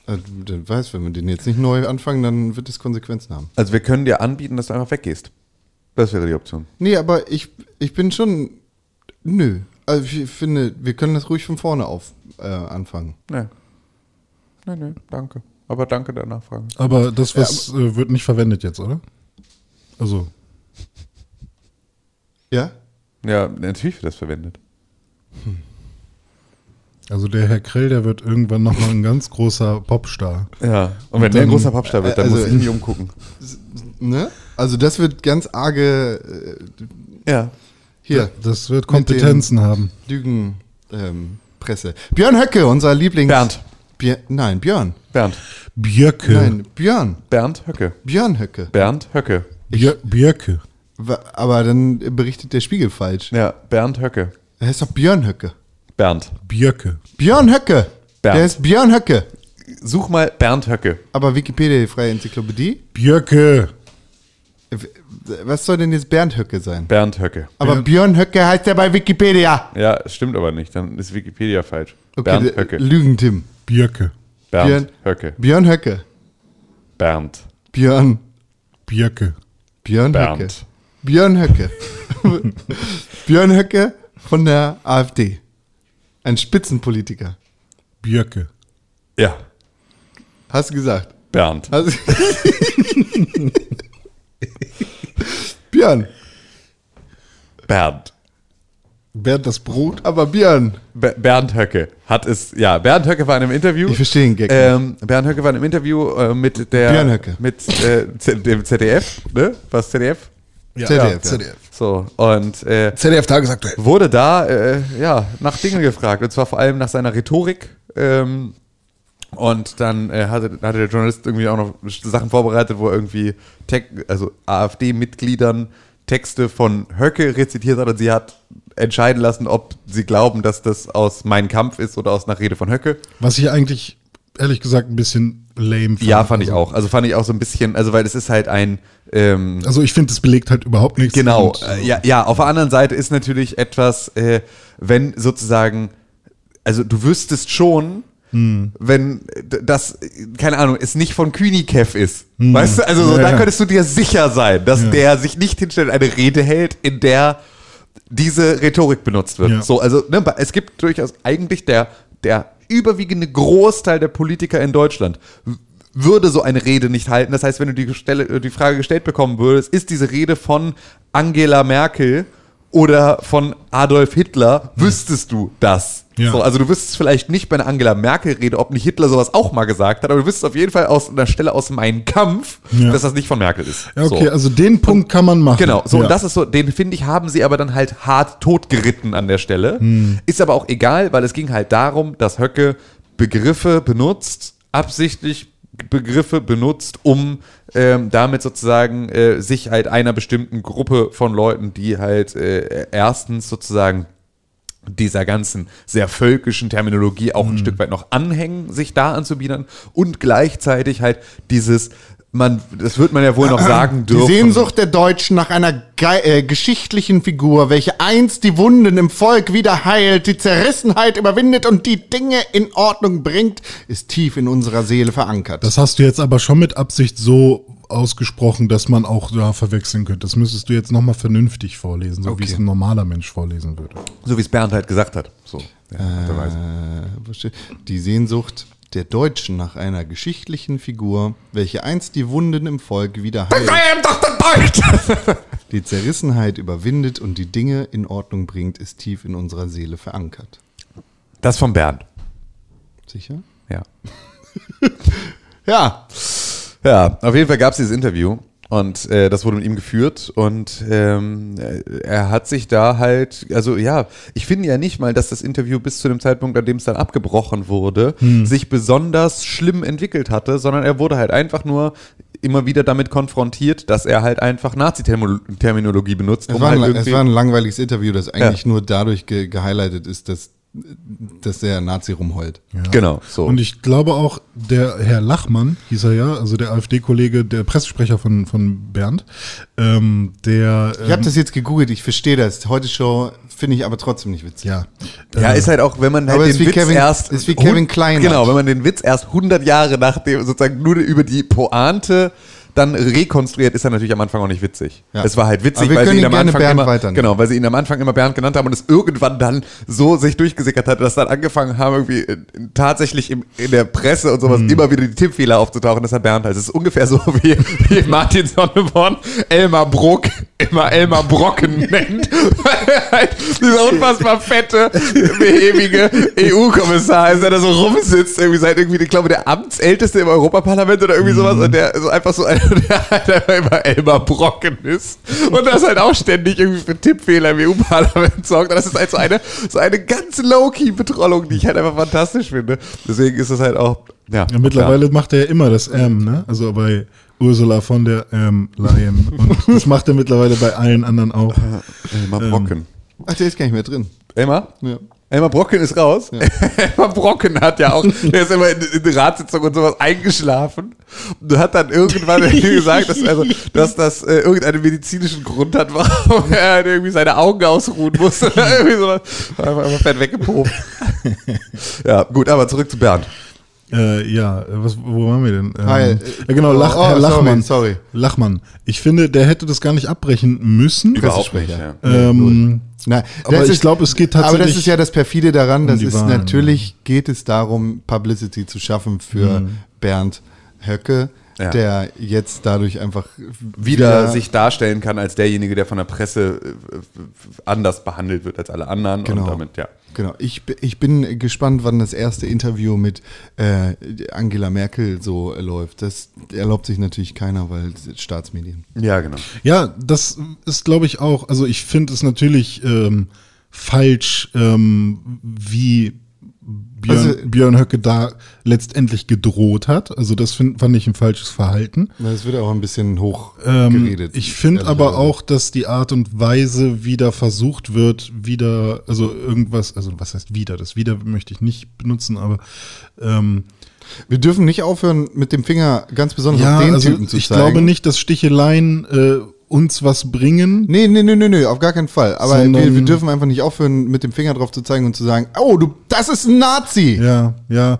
Speaker 2: Äh, du weißt, wenn wir den jetzt nicht neu anfangen, dann wird es Konsequenzen haben.
Speaker 3: Also wir können dir anbieten, dass du einfach weggehst. Das wäre die Option.
Speaker 2: Nee, aber ich, ich bin schon. Nö. Also ich finde, wir können das ruhig von vorne auf äh, anfangen.
Speaker 3: Nee. Nee, nee, danke. Aber danke der Nachfrage.
Speaker 4: Aber das was äh, wird nicht verwendet jetzt, oder? Also,
Speaker 2: Ja?
Speaker 3: Ja, natürlich wird das verwendet.
Speaker 4: also der Herr Krell, der wird irgendwann nochmal ein ganz großer Popstar.
Speaker 3: Ja. Und wenn der ein
Speaker 4: dann-
Speaker 3: großer Pappstar wird, dann
Speaker 2: also-
Speaker 3: muss ich mich umgucken.
Speaker 2: Ne? Also das wird ganz arge äh,
Speaker 3: Ja.
Speaker 2: hier
Speaker 4: Das wird Kompetenzen haben.
Speaker 2: Lügen ähm, Presse. Björn Höcke, unser Lieblings.
Speaker 3: Bernd.
Speaker 2: Björ nein, Björn.
Speaker 3: Bernd.
Speaker 4: Björke.
Speaker 2: Nein, Björn.
Speaker 3: Bernd Höcke.
Speaker 2: Björn Höcke.
Speaker 3: Bernd Höcke.
Speaker 4: Björ Björke.
Speaker 2: Wa- Aber dann berichtet der Spiegel falsch.
Speaker 3: Ja, Bernd Höcke.
Speaker 2: Er heißt doch Björn Höcke.
Speaker 3: Bernd.
Speaker 4: Björke.
Speaker 2: Björn Höcke.
Speaker 3: Bernd.
Speaker 2: Der ist Björn Höcke.
Speaker 3: Such mal Bernd Höcke.
Speaker 2: Aber Wikipedia, die freie Enzyklopädie.
Speaker 4: Björke.
Speaker 2: W- Was soll denn jetzt Bernd Höcke sein?
Speaker 3: Bernd Höcke.
Speaker 2: Aber Björn Höcke heißt ja bei Wikipedia.
Speaker 3: Ja, es stimmt aber nicht. Dann ist Wikipedia falsch.
Speaker 2: d-
Speaker 3: Bernd Höcke.
Speaker 2: Lügentim.
Speaker 4: Björke.
Speaker 2: Björn-
Speaker 3: Bernd Höcke.
Speaker 2: Björn Höcke.
Speaker 3: Bernd.
Speaker 2: Björn.
Speaker 4: Björke.
Speaker 2: Björn
Speaker 3: Bernd.
Speaker 2: Höcke. Björn Höcke. Björn Höcke von der AfD. Ein Spitzenpolitiker.
Speaker 4: Björke.
Speaker 3: Ja.
Speaker 2: Hast du gesagt?
Speaker 3: Bernd.
Speaker 2: Hast Björn.
Speaker 3: Bernd.
Speaker 4: Bernd das Brot.
Speaker 2: Aber Björn.
Speaker 3: Be- Bernd Höcke hat es, ja, Bernd Höcke war in einem Interview.
Speaker 2: Ich verstehe den Gag nicht.
Speaker 3: Ähm, Bernd Höcke war in einem Interview äh, mit der,
Speaker 2: Björn Höcke.
Speaker 3: mit äh, Z dem ZDF, ne? Was ZDF?
Speaker 4: Ja,
Speaker 2: ZDF.
Speaker 4: ZDF.
Speaker 3: So, und äh,
Speaker 4: ZDF Tagesaktuell.
Speaker 3: wurde da, äh, ja, nach Dingen gefragt. Und zwar vor allem nach seiner Rhetorik. Ähm, und dann äh, hatte, hatte der Journalist irgendwie auch noch Sachen vorbereitet, wo er irgendwie Tec- also AfD-Mitgliedern Texte von Höcke rezitiert hat und sie hat entscheiden lassen, ob sie glauben, dass das aus Mein Kampf ist oder aus einer Rede von Höcke.
Speaker 4: Was ich eigentlich, ehrlich gesagt, ein bisschen lame fand.
Speaker 3: Ja, fand ich
Speaker 4: Also-
Speaker 3: auch. Also fand ich auch so ein bisschen, also weil es ist halt ein ähm,
Speaker 4: Also ich finde, das belegt halt überhaupt nichts.
Speaker 3: Genau,
Speaker 4: Und,
Speaker 3: äh, ja, ja, auf der anderen Seite ist natürlich etwas, äh, wenn sozusagen, also du wüsstest schon,
Speaker 4: Hm.
Speaker 3: wenn d- das, äh, keine Ahnung, es nicht von Kühnikev ist. Weißt du, also so,
Speaker 4: Hm. Ja,
Speaker 3: da
Speaker 4: ja.
Speaker 3: könntest du dir sicher sein, dass
Speaker 4: Ja.
Speaker 3: der sich nicht hinstellt, eine Rede hält, in der diese Rhetorik benutzt wird.
Speaker 4: Ja.
Speaker 3: So, also ne, es gibt durchaus eigentlich der, der überwiegende Großteil der Politiker in Deutschland w- würde so eine Rede nicht halten. Das heißt, wenn du die, Stelle, äh, die Frage gestellt bekommen würdest, ist diese Rede von Angela Merkel oder von Adolf Hitler, wüsstest du das.
Speaker 4: Ja.
Speaker 3: So, also du wirst vielleicht nicht bei einer Angela Merkel-Rede, ob nicht Hitler sowas auch mal gesagt hat, aber du wirst auf jeden Fall aus einer Stelle aus meinem Kampf,
Speaker 4: Ja.
Speaker 3: dass das nicht von Merkel ist.
Speaker 4: Ja, okay,
Speaker 3: so.
Speaker 4: also den Punkt kann man machen.
Speaker 3: Genau, so
Speaker 4: ja.
Speaker 3: und das ist so, den finde ich, haben sie aber dann halt hart totgeritten an der Stelle.
Speaker 4: Hm.
Speaker 3: Ist aber auch egal, weil es ging halt darum, dass Höcke Begriffe benutzt, absichtlich Begriffe benutzt, um ähm, damit sozusagen äh, sich halt einer bestimmten Gruppe von Leuten, die halt äh, erstens sozusagen dieser ganzen sehr völkischen Terminologie
Speaker 4: Hm.
Speaker 3: auch ein Stück weit noch anhängen, sich da anzubiedern und gleichzeitig halt dieses, man, das wird man ja wohl noch
Speaker 4: Ah,
Speaker 3: sagen
Speaker 2: Die
Speaker 3: dürfen.
Speaker 2: Sehnsucht der Deutschen nach einer ge äh, geschichtlichen Figur, welche einst die Wunden im Volk wieder heilt, die Zerrissenheit überwindet und die Dinge in Ordnung bringt, ist tief in unserer Seele verankert.
Speaker 4: Das hast du jetzt aber schon mit Absicht so ausgesprochen, dass man auch da verwechseln könnte. Das müsstest du jetzt nochmal vernünftig vorlesen, so wie es ein normaler Mensch vorlesen würde.
Speaker 3: So wie es Bernd halt gesagt hat. So. Ja,
Speaker 2: Äh, wo steht- die Sehnsucht der Deutschen nach einer geschichtlichen Figur, welche einst die Wunden im Volk wieder heilt,
Speaker 3: doch der Deutsch!
Speaker 2: die Zerrissenheit überwindet und die Dinge in Ordnung bringt, ist tief in unserer Seele verankert.
Speaker 3: Das von Bernd.
Speaker 2: Sicher?
Speaker 3: Ja.
Speaker 2: Ja.
Speaker 3: Ja, auf jeden Fall gab es dieses Interview und äh, das wurde mit ihm geführt und ähm, äh, er hat sich da halt, also ja, ich finde ja nicht mal, dass das Interview bis zu dem Zeitpunkt, an dem es dann abgebrochen wurde,
Speaker 2: Hm.
Speaker 3: sich besonders schlimm entwickelt hatte, sondern er wurde halt einfach nur immer wieder damit konfrontiert, dass er halt einfach Nazi-Terminologie benutzt.
Speaker 4: um
Speaker 2: Es war,
Speaker 3: halt
Speaker 2: ein, es
Speaker 3: irgendwie-
Speaker 2: war ein langweiliges Interview, das eigentlich nur dadurch ge gehighlightet ist, dass, dass der Nazi rumheult.
Speaker 3: Genau, so.
Speaker 4: Und ich glaube auch, der Herr Lachmann, hieß er ja, also der AfD-Kollege, der Pressesprecher von, von Bernd, ähm, der.
Speaker 2: Ich
Speaker 4: Ähm,
Speaker 2: habe das jetzt gegoogelt, ich verstehe das. Heute Show finde ich aber trotzdem nicht witzig.
Speaker 4: ja. ähm,
Speaker 3: Ja, ist halt auch, wenn man halt
Speaker 2: Aber
Speaker 3: den
Speaker 2: ist wie
Speaker 3: Witz
Speaker 2: Kevin-
Speaker 3: erst
Speaker 2: ist wie Kevin
Speaker 3: hun-
Speaker 2: Kleinert.
Speaker 3: Genau, wenn man den Witz erst 100 Jahre nachdem sozusagen nur über die Pointe dann rekonstruiert, ist er natürlich am Anfang auch nicht witzig.
Speaker 2: Ja.
Speaker 3: Es war halt
Speaker 2: Aber
Speaker 3: witzig,
Speaker 2: wir
Speaker 3: weil sie
Speaker 2: können
Speaker 3: ihn
Speaker 2: ihn
Speaker 3: am
Speaker 2: gerne
Speaker 3: Anfang
Speaker 2: Bernd
Speaker 3: immer,
Speaker 2: weiternehmen.
Speaker 3: genau, weil sie ihn am Anfang immer Bernd genannt haben und es irgendwann dann so sich durchgesickert hat, dass dann angefangen haben irgendwie äh, tatsächlich im, in der Presse
Speaker 2: Hm.
Speaker 3: und sowas immer wieder die Tippfehler aufzutauchen, dass er Bernd heißt. Es ist ungefähr so wie, wie Martin Sonneborn Elmar Brock immer Elmar Brocken nennt, weil er halt dieser unfassbar fette, behäbige EU-Kommissar ist, der da so rumsitzt, irgendwie seit irgendwie, ich glaube, der Amtsälteste im Europaparlament oder irgendwie sowas und der so einfach so einer, der halt einfach immer Elmar Brocken ist und das halt auch ständig irgendwie für Tippfehler im EU-Parlament sorgt. Und das ist halt so eine, so eine ganz low-key-Betrollung, die ich halt einfach fantastisch finde. Deswegen ist das halt auch, ja.
Speaker 4: Ja, mittlerweile macht er ja immer das M, ne? Also bei Ursula von der ähm, Leyen. Und das macht er mittlerweile bei allen anderen auch.
Speaker 3: Elmar Brocken.
Speaker 2: Ach, der ist gar nicht mehr drin.
Speaker 3: Elmar?
Speaker 2: Ja.
Speaker 3: Elmar Brocken ist raus. Elmar Brocken hat ja auch, der ist immer in, in der Ratssitzung und sowas eingeschlafen und hat dann irgendwann gesagt, dass, also, dass das äh, irgendeinen medizinischen Grund hat, warum er halt irgendwie seine Augen ausruhen muss oder irgendwie sowas. Einfach, einfach fett weggepopt. ja, gut, aber zurück zu Bernd.
Speaker 4: Äh, ja, was, wo waren wir denn? Ähm,
Speaker 2: Ah, ja, äh,
Speaker 4: ja, genau, Lach,
Speaker 2: oh, oh,
Speaker 4: Herr
Speaker 2: sorry,
Speaker 4: Lachmann.
Speaker 2: sorry.
Speaker 4: Lachmann. Ich finde, der hätte das gar nicht abbrechen müssen.
Speaker 2: Pressesprecher.
Speaker 3: äh,
Speaker 4: Ähm,
Speaker 2: Nein,
Speaker 4: Aber
Speaker 2: das
Speaker 4: ich
Speaker 2: ist-
Speaker 4: glaub, es geht
Speaker 2: Aber
Speaker 4: tatsächlich um
Speaker 2: das ist ja das perfide daran, das
Speaker 4: die
Speaker 2: ist
Speaker 4: Wahlen,
Speaker 2: natürlich geht es darum, Publicity zu schaffen für
Speaker 4: Mhm.
Speaker 2: Bernd Höcke,
Speaker 3: Ja.
Speaker 2: der jetzt dadurch einfach
Speaker 3: wieder sich darstellen kann als derjenige, der von der Presse äh, anders behandelt wird als alle anderen
Speaker 2: Genau.
Speaker 3: und damit, ja.
Speaker 2: Genau. Ich, bi- ich bin gespannt, wann das erste Interview mit äh, Angela Merkel so äh, läuft. Das erlaubt sich natürlich keiner, weil Staatsmedien.
Speaker 3: Ja, genau.
Speaker 4: ja, das ist, glaube ich, auch, also ich finde es natürlich ähm, falsch, ähm, wie Björn,
Speaker 2: Also-
Speaker 4: Björn Höcke da letztendlich gedroht hat. Also das find, fand ich ein falsches Verhalten.
Speaker 2: Das wird auch ein bisschen hoch
Speaker 4: Ähm,
Speaker 2: geredet.
Speaker 4: Ich finde aber auch, dass die Art und Weise, wie da versucht wird, wieder, also irgendwas, also was heißt wieder, das wieder möchte ich nicht benutzen, aber ähm,
Speaker 2: Wir dürfen nicht aufhören, mit dem Finger ganz besonders
Speaker 4: ja,
Speaker 2: auf den
Speaker 4: also
Speaker 2: Typen zu
Speaker 4: ich
Speaker 2: zeigen.
Speaker 4: glaube nicht, dass Sticheleien äh, uns was bringen.
Speaker 2: Nee, nee, nee, nee, nee, auf gar keinen Fall. Aber
Speaker 4: Sondern-
Speaker 2: wir, wir dürfen einfach nicht aufhören, mit dem Finger drauf zu zeigen und zu sagen, oh, du, das ist ein Nazi.
Speaker 4: Ja, ja.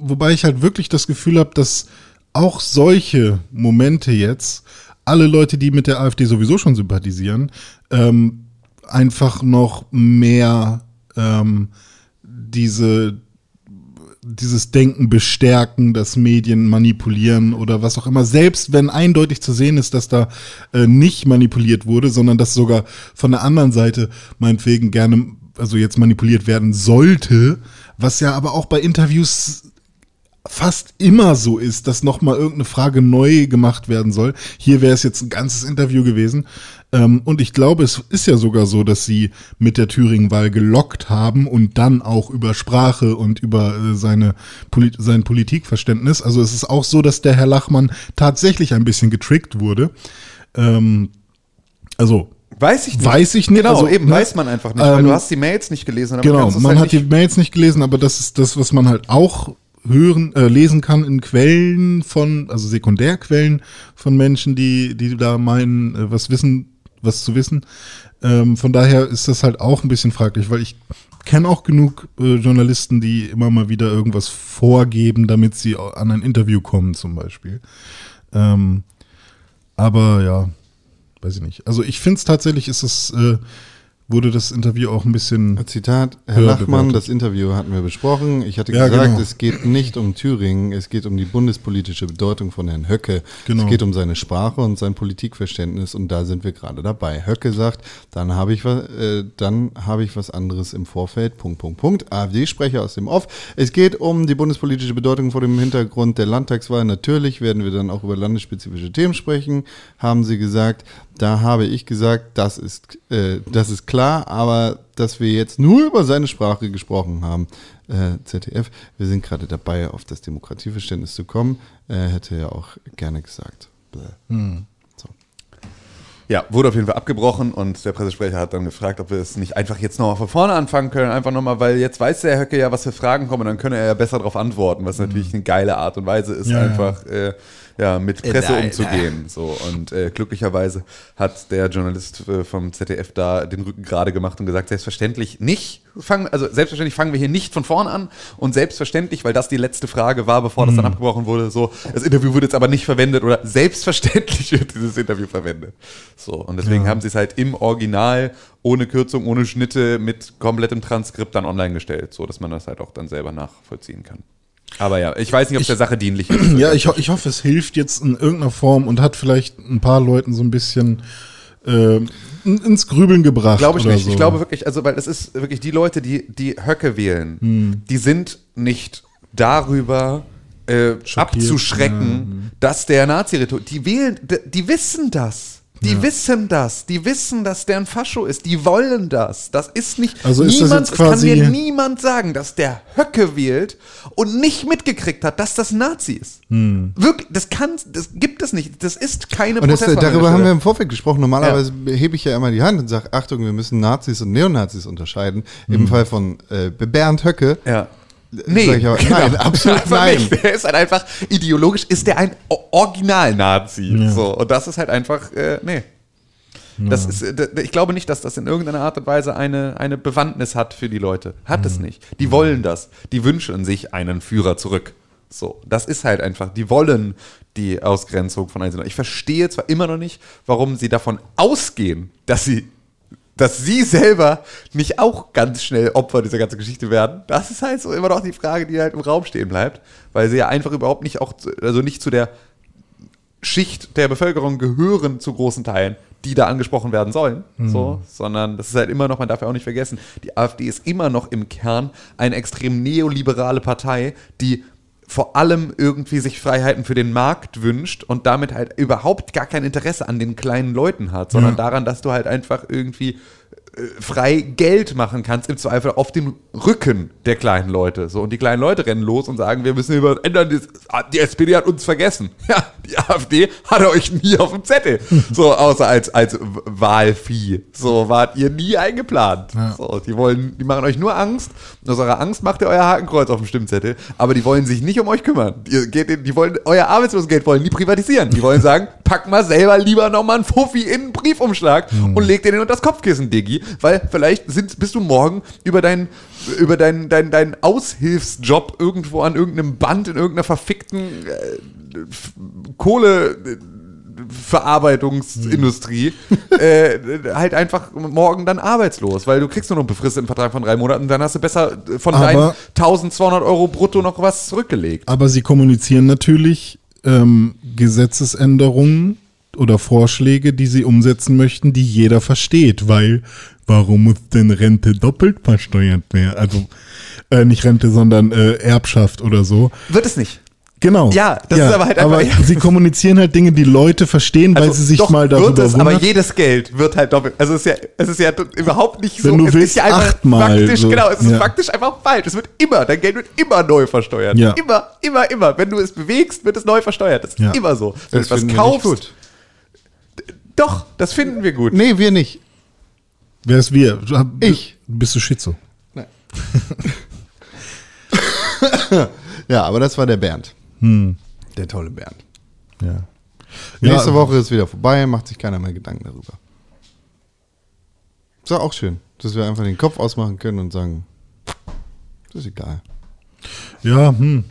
Speaker 4: Wobei ich halt wirklich das Gefühl habe, dass auch solche Momente jetzt alle Leute, die mit der AfD sowieso schon sympathisieren, ähm, einfach noch mehr ähm, diese dieses Denken bestärken, dass Medien manipulieren oder was auch immer. Selbst wenn eindeutig zu sehen ist, dass da äh, nicht manipuliert wurde, sondern dass sogar von der anderen Seite meinetwegen gerne also jetzt manipuliert werden sollte, was ja aber auch bei Interviews fast immer so ist, dass nochmal irgendeine Frage neu gemacht werden soll. Hier wäre es jetzt ein ganzes Interview gewesen. Ähm, und ich glaube, es ist ja sogar so, dass sie mit der Thüringen-Wahl gelockt haben und dann auch über Sprache und über äh, seine Poli sein Politikverständnis. Also es ist auch so, dass der Herr Lachmann tatsächlich ein bisschen getrickt wurde. Ähm, also
Speaker 3: Weiß ich nicht.
Speaker 4: Weiß ich nicht,
Speaker 3: Genau,
Speaker 4: also,
Speaker 3: eben
Speaker 4: ne?
Speaker 3: weiß man einfach nicht, weil
Speaker 4: Ähm,
Speaker 3: du hast die Mails nicht gelesen. aber du
Speaker 4: Genau,
Speaker 3: kannst es
Speaker 4: man
Speaker 3: halt
Speaker 4: hat die
Speaker 3: nicht-
Speaker 4: Mails nicht gelesen, aber das ist das, was man halt auch hören, äh, lesen kann in Quellen von, also Sekundärquellen von Menschen, die, die da meinen, äh, was wissen, was zu wissen. Ähm, von daher ist das halt auch ein bisschen fraglich, weil ich kenne auch genug äh, Journalisten, die immer mal wieder irgendwas vorgeben, damit sie au- an ein Interview kommen, zum Beispiel. Ähm, aber ja, weiß ich nicht. Also ich finde es tatsächlich, ist es, äh, wurde das Interview auch ein bisschen
Speaker 2: Zitat, Herr
Speaker 4: Ja,
Speaker 2: Lachmann,
Speaker 4: Hm. bewertet.
Speaker 2: das Interview hatten wir besprochen. Ich hatte
Speaker 4: Ja,
Speaker 2: gesagt,
Speaker 4: genau.
Speaker 2: es geht nicht um Thüringen, es geht um die bundespolitische Bedeutung von Herrn Höcke.
Speaker 4: Genau.
Speaker 2: Es geht um seine Sprache und sein Politikverständnis und da sind wir gerade dabei. Höcke sagt, dann habe ich, wa- äh, dann habe ich was anderes im Vorfeld, Punkt, Punkt, Punkt. AfD-Sprecher aus dem Off. Es geht um die bundespolitische Bedeutung vor dem Hintergrund der Landtagswahl. Natürlich werden wir dann auch über landesspezifische Themen sprechen, haben sie gesagt. Da habe ich gesagt, das ist, äh, das ist klar, aber dass wir jetzt nur über seine Sprache gesprochen haben. Äh, ZDF, wir sind gerade dabei, auf das Demokratieverständnis zu kommen. Äh, hätte ja auch gerne gesagt. Bläh.
Speaker 3: Hm.
Speaker 2: So.
Speaker 3: Ja, wurde auf jeden Fall abgebrochen und der Pressesprecher hat dann gefragt, ob wir es nicht einfach jetzt nochmal von vorne anfangen können. Einfach nochmal, weil jetzt weiß der Herr Höcke ja, was für Fragen kommen und dann könne er ja besser darauf antworten, was natürlich eine geile Art und Weise ist,
Speaker 4: Mhm. Ja, ja.
Speaker 3: einfach Äh, ja, mit Presse umzugehen. So. Und äh, glücklicherweise hat der Journalist äh, vom ZDF da den Rücken gerade gemacht und gesagt, selbstverständlich nicht fangen, also selbstverständlich fangen wir hier nicht von vorne an und selbstverständlich, weil das die letzte Frage war, bevor das dann abgebrochen wurde, so, das Interview wird jetzt aber nicht verwendet oder selbstverständlich wird dieses Interview verwendet. So, und deswegen haben sie es halt im Original, ohne Kürzung, ohne Schnitte, mit komplettem Transkript dann online gestellt, so dass man das halt auch dann selber nachvollziehen kann. Aber ja, ich weiß nicht, ob es der Sache dienlich ist.
Speaker 4: Ja, ich, ho- ich hoffe, es hilft jetzt in irgendeiner Form und hat vielleicht ein paar Leuten so ein bisschen äh, in- ins Grübeln gebracht.
Speaker 3: Glaube ich
Speaker 4: oder
Speaker 3: nicht.
Speaker 4: So.
Speaker 3: Ich glaube wirklich, also weil es ist wirklich die Leute, die die Höcke wählen,
Speaker 4: Hm.
Speaker 3: die sind nicht darüber äh,
Speaker 4: hm.
Speaker 3: abzuschrecken, dass der nazi ritual die wählen, d- die wissen das. Die wissen das, die wissen, dass der ein Fascho ist, die wollen das. Das ist nicht,
Speaker 4: Also ist das
Speaker 3: niemand,
Speaker 4: jetzt quasi-
Speaker 3: es kann mir niemand sagen, dass der Höcke wählt und nicht mitgekriegt hat, dass das Nazi ist.
Speaker 4: Hm.
Speaker 3: Wirklich, das kann, das gibt es nicht. Das ist keine
Speaker 2: Und das, äh,
Speaker 3: Protestwahl an der
Speaker 2: darüber haben
Speaker 3: Stelle.
Speaker 2: wir im Vorfeld gesprochen. Normalerweise hebe ich ja immer die Hand und sage, Achtung, wir müssen Nazis und Neonazis unterscheiden. Im Fall von äh, Bernd Höcke.
Speaker 3: Hm. Ja.
Speaker 2: Sag ich aber- nein, absolut
Speaker 3: genau. Einfach
Speaker 2: nein.
Speaker 3: Nicht. Der ist halt einfach, ideologisch ist der ein O- Original-Nazi. So, und das ist halt einfach, äh, nee. Das ist, äh, d- ich glaube nicht, dass das in irgendeiner Art und Weise eine, eine Bewandtnis hat für die Leute. Hat
Speaker 2: Hm.
Speaker 3: es nicht. Die wollen das. Die wünschen sich einen Führer zurück. So, das ist halt einfach, die wollen die Ausgrenzung von Einzelnen. Ich verstehe zwar immer noch nicht, warum sie davon ausgehen, dass sie dass sie selber nicht auch ganz schnell Opfer dieser ganzen Geschichte werden, das ist halt so immer noch die Frage, die halt im Raum stehen bleibt, weil sie ja einfach überhaupt nicht auch, zu- also nicht zu der Schicht der Bevölkerung gehören zu großen Teilen, die da angesprochen werden sollen, so, sondern das ist halt immer noch, man darf ja auch nicht vergessen, die AfD ist immer noch im Kern eine extrem neoliberale Partei, die vor allem irgendwie sich Freiheiten für den Markt wünscht und damit halt überhaupt gar kein Interesse an den kleinen Leuten hat, sondern daran, dass du halt einfach irgendwie äh, frei Geld machen kannst, im Zweifel auf dem Rücken der kleinen Leute. So, und die kleinen Leute rennen los und sagen, wir müssen über ändern, das- die SPD hat uns vergessen. Ja, die AfD hatte euch nie auf dem Zettel. So, außer als, als Wahlvieh. So, wart ihr nie eingeplant. So, die wollen, die machen euch nur Angst. Und aus eurer Angst macht ihr euer Hakenkreuz auf dem Stimmzettel. Aber die wollen sich nicht um euch kümmern. Ihr geht, in- die wollen, euer Arbeitslosengeld wollen die privatisieren. Die wollen sagen, pack mal selber lieber nochmal einen Fuffi in einen Briefumschlag und leg dir den unter das Kopfkissen, Diggi. Weil vielleicht sind, bist du morgen über deinen, über deinen, deinen, deinen Aushilfsjob irgendwo an irgendeinem Band in irgendeiner verfickten äh, F- Kohle, äh, Verarbeitungsindustrie äh, halt einfach morgen dann arbeitslos, weil du kriegst nur noch einen befristeten Vertrag von drei Monaten, dann hast du besser von
Speaker 4: Aber-
Speaker 3: deinen 1200 Euro brutto noch was zurückgelegt.
Speaker 4: Aber sie kommunizieren natürlich ähm, Gesetzesänderungen oder Vorschläge, die sie umsetzen möchten, die jeder versteht, weil warum muss denn Rente doppelt versteuert werden? Also äh, nicht Rente, sondern äh, Erbschaft oder so.
Speaker 3: Wird es nicht.
Speaker 4: Genau.
Speaker 3: Ja, das ist aber halt
Speaker 4: aber
Speaker 3: einfach- Also
Speaker 4: sie kommunizieren halt Dinge, die Leute verstehen, weil sie sich
Speaker 3: doch
Speaker 4: mal darüber
Speaker 3: wird es, aber
Speaker 4: wundern.
Speaker 3: jedes Geld wird halt doppelt. Also es ist ja, es ist ja überhaupt nicht so.
Speaker 4: Wenn du
Speaker 3: es
Speaker 4: willst,
Speaker 3: ist ja einfach
Speaker 4: achtmal
Speaker 3: faktisch,
Speaker 4: so.
Speaker 3: genau, es ist
Speaker 4: Ja.
Speaker 3: faktisch einfach falsch. Es wird immer, dein Geld wird immer neu versteuert.
Speaker 4: Ja.
Speaker 3: Immer, immer, immer. Wenn du es bewegst, wird es neu versteuert. Das ist
Speaker 4: Ja.
Speaker 3: immer so. Wenn
Speaker 2: finden
Speaker 3: du etwas
Speaker 2: wir
Speaker 3: kaufst,
Speaker 2: nicht gut.
Speaker 3: doch, das finden wir gut.
Speaker 2: Nee, wir nicht.
Speaker 4: Wer ist wir? Du- hab-
Speaker 2: Ich.
Speaker 4: Bist du Schizo?
Speaker 2: Ja, aber das war der Bernd. Der tolle Bernd.
Speaker 4: Ja.
Speaker 2: Nächste
Speaker 4: Ja,
Speaker 2: Woche ist wieder vorbei, macht sich keiner mehr Gedanken darüber. Ist ja auch schön, dass wir einfach den Kopf ausmachen können und sagen, das ist egal.
Speaker 4: Ja, hm.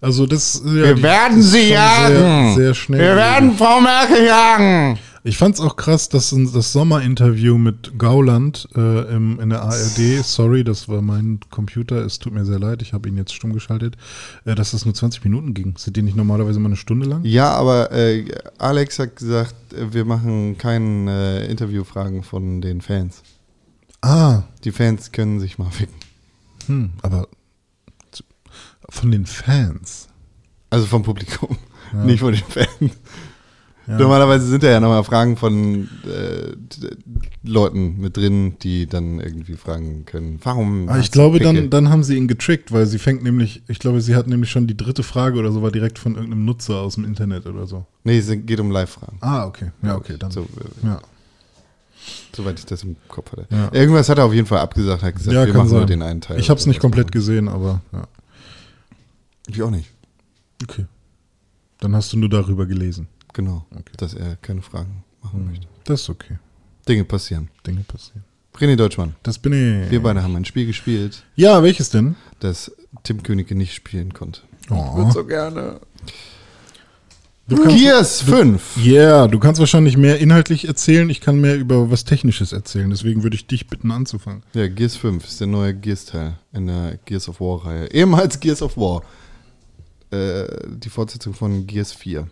Speaker 4: Also das ist ja die-
Speaker 2: werden sie Hm.
Speaker 4: sehr, sehr schnell.
Speaker 2: Frau Merkel jagen.
Speaker 4: Ich fand's auch krass, dass in- das Sommerinterview mit Gauland äh, im, in der ARD, sorry, das war mein Computer, es tut mir sehr leid, ich habe ihn jetzt stumm geschaltet, äh, dass das nur 20 Minuten ging. Sind die nicht normalerweise mal eine Stunde lang?
Speaker 2: Ja, aber äh, Alex hat gesagt, äh, wir machen keine äh, Interviewfragen von den Fans.
Speaker 4: Ah,
Speaker 2: Die Fans können sich mal ficken.
Speaker 4: hm, aber zu- von den Fans.
Speaker 2: Also vom Publikum, nicht von den Fans. Normalerweise sind da ja nochmal Fragen von äh, d- Leuten mit drin, die dann irgendwie fragen können, warum.
Speaker 4: Ah, ich
Speaker 2: hast du
Speaker 4: glaube,
Speaker 2: Pickel?
Speaker 4: dann, dann haben sie ihn getrickt, weil sie fängt nämlich, ich glaube, sie hat nämlich schon die dritte Frage oder so, war direkt von irgendeinem Nutzer aus dem Internet oder so.
Speaker 2: Nee, es geht um Live-Fragen,
Speaker 4: Ah, okay. Ja, okay, dann.
Speaker 2: So, äh,
Speaker 4: ja.
Speaker 2: soweit ich das im Kopf hatte.
Speaker 4: Ja.
Speaker 2: Irgendwas hat er auf jeden Fall abgesagt, hat gesagt,
Speaker 4: ja,
Speaker 2: wir
Speaker 4: kann
Speaker 2: machen
Speaker 4: sein.
Speaker 2: nur den einen Teil.
Speaker 4: Ich habe es nicht komplett gesehen, aber ja.
Speaker 2: Ich auch nicht.
Speaker 4: Okay. Dann hast du nur darüber gelesen.
Speaker 2: Genau, dass er keine Fragen machen
Speaker 4: Hm.
Speaker 2: möchte.
Speaker 4: Das ist okay.
Speaker 2: Dinge passieren.
Speaker 4: Dinge passieren.
Speaker 2: René Deutschmann,
Speaker 4: Das bin ich.
Speaker 2: wir beide haben ein Spiel gespielt,
Speaker 4: Ja, welches denn?
Speaker 2: das Tim Königke nicht spielen konnte.
Speaker 4: Oh.
Speaker 3: So gerne.
Speaker 4: Du kannst,
Speaker 2: Gears 5.
Speaker 4: yeah, du kannst wahrscheinlich mehr inhaltlich erzählen. Ich kann mehr über was Technisches erzählen. Deswegen würde ich dich bitten, anzufangen.
Speaker 2: Ja, Gears 5 ist der neue Gears-Teil in der Gears of War-Reihe. Ehemals Gears of War. Äh, die Fortsetzung von Gears 4.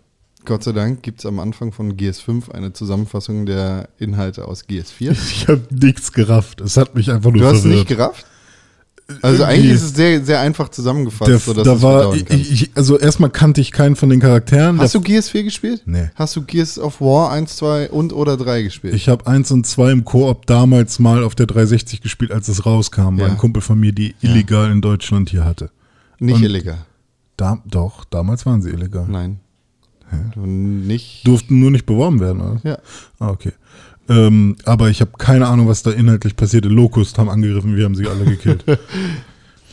Speaker 2: Gott sei Dank gibt es am Anfang von Gears 5 eine Zusammenfassung der Inhalte aus Gears 4.
Speaker 4: Ich habe nichts gerafft. Es hat mich einfach nur
Speaker 2: Du hast es nicht
Speaker 4: verwirrt.
Speaker 2: gerafft? Also
Speaker 4: Irgendwie-
Speaker 2: eigentlich ist es sehr, sehr einfach zusammengefasst,
Speaker 4: Der,
Speaker 2: sodass du
Speaker 4: da
Speaker 2: es
Speaker 4: war,
Speaker 2: verdauen
Speaker 4: ich,
Speaker 2: kannst.
Speaker 4: ich, also erstmal kannte ich keinen von den Charakteren.
Speaker 2: Hast
Speaker 4: Der-
Speaker 2: du Gears 4 gespielt?
Speaker 4: Nee.
Speaker 2: Hast du Gears of War 1, 2 und oder 3 gespielt?
Speaker 4: ich habe eins und zwei im Koop damals mal auf der 360 gespielt, als es rauskam,
Speaker 2: Ja.
Speaker 4: weil ein Kumpel von mir die illegal in Deutschland hier hatte.
Speaker 2: nicht
Speaker 4: und-
Speaker 2: illegal.
Speaker 4: Da, doch, damals waren sie illegal.
Speaker 2: Nein. Du nicht.
Speaker 4: Durften nur nicht beworben werden, oder?
Speaker 2: Ja.
Speaker 4: Ah, okay. Ähm, aber ich habe keine Ahnung, was da inhaltlich passierte. Locust haben angegriffen, wir haben sie alle gekillt.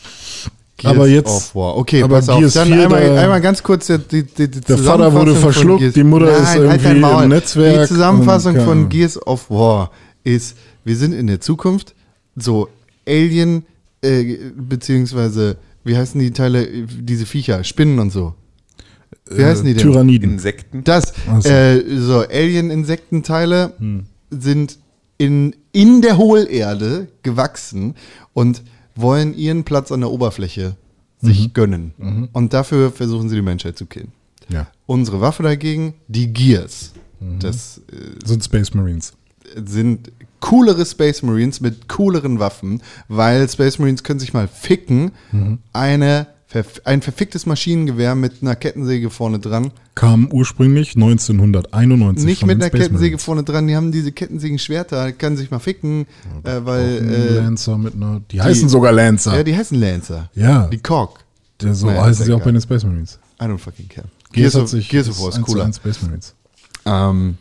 Speaker 2: Gears
Speaker 4: Aber jetzt-
Speaker 2: of War. Okay,
Speaker 4: aber
Speaker 2: pass auf.
Speaker 4: Gears
Speaker 2: Dann
Speaker 4: 4,
Speaker 2: einmal,
Speaker 4: da-
Speaker 2: einmal ganz kurz die, die, die, die
Speaker 4: Der Vater
Speaker 2: Zusammenfassung
Speaker 4: wurde
Speaker 2: von
Speaker 4: verschluckt,
Speaker 2: Gears- halt
Speaker 4: die Mutter ist
Speaker 2: dein
Speaker 4: irgendwie im
Speaker 2: Maul.
Speaker 4: Netzwerk
Speaker 2: Die Zusammenfassung
Speaker 4: und ähm, keine
Speaker 2: von
Speaker 4: Ahnung.
Speaker 2: Gears of War ist, wir sind in der Zukunft, so Alien, äh, beziehungsweise, wie heißen die Teile, diese Viecher, Spinnen und so.
Speaker 4: Äh,
Speaker 2: Wie heißen die denn?
Speaker 4: Tyranniden.
Speaker 3: Insekten.
Speaker 2: Das,
Speaker 4: Ach so. Hm.
Speaker 2: äh, so Alien-Insektenteile sind in, in der Hohlerde gewachsen und wollen ihren Platz an der Oberfläche sich
Speaker 4: Mhm.
Speaker 2: gönnen. Und dafür versuchen sie die Menschheit zu killen.
Speaker 4: Ja.
Speaker 2: Unsere Waffe dagegen, die Gears.
Speaker 4: Mhm.
Speaker 2: Das äh,
Speaker 4: Sind Space Marines.
Speaker 2: sind coolere Space Marines mit cooleren Waffen, weil Space Marines können sich mal ficken.
Speaker 4: Mhm.
Speaker 2: Eine, verf- ein verficktes Maschinengewehr mit einer Kettensäge vorne dran.
Speaker 4: Kam ursprünglich 1991.
Speaker 2: Nicht
Speaker 4: von
Speaker 2: mit
Speaker 4: den
Speaker 2: einer
Speaker 4: Space
Speaker 2: Kettensäge
Speaker 4: Marines.
Speaker 2: vorne dran, die haben diese Kettensägen-Schwerter, können sich mal ficken, äh, weil
Speaker 4: Lancer mit einer. Die, heißen sogar
Speaker 2: äh,
Speaker 4: Lancer.
Speaker 2: ja, die heißen Lancer.
Speaker 4: Ja.
Speaker 2: Die Kork.
Speaker 4: Der- so
Speaker 2: Naja,
Speaker 4: heißen sie
Speaker 2: egal.
Speaker 4: auch bei den Space Marines.
Speaker 2: I don't fucking care.
Speaker 4: Gears,
Speaker 2: of-
Speaker 4: hat sich
Speaker 2: Gears of War ist
Speaker 4: 1 zu
Speaker 2: cooler.
Speaker 4: 1 Space Marines.
Speaker 2: Ähm,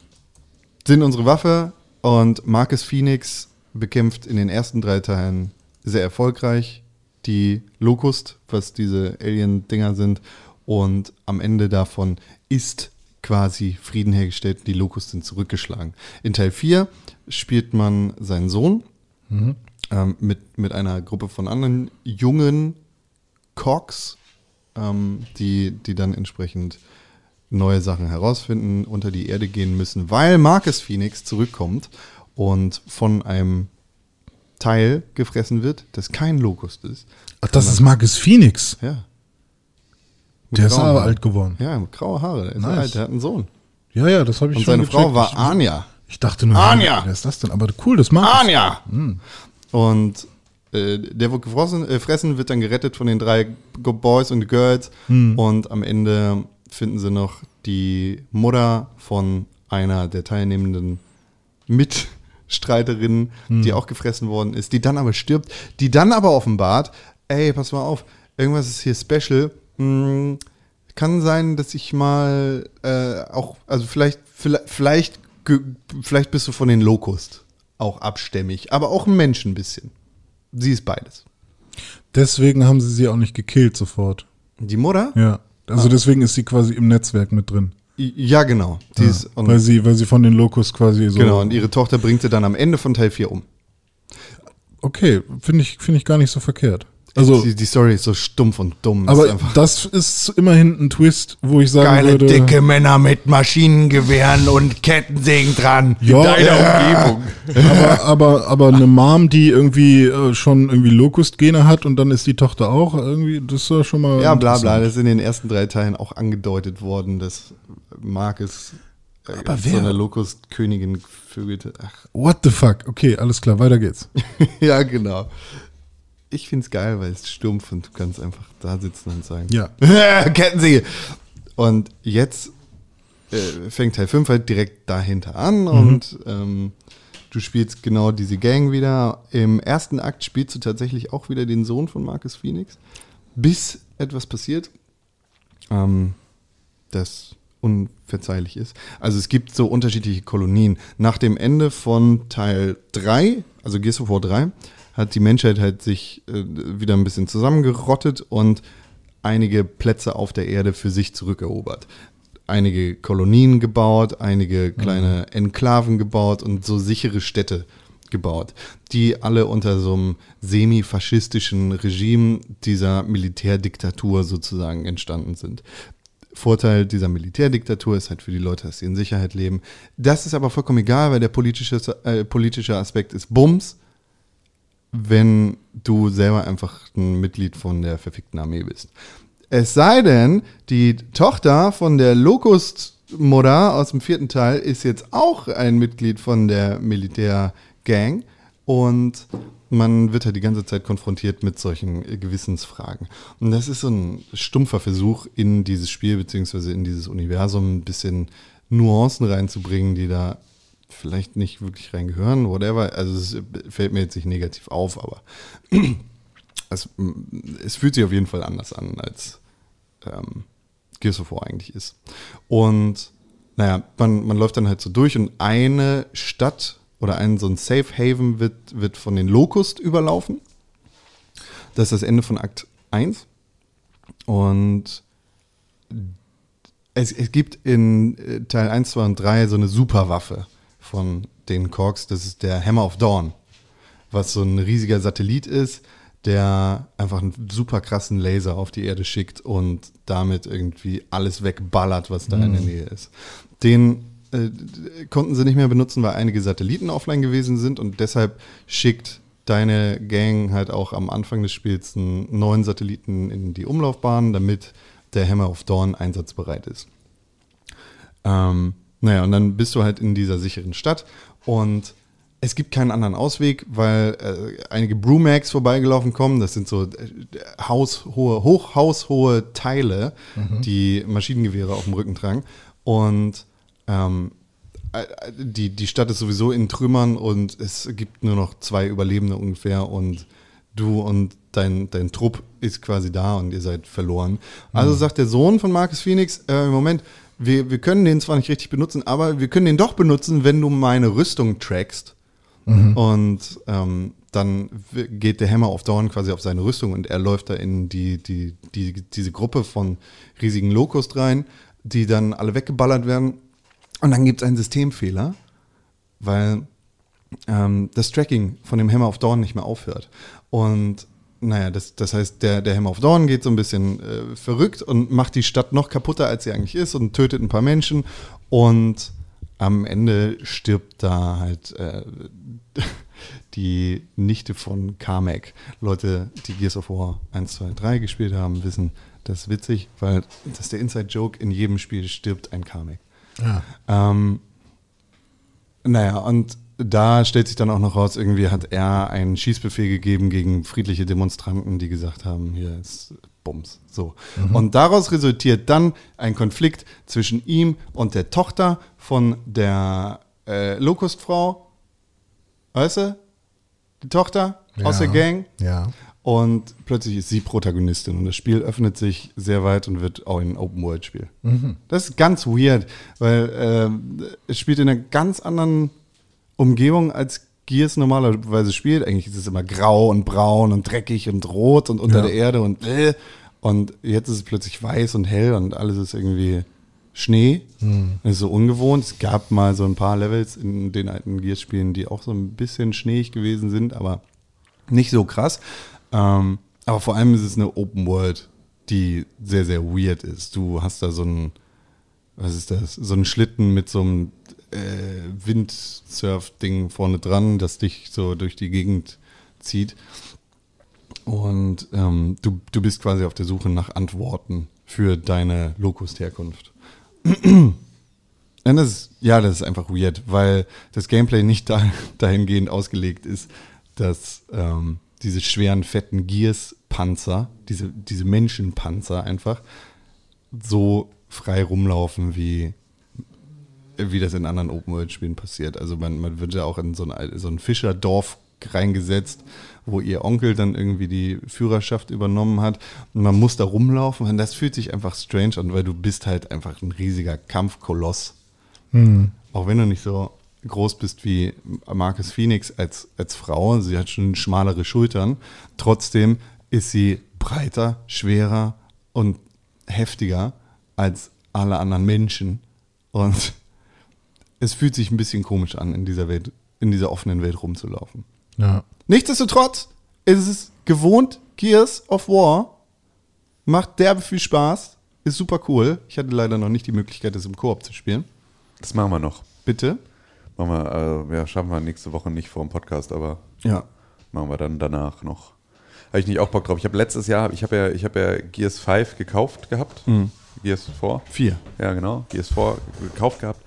Speaker 2: sind unsere Waffe und Marcus Phoenix bekämpft in den ersten drei Teilen sehr erfolgreich die Locust, was diese Alien-Dinger sind. Und am Ende davon ist quasi Frieden hergestellt. Die Locust sind zurückgeschlagen. In Teil 4 spielt man seinen Sohn ähm, mit, mit einer Gruppe von anderen jungen Cox, ähm, die, die dann entsprechend neue Sachen herausfinden, unter die Erde gehen müssen, weil Marcus Phoenix zurückkommt und von einem Teil gefressen wird, das kein Locust ist.
Speaker 4: Ach, das ist Marcus Phoenix.
Speaker 2: Ja.
Speaker 4: Der ist
Speaker 2: Grauen
Speaker 4: aber
Speaker 2: Haaren.
Speaker 4: alt geworden.
Speaker 2: ne? Ja, graue Haare. Der ist
Speaker 4: Nice.
Speaker 2: alt, der hat einen Sohn.
Speaker 4: Ja, ja, das habe ich
Speaker 2: Und
Speaker 4: schon
Speaker 2: seine Frau
Speaker 4: gecheckt.
Speaker 2: war
Speaker 4: Ich-
Speaker 2: Anja.
Speaker 4: Ich dachte nur,
Speaker 2: Anja!
Speaker 4: wer ist das denn? Aber cool, das mag ich.
Speaker 2: Anja! Und äh, der wird gefressen, äh, fressen, wird dann gerettet von den drei G- Boys und Girls.
Speaker 4: Hm.
Speaker 2: Und am Ende finden sie noch die Mutter von einer der teilnehmenden Mitstreiterin,
Speaker 4: Hm.
Speaker 2: die auch gefressen worden ist, die dann aber stirbt, die dann aber offenbart, ey, pass mal auf, irgendwas ist hier special. Hm, kann sein, dass ich mal äh, auch, also vielleicht, vielleicht, vielleicht, ge- vielleicht bist du von den Locust auch abstämmig, aber auch ein Mensch ein bisschen. Sie ist beides.
Speaker 4: Deswegen haben sie sie auch nicht gekillt sofort.
Speaker 2: Die Mutter?
Speaker 4: Ja. Also
Speaker 2: Ah.
Speaker 4: deswegen ist sie quasi im Netzwerk mit drin.
Speaker 2: I- Ja, genau. Die ist und,
Speaker 4: weil, sie, weil sie von den Locust quasi so.
Speaker 2: genau, und ihre Tochter bringt sie dann am Ende von Teil 4 um.
Speaker 4: okay, finde ich, finde ich gar nicht so verkehrt. Also,
Speaker 2: die, die Story ist so stumpf und dumm.
Speaker 4: aber
Speaker 2: ist einfach
Speaker 4: das ist immerhin ein Twist, wo ich sagen
Speaker 7: Geile
Speaker 4: würde.
Speaker 7: dicke Männer mit Maschinengewehren und Kettensägen dran.
Speaker 4: ja,
Speaker 3: Umgebung.
Speaker 4: aber, aber, aber eine Mom, die irgendwie äh, schon irgendwie Locust-Gene hat und dann ist die Tochter auch irgendwie, das ist ja schon mal.
Speaker 2: ja, bla bla.
Speaker 4: interessant.
Speaker 2: Das ist in den ersten drei Teilen auch angedeutet worden, dass Marcus äh,
Speaker 4: Aber
Speaker 2: so
Speaker 4: wer-
Speaker 2: eine Locust-Königin vögelte. Ach,
Speaker 4: What the fuck? Okay, alles klar, weiter geht's.
Speaker 2: ja, genau. Ich find's geil, weil es stumpf und du kannst einfach da sitzen und sagen,
Speaker 4: Ja.
Speaker 2: kennen Sie. Und jetzt äh, fängt Teil 5 halt direkt dahinter an und ähm, du spielst genau diese Gang wieder. Im ersten Akt spielst du tatsächlich auch wieder den Sohn von Marcus Phoenix, bis etwas passiert, ähm, das unverzeihlich ist. Also es gibt so unterschiedliche Kolonien. Nach dem Ende von Teil 3, also Gears of War 3, hat die Menschheit halt sich äh, wieder ein bisschen zusammengerottet und einige Plätze auf der Erde für sich zurückerobert. Einige Kolonien gebaut, einige kleine Enklaven gebaut und so sichere Städte gebaut, die alle unter so einem semi-faschistischen Regime dieser Militärdiktatur sozusagen entstanden sind. Vorteil dieser Militärdiktatur ist halt für die Leute, dass sie in Sicherheit leben. Das ist aber vollkommen egal, weil der politische, äh, politische Aspekt ist Bums, wenn du selber einfach ein Mitglied von der verfickten Armee bist. Es sei denn, die Tochter von der Locust Mutter aus dem vierten Teil ist jetzt auch ein Mitglied von der Militärgang und man wird halt die ganze Zeit konfrontiert mit solchen äh, Gewissensfragen. Und das ist so ein stumpfer Versuch, in dieses Spiel beziehungsweise in dieses Universum ein bisschen Nuancen reinzubringen, die da vielleicht nicht wirklich reingehören, whatever. Also es äh, fällt mir jetzt nicht negativ auf, aber es, mm, es fühlt sich auf jeden Fall anders an, als ähm, Gears of War eigentlich ist. Und naja, man, man läuft dann halt so durch und eine Stadt oder ein so ein Safe Haven wird, wird von den Locust überlaufen. Das ist das Ende von Akt 1. Und es, es gibt in äh, Teil 1, 2 und 3 so eine Superwaffe von den Korks. Das ist der Hammer of Dawn, was so ein riesiger Satellit ist, der einfach einen super krassen Laser auf die Erde schickt und damit irgendwie alles wegballert, was da in der Nähe ist. Den äh, d- konnten sie nicht mehr benutzen, weil einige Satelliten offline gewesen sind und deshalb schickt deine Gang halt auch am Anfang des Spiels einen neuen Satelliten in die Umlaufbahn, damit der Hammer of Dawn einsatzbereit ist. Ähm, naja, und dann bist du halt in dieser sicheren Stadt und es gibt keinen anderen Ausweg, weil äh, einige Brewmags vorbeigelaufen kommen. Das sind so äh, haushohe, hochhaushohe Teile, die Maschinengewehre auf dem Rücken tragen. Und ähm, äh, die, die Stadt ist sowieso in Trümmern und es gibt nur noch zwei Überlebende ungefähr und du und dein, dein Trupp ist quasi da und ihr seid verloren. Also sagt der Sohn von Marcus Phoenix, äh, im Moment, wir, wir können den zwar nicht richtig benutzen, aber wir können den doch benutzen, wenn du meine Rüstung trackst. Und ähm, dann w- geht der Hammer auf Dawn quasi auf seine Rüstung und er läuft da in die, die, die, diese Gruppe von riesigen Locust rein, die dann alle weggeballert werden. Und dann gibt es einen Systemfehler, weil ähm, das Tracking von dem Hammer of Dawn nicht mehr aufhört. Und naja, das, das heißt, der, der Hammer of Dawn geht so ein bisschen äh, verrückt und macht die Stadt noch kaputter, als sie eigentlich ist und tötet ein paar Menschen. Und am Ende stirbt da halt äh, die Nichte von Carmack. Leute, die Gears of War 1, 2, 3 gespielt haben, wissen, das ist witzig, weil das ist der Inside-Joke. In jedem Spiel stirbt ein Carmack. Ähm, naja, und da stellt sich dann auch noch raus, irgendwie hat er einen Schießbefehl gegeben gegen friedliche Demonstranten, die gesagt haben, hier ist Bums. So. Und daraus resultiert dann ein Konflikt zwischen ihm und der Tochter von der äh, Lokustfrau. Weißt du? Die Tochter aus der Gang.
Speaker 4: Ja.
Speaker 2: Und plötzlich ist sie Protagonistin und das Spiel öffnet sich sehr weit und wird auch ein Open-World-Spiel. Das ist ganz weird, weil ähm, es spielt in einer ganz anderen Umgebung als Gears normalerweise spielt. Eigentlich ist es immer grau und braun und dreckig und rot und unter
Speaker 4: Ja.
Speaker 2: der Erde und äh. und jetzt ist es plötzlich weiß und hell und alles ist irgendwie Schnee. Das ist so ungewohnt. Es gab mal so ein paar Levels in den alten Gears-Spielen, die auch so ein bisschen schneeig gewesen sind, aber nicht so krass. Ähm, aber vor allem ist es eine Open World, die sehr, sehr weird ist. Du hast da so einen, was ist das? So einen Schlitten mit so einem äh, Windsurf-Ding vorne dran, das dich so durch die Gegend zieht. Und ähm, du, du bist quasi auf der Suche nach Antworten für deine Lokust-Herkunft. Und das ist, ja, das ist einfach weird, weil das Gameplay nicht da, dahingehend ausgelegt ist, dass ähm, diese schweren, fetten Gears-Panzer, diese, diese Menschenpanzer einfach, so frei rumlaufen, wie, wie das in anderen Open-World-Spielen passiert. Also man, man wird ja auch in so ein, al- so ein Fischerdorf reingesetzt, wo ihr Onkel dann irgendwie die Führerschaft übernommen hat. Und man muss da rumlaufen. Und das fühlt sich einfach strange an, weil du bist halt einfach ein riesiger Kampfkoloss. Auch wenn du nicht so groß bist wie Marcus Phoenix als, als Frau, sie hat schon schmalere Schultern, trotzdem ist sie breiter, schwerer und heftiger als alle anderen Menschen. Und es fühlt sich ein bisschen komisch an, in dieser Welt, in dieser offenen Welt rumzulaufen.
Speaker 4: Ja.
Speaker 2: Nichtsdestotrotz ist es gewohnt, Gears of War macht derbe viel Spaß, ist super cool. Ich hatte leider noch nicht die Möglichkeit, das im Koop zu spielen.
Speaker 3: Das machen wir noch.
Speaker 2: Bitte.
Speaker 3: Machen wir, äh, ja, schaffen wir nächste Woche nicht vor dem Podcast, aber
Speaker 2: Ja.
Speaker 3: machen wir dann danach noch. Habe ich nicht auch Bock drauf. Ich habe letztes Jahr, ich habe ja, ich habe ja Gears 5 gekauft gehabt. Gears 4.
Speaker 2: Mhm. Vier.
Speaker 3: Ja, genau. Gears 4 gekauft gehabt.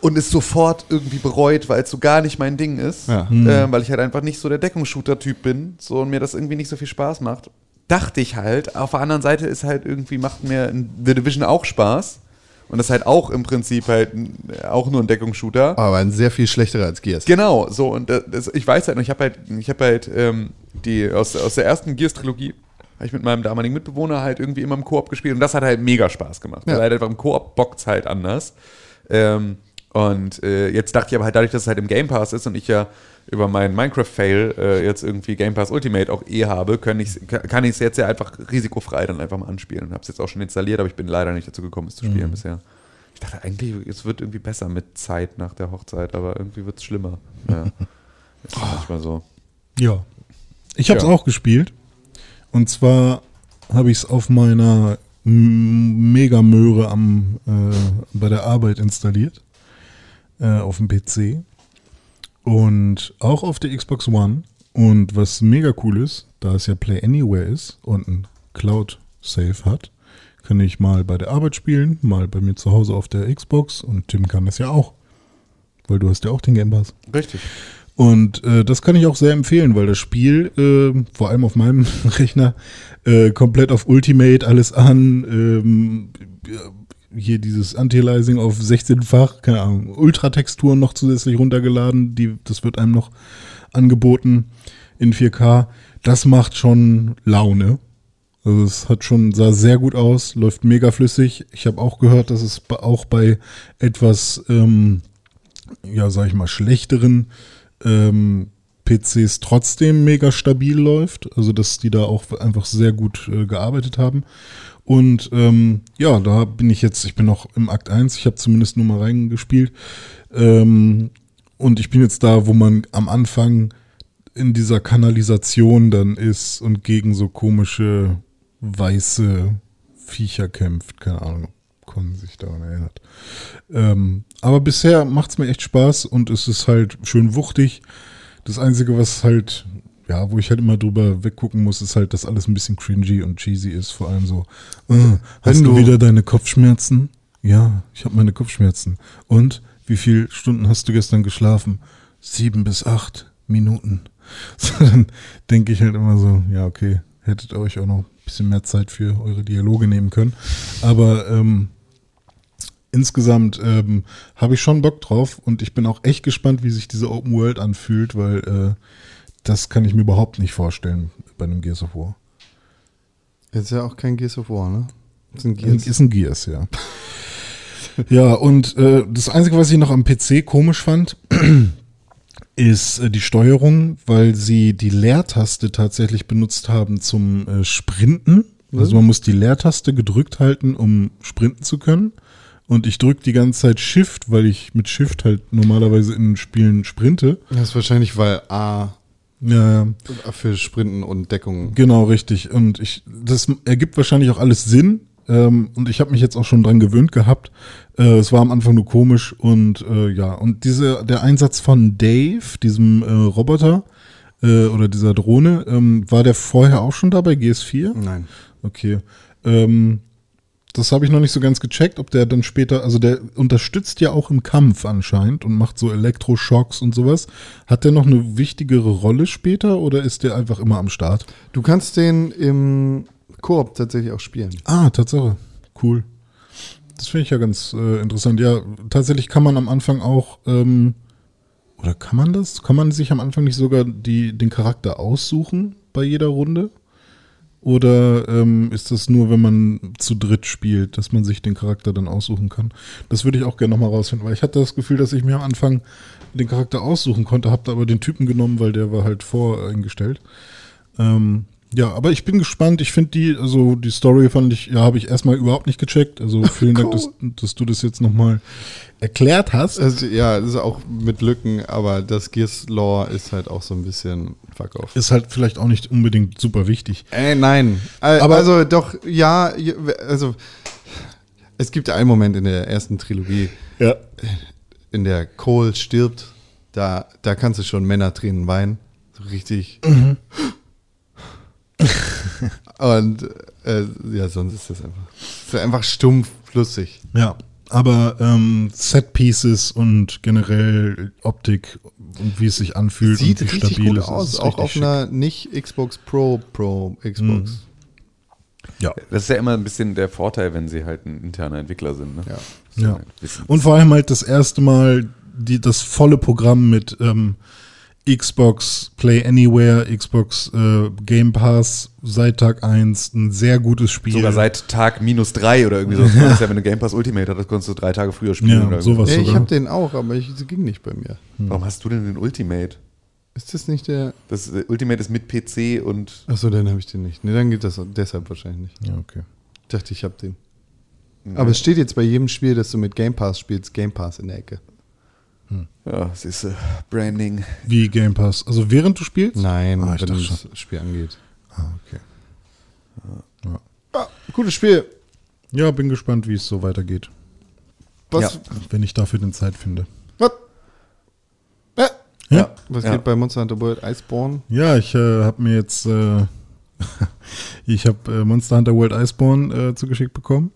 Speaker 3: Und es sofort irgendwie bereut, weil es so gar nicht mein Ding ist.
Speaker 2: Ja. Mhm.
Speaker 3: Ähm, weil ich halt einfach nicht so der Deckungsshooter-Typ bin. So und mir das irgendwie nicht so viel Spaß macht. Dachte ich halt. Auf der anderen Seite ist halt irgendwie, macht mir ein The Division auch Spaß. Und das ist halt auch im Prinzip halt ein- auch nur ein Deckungsshooter.
Speaker 2: Aber ein sehr viel schlechterer als Gears.
Speaker 3: Genau, so und das- das, ich weiß halt, noch, ich habe halt, ich habe halt ähm, die aus, aus der ersten Gears-Trilogie habe ich mit meinem damaligen Mitbewohner halt irgendwie immer im Koop gespielt und das hat halt mega Spaß gemacht.
Speaker 2: Ja.
Speaker 3: Weil halt einfach im Koop bockt's halt anders. Ähm, und äh, jetzt dachte ich aber halt dadurch, dass es halt im Game Pass ist und ich ja über meinen Minecraft-Fail äh, jetzt irgendwie Game Pass Ultimate auch eh habe, kann ich kann ich es jetzt ja einfach risikofrei dann einfach mal anspielen. Habe es jetzt auch schon installiert, aber ich bin leider nicht dazu gekommen, es zu
Speaker 2: Mhm.
Speaker 3: spielen bisher. Ich dachte eigentlich, es wird irgendwie besser mit Zeit nach der Hochzeit, aber irgendwie wird es schlimmer. Ja. Ist manchmal so.
Speaker 4: Ja. Ich habe es
Speaker 3: Ja.
Speaker 4: auch gespielt. Und zwar habe ich es auf meiner M- Mega-Möhre am, äh, bei der Arbeit installiert. Äh, auf dem PC. Und auch auf der Xbox One. Und was mega cool ist, da es ja Play Anywhere ist und ein Cloud-Save hat, kann ich mal bei der Arbeit spielen, mal bei mir zu Hause auf der Xbox. Und Tim kann das ja auch. Weil du hast ja auch den Game Pass.
Speaker 3: Richtig.
Speaker 4: Und äh, das kann ich auch sehr empfehlen, weil das Spiel, äh, vor allem auf meinem Rechner, äh, komplett auf Ultimate alles an, ähm, äh, hier dieses Anti-Aliasing auf 16-fach, keine Ahnung, Ultratexturen noch zusätzlich runtergeladen, die, das wird einem noch angeboten in 4K. Das macht schon Laune. Also es hat schon, sah sehr gut aus, läuft mega flüssig. Ich habe auch gehört, dass es bei- auch bei etwas, ähm, ja, sag ich mal, schlechteren ähm, PCs trotzdem mega stabil läuft. Also, dass die da auch einfach sehr gut äh, gearbeitet haben. Und ähm, ja, da bin ich jetzt, ich bin noch im Akt 1, ich habe zumindest nur mal reingespielt. Ähm, und ich bin jetzt da, wo man am Anfang in dieser Kanalisation dann ist und gegen so komische weiße Viecher kämpft. Keine Ahnung, ob Con sich daran erinnert. Ähm, aber bisher macht es mir echt Spaß und es ist halt schön wuchtig. Das Einzige, was halt, ja, wo ich halt immer drüber weggucken muss, ist halt, dass alles ein bisschen cringy und cheesy ist. Vor allem so, äh, hast
Speaker 2: Wenn
Speaker 4: du
Speaker 2: du-
Speaker 4: wieder deine Kopfschmerzen? Ja, ich habe meine Kopfschmerzen. Und wie viele Stunden hast du gestern geschlafen? Sieben bis acht Minuten. So, dann denke ich halt immer so, ja, okay, hättet ihr euch auch noch ein bisschen mehr Zeit für eure Dialoge nehmen können. Aber ähm, insgesamt ähm, habe ich schon Bock drauf und ich bin auch echt gespannt, wie sich diese Open World anfühlt, weil äh, das kann ich mir überhaupt nicht vorstellen bei einem Gears of War.
Speaker 2: Ist ja auch kein Gears of War, ne? Ist ein
Speaker 4: Ein- Ist ein Gears, ja. ja, und äh, das Einzige, was ich noch am PC komisch fand, ist äh, die Steuerung, weil sie die Leertaste tatsächlich benutzt haben zum äh, Sprinten. Also man muss die Leertaste gedrückt halten, um sprinten zu können. Und ich drücke die ganze Zeit Shift, weil ich mit Shift halt normalerweise in Spielen sprinte.
Speaker 2: Das ist wahrscheinlich, weil A
Speaker 4: Ja, ja.
Speaker 2: für Sprinten und Deckung.
Speaker 4: Genau, richtig. Und ich, das ergibt wahrscheinlich auch alles Sinn. Ähm, und ich habe mich jetzt auch schon dran gewöhnt gehabt. Äh, es war am Anfang nur komisch und äh, ja, und diese, der Einsatz von Dave, diesem äh, Roboter äh, oder dieser Drohne, ähm, war der vorher auch schon da bei GS4?
Speaker 2: Nein.
Speaker 4: Okay. Ähm, das habe ich noch nicht so ganz gecheckt, ob der dann später, also der unterstützt ja auch im Kampf anscheinend und macht so Elektroschocks und sowas. Hat der noch eine wichtigere Rolle später oder ist der einfach immer am Start?
Speaker 2: Du kannst den im Koop tatsächlich auch spielen.
Speaker 4: Ah, Tatsache. Cool. Das finde ich ja ganz äh, interessant. Ja, tatsächlich kann man am Anfang auch, ähm, oder kann man das? Kann man sich am Anfang nicht sogar die, den Charakter aussuchen bei jeder Runde? Oder ähm, ist das nur, wenn man zu dritt spielt, dass man sich den Charakter dann aussuchen kann? Das würde ich auch gerne nochmal rausfinden, weil ich hatte das Gefühl, dass ich mir am Anfang den Charakter aussuchen konnte, habe aber den Typen genommen, weil der war halt voreingestellt. Ähm, ja, aber ich bin gespannt. Ich finde die, also die Story fand ich, ja, habe ich erstmal überhaupt nicht gecheckt. Also vielen Dank, dass, dass du das jetzt nochmal erklärt hast.
Speaker 8: Äh,
Speaker 2: Also, ja, das ist auch mit Lücken, aber das Gears-Lore ist halt auch so ein bisschen fuck off.
Speaker 4: Ist halt vielleicht auch nicht unbedingt super wichtig.
Speaker 2: Äh, nein. Aber
Speaker 4: Aber-
Speaker 2: also doch, ja, je- also es gibt einen Moment in der ersten Trilogie,
Speaker 4: Ja.
Speaker 2: in der Cole stirbt, da, da kannst du schon Männertränen weinen. So richtig. Und äh, ja, sonst ist das einfach. Ist einfach stumpf flüssig.
Speaker 4: Ja. Aber ähm, Set Pieces und generell Optik und wie es sich anfühlt
Speaker 2: Sieht
Speaker 4: und wie
Speaker 2: richtig
Speaker 4: stabil
Speaker 2: gut
Speaker 4: es ist.
Speaker 2: aus,
Speaker 4: ist
Speaker 2: auch
Speaker 4: richtig
Speaker 2: auf einer nicht Xbox Pro Pro Xbox.
Speaker 4: schick. Ja.
Speaker 3: Das ist ja immer ein bisschen der Vorteil, wenn sie halt ein interner Entwickler sind. Ne?
Speaker 2: Ja.
Speaker 3: So
Speaker 4: Ja.
Speaker 3: ein bisschen-
Speaker 4: Und vor allem halt das erste Mal die, das volle Programm mit ähm, Xbox Play Anywhere, Xbox äh, Game Pass seit Tag 1, ein sehr gutes Spiel.
Speaker 3: Sogar seit Tag minus drei oder irgendwie so. Das ist ja, wenn du Game Pass Ultimate hattest, konntest du drei Tage früher spielen.
Speaker 4: Ja,
Speaker 3: oder
Speaker 4: sowas. Hm.
Speaker 2: Ja, ich
Speaker 4: sogar.
Speaker 2: habe den auch, aber ich, sie ging nicht bei mir.
Speaker 3: irgendwie. Warum hast du denn den Ultimate?
Speaker 2: Ist das nicht der
Speaker 3: Das äh, Ultimate ist mit PC und
Speaker 2: Achso, dann habe ich den nicht. Ne, dann geht das deshalb wahrscheinlich nicht.
Speaker 4: Ja, okay.
Speaker 2: Ich dachte, ich habe den. Aber es steht jetzt bei jedem Spiel, dass du mit Game Pass spielst, Game Pass in der Ecke.
Speaker 3: ja, es ist äh, Branding.
Speaker 4: Wie Game Pass. Also während du spielst?
Speaker 2: Nein,
Speaker 4: Ah, ich
Speaker 2: wenn
Speaker 4: dachte
Speaker 2: das Spiel angeht.
Speaker 4: Ah, okay.
Speaker 2: Ah, gutes Spiel.
Speaker 4: Ja, bin gespannt, wie es so weitergeht.
Speaker 2: Was?
Speaker 3: Ja.
Speaker 4: Wenn ich dafür den Zeit finde.
Speaker 2: Was? Hä?
Speaker 4: Ja.
Speaker 2: Was
Speaker 3: Ja.
Speaker 2: geht bei Monster Hunter World Iceborne?
Speaker 4: Ja, ich äh, habe mir jetzt äh, ich habe äh, Monster Hunter World Iceborne äh, zugeschickt bekommen.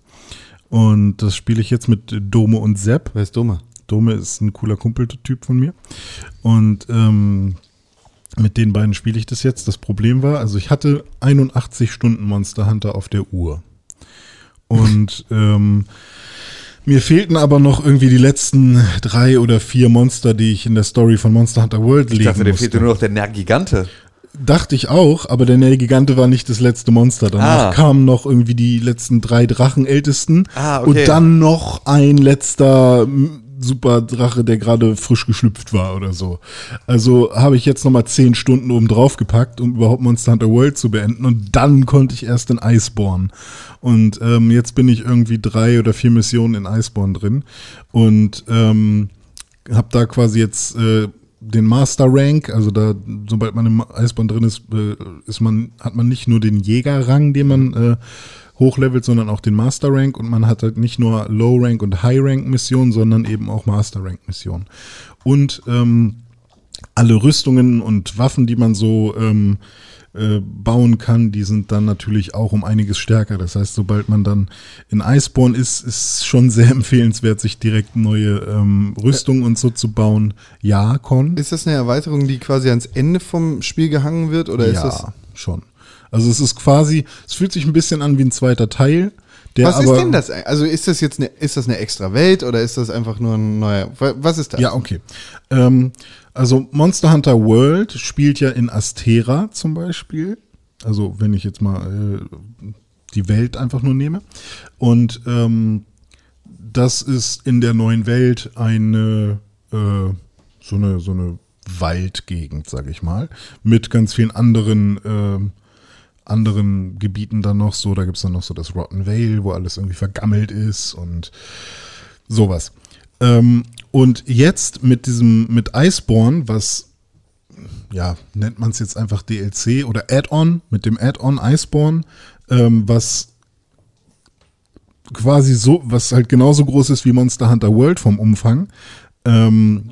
Speaker 4: Und das spiele ich jetzt mit Dome und Sepp.
Speaker 2: Wer ist dummer?
Speaker 4: Dome ist ein cooler Kumpeltyp von mir. Und ähm, mit den beiden spiele ich das jetzt. Das Problem war, also ich hatte 81 Stunden Monster Hunter auf der Uhr. Und ähm, mir fehlten aber noch irgendwie die letzten drei oder vier Monster, die ich in der Story von Monster Hunter World legen
Speaker 3: Ich dachte, dir
Speaker 4: musste.
Speaker 3: fehlte nur noch der Nergigante.
Speaker 4: Dachte ich auch, aber der Nergigante war nicht das letzte Monster. Danach
Speaker 3: Ah.
Speaker 4: kamen noch irgendwie die letzten drei Drachenältesten.
Speaker 3: Ah, okay.
Speaker 4: Und dann noch ein letzter mm, Superdrache, der gerade frisch geschlüpft war oder so. Also habe ich jetzt nochmal zehn Stunden oben drauf gepackt, um überhaupt Monster Hunter World zu beenden. Und dann konnte ich erst in Iceborne. Und ähm, jetzt bin ich irgendwie drei oder vier Missionen in Iceborne drin. Und ähm, habe da quasi jetzt äh, den Master Rank, also da, sobald man im Eisbahn drin ist, äh, ist man, hat man nicht nur den Jägerrang, den man äh, hochlevelt, sondern auch den Master Rank und man hat halt nicht nur Low Rank und High Rank Missionen, sondern eben auch Master Rank Missionen. Und ähm, alle Rüstungen und Waffen, die man so ähm, äh, bauen kann, die sind dann natürlich auch um einiges stärker. Das heißt, sobald man dann in Eisborn ist, ist schon sehr empfehlenswert, sich direkt neue ähm, Rüstungen und so zu bauen. Ja, Con?
Speaker 2: Ist das eine Erweiterung, die quasi ans Ende vom Spiel gehangen wird? Oder ist
Speaker 4: ja,
Speaker 2: das.
Speaker 4: schon. Also es ist quasi, es fühlt sich ein bisschen an wie ein zweiter Teil. Der
Speaker 2: Was
Speaker 4: aber,
Speaker 2: ist denn das? Also ist das jetzt eine, ist das eine extra Welt oder ist das einfach nur ein neuer. wa- Was ist das?
Speaker 4: Ja, okay. Ähm, also Monster Hunter World spielt ja in Astera zum Beispiel. Also wenn ich jetzt mal äh, die Welt einfach nur nehme. Und ähm, das ist in der neuen Welt eine äh, so eine so eine Waldgegend, sage ich mal, mit ganz vielen anderen ähm, anderen Gebieten dann noch so. Da gibt's dann noch so das Rotten Vale, wo alles irgendwie vergammelt ist und sowas. Ähm, und jetzt mit diesem, mit Iceborne, was, ja, nennt man es jetzt einfach DLC oder Add-on, mit dem Add-on Iceborne, ähm, was quasi so, was halt genauso groß ist wie Monster Hunter World vom Umfang, ähm,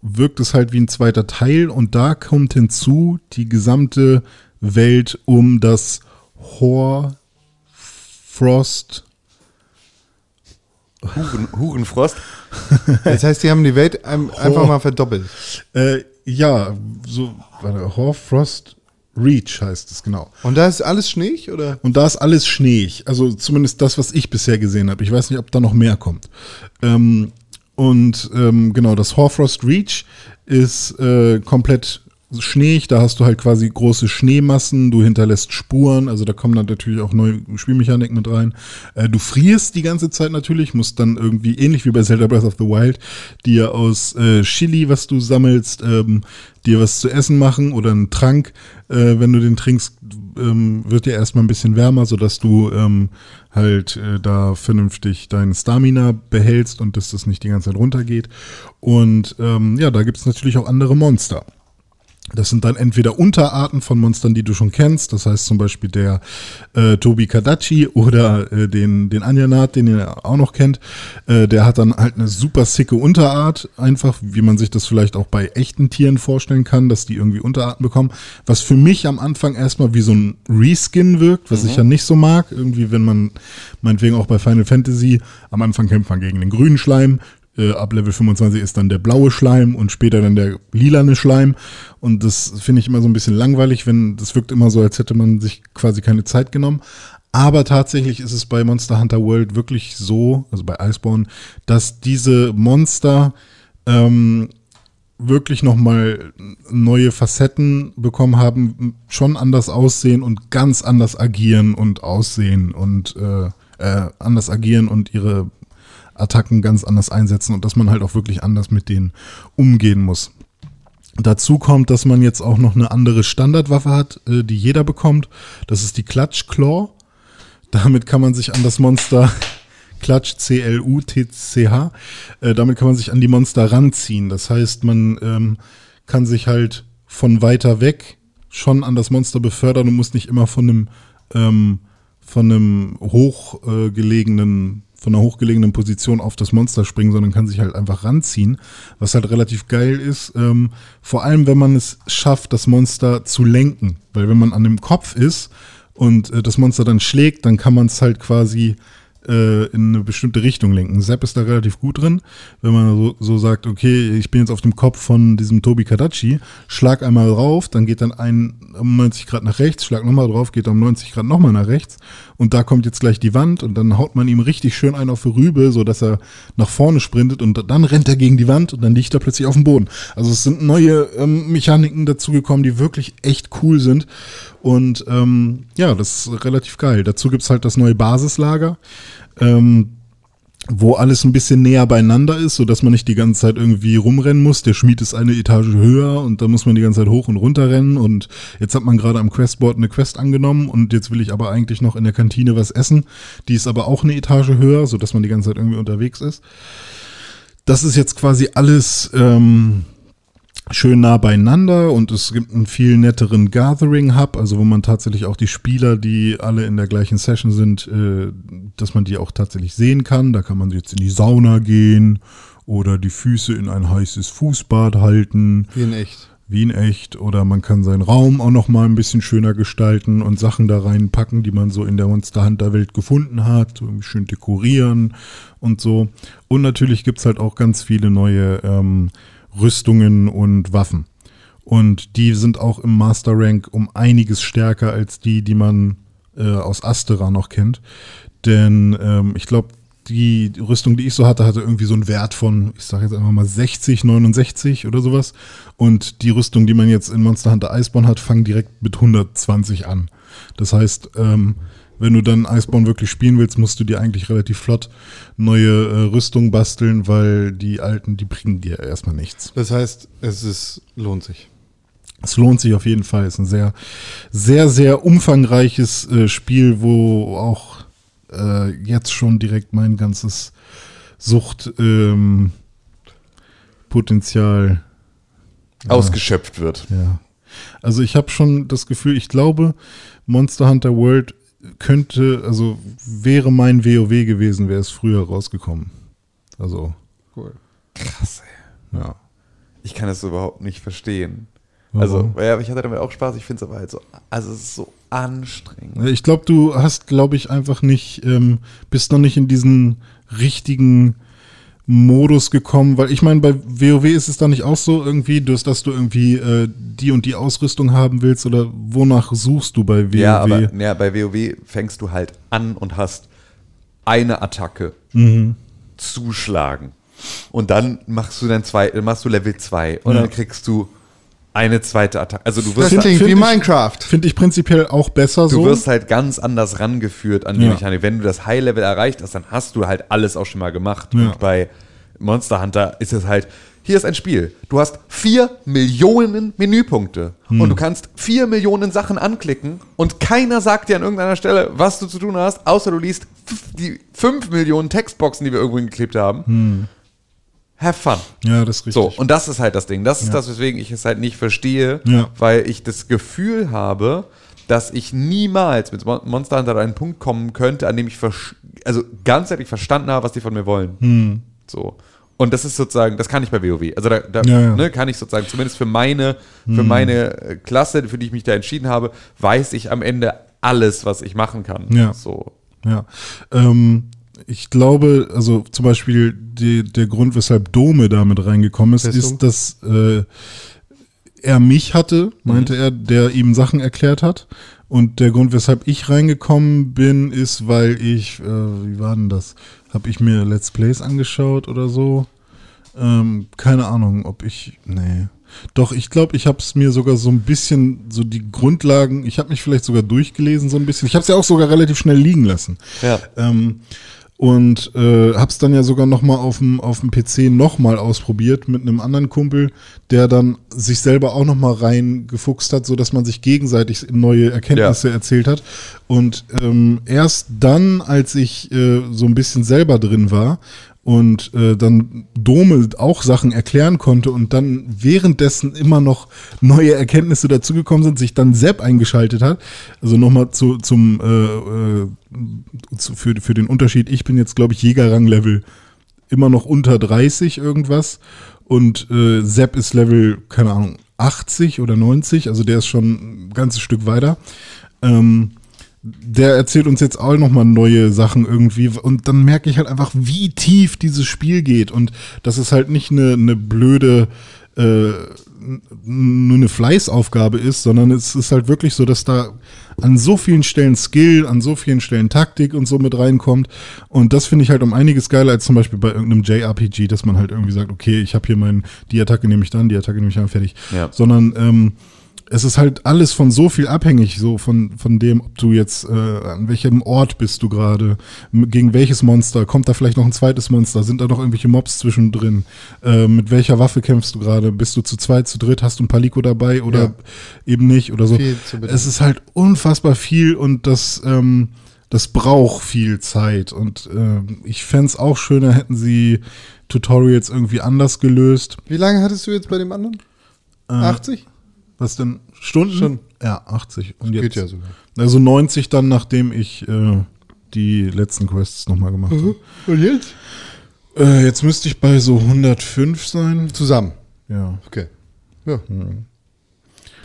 Speaker 4: wirkt es halt wie ein zweiter Teil und da kommt hinzu die gesamte Welt um das Hoar Frost
Speaker 3: Huren, Hurenfrost.
Speaker 2: Das heißt, die haben die Welt ein, einfach mal verdoppelt.
Speaker 4: Äh, ja, so, warte, Horfrost Reach heißt es, genau.
Speaker 2: Und da ist alles schneeig oder?
Speaker 4: Und da ist alles schneeig. Also zumindest das, was ich bisher gesehen habe. Ich weiß nicht, ob da noch mehr kommt. Ähm, und ähm, genau, das Horfrost Reach ist äh, komplett schneeig. Da hast du halt quasi große Schneemassen. Du hinterlässt Spuren. Also da kommen dann natürlich auch neue Spielmechaniken mit rein. Äh, du frierst die ganze Zeit natürlich. Musst dann irgendwie, ähnlich wie bei Zelda Breath of the Wild, dir aus äh, Chili, was du sammelst, ähm, dir was zu essen machen oder einen Trank. Äh, wenn du den trinkst, ähm, wird dir erstmal ein bisschen wärmer, sodass du ähm, halt äh, da vernünftig deinen Stamina behältst und dass das nicht die ganze Zeit runtergeht. Und ähm, ja, da gibt es natürlich auch andere Monster. Das sind dann entweder Unterarten von Monstern, die du schon kennst, das heißt zum Beispiel der äh, Tobi Kadachi oder äh, den, den Anjanat, den ihr auch noch kennt. Äh, der hat dann halt eine super sicke Unterart, einfach wie man sich das vielleicht auch bei echten Tieren vorstellen kann, dass die irgendwie Unterarten bekommen. Was für mich am Anfang erstmal wie so ein Reskin wirkt, was ich ja nicht so mag. Irgendwie, wenn man meinetwegen auch bei Final Fantasy am Anfang kämpft man gegen den grünen Schleim, äh, ab Level 25 ist dann der blaue Schleim und später dann der lilane Schleim. Und das finde ich immer so ein bisschen langweilig, wenn das wirkt immer so, als hätte man sich quasi keine Zeit genommen. Aber tatsächlich ist es bei Monster Hunter World wirklich so, also bei Iceborne, dass diese Monster ähm, wirklich nochmal neue Facetten bekommen haben, schon anders aussehen und ganz anders agieren und aussehen und äh, äh, anders agieren und ihre Attacken ganz anders einsetzen und dass man halt auch wirklich anders mit denen umgehen muss. Dazu kommt, dass man jetzt auch noch eine andere Standardwaffe hat, äh, die jeder bekommt. Das ist die Klatschklaw. Damit kann man sich an das Monster Klatsch C-L-U-T-C-H. Äh, damit kann man sich an die Monster ranziehen. Das heißt, man ähm, kann sich halt von weiter weg schon an das Monster befördern und muss nicht immer von einem ähm, von einem hochgelegenen äh, gelegenen- von einer hochgelegenen Position auf das Monster springen, sondern kann sich halt einfach ranziehen, was halt relativ geil ist. Ähm, vor allem, wenn man es schafft, das Monster zu lenken, weil wenn man an dem Kopf ist und äh, das Monster dann schlägt, dann kann man es halt quasi äh, in eine bestimmte Richtung lenken. Sepp ist da relativ gut drin, wenn man so, so sagt, okay, ich bin jetzt auf dem Kopf von diesem Tobi Kadachi, schlag einmal drauf, dann geht dann ein um 90 Grad nach rechts, schlag nochmal drauf, geht um 90 Grad nochmal nach rechts und da kommt jetzt gleich die Wand und dann haut man ihm richtig schön einen auf die Rübe, sodass er nach vorne sprintet und dann rennt er gegen die Wand und dann liegt er plötzlich auf dem Boden. Also es sind neue ähm, Mechaniken dazugekommen, die wirklich echt cool sind und ähm, ja, das ist relativ geil. Dazu gibt's halt das neue Basislager ähm, wo alles ein bisschen näher beieinander ist, sodass man nicht die ganze Zeit irgendwie rumrennen muss. Der Schmied ist eine Etage höher und da muss man die ganze Zeit hoch und runter rennen. Und jetzt hat man gerade am Questboard eine Quest angenommen und jetzt will ich aber eigentlich noch in der Kantine was essen. Die ist aber auch eine Etage höher, sodass man die ganze Zeit irgendwie unterwegs ist. Das ist jetzt quasi alles ähm, schön nah beieinander und es gibt einen viel netteren Gathering-Hub, also wo man tatsächlich auch die Spieler, die alle in der gleichen Session sind, äh, dass man die auch tatsächlich sehen kann. Da kann man jetzt in die Sauna gehen oder die Füße in ein heißes Fußbad halten
Speaker 2: Wie in echt.
Speaker 4: wie in echt oder man kann seinen Raum auch noch mal ein bisschen schöner gestalten und Sachen da reinpacken, die man so in der Monster Hunter Welt gefunden hat, so irgendwie schön dekorieren und so. Und natürlich gibt's halt auch ganz viele neue ähm, Rüstungen und Waffen. Und die sind auch im Master Rank um einiges stärker als die, die man äh, aus Astera noch kennt. Denn ähm, ich glaube, die Rüstung, die ich so hatte, hatte irgendwie so einen Wert von, ich sage jetzt einfach mal 60, 69 oder sowas. Und die Rüstung, die man jetzt in Monster Hunter Iceborne hat, fangen direkt mit 120 an. Das heißt, ähm, wenn du dann Iceborne wirklich spielen willst, musst du dir eigentlich relativ flott neue äh, Rüstung basteln, weil die alten, die bringen dir erstmal nichts.
Speaker 2: Das heißt, es ist, lohnt sich.
Speaker 4: Es lohnt sich auf jeden Fall. Es ist ein sehr, sehr, sehr umfangreiches äh, Spiel, wo auch äh, jetzt schon direkt mein ganzes Suchtpotenzial ähm, Potenzial
Speaker 3: Ausgeschöpft wird.
Speaker 4: ja. Also ich habe schon das Gefühl, ich glaube, Monster Hunter World könnte, also wäre mein WoW gewesen, wäre es früher rausgekommen. Also,
Speaker 2: Cool.
Speaker 4: ja.
Speaker 3: Ich kann das überhaupt nicht verstehen.
Speaker 4: Warum?
Speaker 3: Also, ja, ich hatte damit auch Spaß, ich finde es aber halt so, also es ist so anstrengend.
Speaker 4: Ne, Ich glaube, du hast, glaube ich, einfach nicht, ähm, bist noch nicht in diesen richtigen Modus gekommen, weil ich meine, bei WoW ist es da nicht auch so irgendwie, dass, dass du irgendwie äh, die und die Ausrüstung haben willst oder wonach suchst du bei WoW?
Speaker 3: Ja, aber ja, bei WoW fängst du halt an und hast eine Attacke
Speaker 4: Mhm.
Speaker 3: zuschlagen. Und dann machst du dann zwei, machst du Level 2 und dann kriegst du eine zweite Attacke. Also du
Speaker 2: Das
Speaker 3: wirst,
Speaker 2: klingt wie
Speaker 4: ich-
Speaker 2: Minecraft.
Speaker 4: Finde ich prinzipiell auch besser
Speaker 3: du
Speaker 4: so.
Speaker 3: wirst halt ganz anders rangeführt an die
Speaker 4: Ja.
Speaker 3: Mechanik. Wenn du das High-Level erreicht hast, dann hast du halt alles auch schon mal gemacht.
Speaker 4: Ja.
Speaker 3: Und bei Monster Hunter ist es halt, hier ist ein Spiel. Du hast vier Millionen Menüpunkte
Speaker 4: Hm.
Speaker 3: und du kannst vier Millionen Sachen anklicken und keiner sagt dir an irgendeiner Stelle, was du zu tun hast, außer du liest f- die fünf Millionen Textboxen, die wir irgendwo geklebt haben.
Speaker 4: Hm.
Speaker 3: Have fun.
Speaker 4: ja, das ist richtig.
Speaker 3: So, und das ist halt das Ding. Das ist das, weswegen ich es halt nicht verstehe,
Speaker 4: Ja.
Speaker 3: weil ich das Gefühl habe, dass ich niemals mit Mon- Monster Hunter an einen Punkt kommen könnte, an dem ich versch- also ganzheitlich verstanden habe, was die von mir wollen.
Speaker 4: Hm.
Speaker 3: So. Und das ist sozusagen, das kann ich bei WoW. Also da, da
Speaker 4: Ja, ja. Hm.
Speaker 3: Ne, kann ich sozusagen, zumindest für meine, für meine äh, Klasse, für die ich mich da entschieden habe, weiß ich am Ende alles, was ich machen kann.
Speaker 4: Ja.
Speaker 3: So.
Speaker 4: Ja. Ähm, ich glaube, also zum Beispiel die, der Grund, weshalb Dome damit reingekommen ist,
Speaker 2: Festung.
Speaker 4: ist, dass äh, er mich hatte, meinte er, der ihm Sachen erklärt hat. Und der Grund, weshalb ich reingekommen bin, ist, weil ich, äh, wie war denn das? Habe ich mir Let's Plays angeschaut oder so? Ähm, keine Ahnung, ob ich. Nee. Doch, ich glaube, ich habe es mir sogar so ein bisschen, so die Grundlagen, ich habe mich vielleicht sogar durchgelesen, so ein bisschen. Ich habe es ja auch sogar relativ schnell liegen lassen.
Speaker 3: Ja.
Speaker 4: Ähm, und äh, hab's dann ja sogar nochmal auf dem auf dem PC nochmal ausprobiert mit einem anderen Kumpel, der dann sich selber auch nochmal reingefuchst hat, so dass man sich gegenseitig neue Erkenntnisse erzählt hat. Und ähm, erst dann, als ich äh, so ein bisschen selber drin war und äh, dann Dome auch Sachen erklären konnte und dann währenddessen immer noch neue Erkenntnisse dazugekommen sind, sich dann Sepp eingeschaltet hat. Also nochmal zu, zum äh, äh, zu, für, für den Unterschied. Ich bin jetzt, glaube ich, Jägerrang-Level immer noch unter 30 irgendwas. Und äh, Sepp ist Level, keine Ahnung, 80 oder 90. Also der ist schon ein ganzes Stück weiter. Ähm, der erzählt uns jetzt auch nochmal neue Sachen irgendwie. Und dann merke ich halt einfach, wie tief dieses Spiel geht. Und das ist halt nicht eine, eine blöde äh, nur eine Fleißaufgabe ist, sondern es ist halt wirklich so, dass da an so vielen Stellen Skill, an so vielen Stellen Taktik und so mit reinkommt. Und das finde ich halt um einiges geiler als zum Beispiel bei irgendeinem JRPG, dass man halt irgendwie sagt, okay, ich habe hier meinen, die Attacke nehme ich dann, die Attacke nehme ich dann, fertig.
Speaker 3: Ja.
Speaker 4: Sondern ähm, es ist halt alles von so viel abhängig, so von, von dem, ob du jetzt, äh, an welchem Ort bist du gerade, m- gegen welches Monster, kommt da vielleicht noch ein zweites Monster, sind da noch irgendwelche Mobs zwischendrin, äh, mit welcher Waffe kämpfst du gerade, bist du zu zweit, zu dritt, hast du ein Palico dabei oder
Speaker 2: Ja.
Speaker 4: eben nicht oder so.
Speaker 2: Viel zu bedenken.
Speaker 4: es ist halt unfassbar viel und das, ähm, das braucht viel Zeit und ähm, ich fänd's auch schöner, hätten sie Tutorials irgendwie anders gelöst.
Speaker 2: Wie lange hattest du jetzt bei dem anderen? 80?
Speaker 4: Was denn? Stunden?
Speaker 2: Stunden.
Speaker 4: Ja, 80. Und
Speaker 2: geht
Speaker 4: jetzt,
Speaker 2: ja sogar.
Speaker 4: Also 90 dann, nachdem ich äh, die letzten Quests nochmal gemacht
Speaker 2: Mhm. Und jetzt?
Speaker 4: habe. Äh, jetzt müsste ich bei so 105 sein.
Speaker 2: Zusammen.
Speaker 4: Ja.
Speaker 2: Okay. Ja. Bin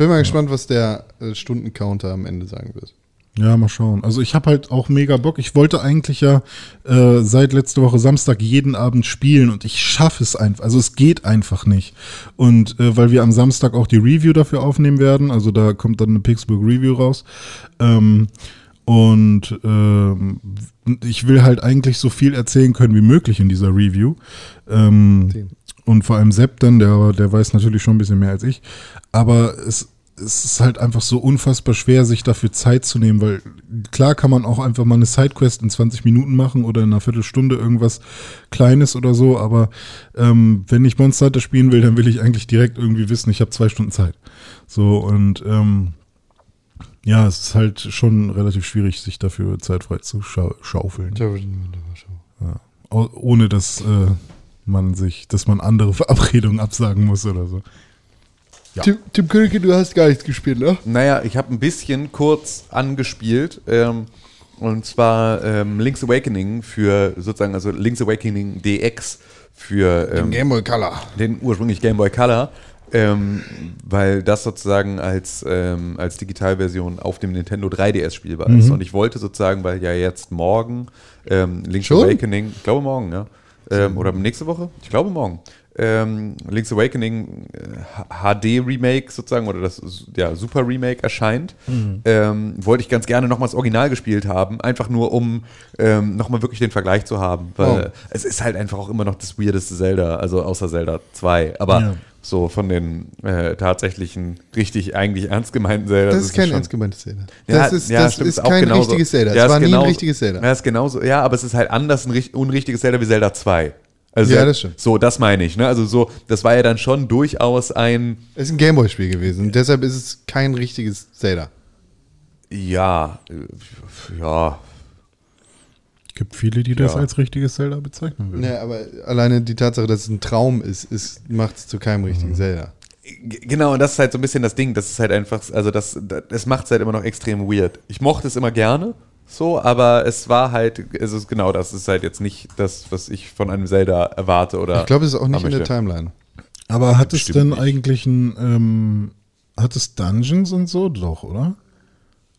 Speaker 2: mal gespannt, was der äh, Stundencounter am Ende sagen wird.
Speaker 4: Ja, mal schauen. Also ich habe halt auch mega Bock. Ich wollte eigentlich ja äh, seit letzte Woche Samstag jeden Abend spielen und ich schaffe es einfach. Also es geht einfach nicht. Und äh, weil wir am Samstag auch die Review dafür aufnehmen werden, also da kommt dann eine Pixburg Review raus. Ähm, und ähm, und ich will halt eigentlich so viel erzählen können wie möglich in dieser Review. Ähm, und vor allem Sepp dann, der, der weiß natürlich schon ein bisschen mehr als ich. Aber es, es ist halt einfach so unfassbar schwer, sich dafür Zeit zu nehmen, weil klar kann man auch einfach mal eine Sidequest in 20 Minuten machen oder in einer Viertelstunde irgendwas Kleines oder so. Aber ähm, wenn ich Monster Hunter spielen will, dann will ich eigentlich direkt irgendwie wissen, ich habe zwei Stunden Zeit. So und ähm, ja, es ist halt schon relativ schwierig, sich dafür Zeit frei zu schau schaufeln. Au- ohne dass äh, man sich, dass man andere Verabredungen absagen muss oder so.
Speaker 2: Tim, Tim Königke, du hast gar nichts gespielt, ne?
Speaker 3: Naja, ich habe ein bisschen kurz angespielt. Ähm, und zwar ähm, Link's Awakening für sozusagen, also Link's Awakening DX für ähm,
Speaker 2: Boy Color.
Speaker 3: den ursprünglich Game Boy Color, ähm, weil das sozusagen als, ähm, als Digitalversion auf dem Nintendo 3DS spielbar ist. Und ich wollte sozusagen, weil ja jetzt morgen ähm, Link's
Speaker 2: Schon?
Speaker 3: Awakening, ich glaube morgen, ja. Ähm, oder nächste Woche? Ich glaube morgen. Ähm, Link's Awakening äh, HD Remake sozusagen oder das ja, Super Remake erscheint,
Speaker 2: Mhm.
Speaker 3: ähm, wollte ich ganz gerne nochmal das Original gespielt haben, einfach nur um ähm, nochmal wirklich den Vergleich zu haben, weil
Speaker 2: Oh.
Speaker 3: es ist halt einfach auch immer noch das weirdeste Zelda, also außer Zelda 2. Aber
Speaker 4: Ja.
Speaker 3: so von den äh, tatsächlichen, richtig eigentlich ernst gemeinten Zelda.
Speaker 2: Das, ist kein ernst gemeintes Zelda.
Speaker 3: Ja,
Speaker 2: Das ist,
Speaker 3: ja,
Speaker 2: das
Speaker 3: stimmt,
Speaker 2: ist
Speaker 3: auch
Speaker 2: kein
Speaker 3: genauso.
Speaker 2: richtiges Zelda.
Speaker 3: Ja,
Speaker 2: es war
Speaker 3: ist
Speaker 2: nie ein
Speaker 3: genauso-
Speaker 2: richtiges Zelda.
Speaker 3: Ja, ist genauso. Ja, aber es ist halt anders ein richt- unrichtiges Zelda wie Zelda 2. Also
Speaker 2: Ja,
Speaker 3: Zelda-
Speaker 2: das stimmt.
Speaker 3: So, das meine ich. Ne? Also so, das war ja dann schon durchaus ein,
Speaker 2: Es ist ein Gameboy-Spiel gewesen. Deshalb ist es kein richtiges Zelda.
Speaker 3: ja, äh, ja,
Speaker 4: gibt viele, die das
Speaker 3: Ja.
Speaker 4: als richtiges Zelda bezeichnen würden.
Speaker 2: Ja, aber alleine die Tatsache, dass es ein Traum ist, ist macht es zu keinem richtigen Zelda.
Speaker 3: G- Genau, und das ist halt so ein bisschen das Ding. Das ist halt einfach, also das, das, das macht es halt immer noch extrem weird. Ich mochte es immer gerne, so, aber es war halt, es ist genau das, es ist halt jetzt nicht das, was ich von einem Zelda erwarte oder.
Speaker 2: Ich glaube, es ist auch nicht in der
Speaker 3: möchte.
Speaker 2: Timeline.
Speaker 4: Aber hat es
Speaker 3: Stimmt
Speaker 4: denn
Speaker 3: nicht.
Speaker 4: eigentlich ein, ähm, hat es Dungeons und so? Doch, oder?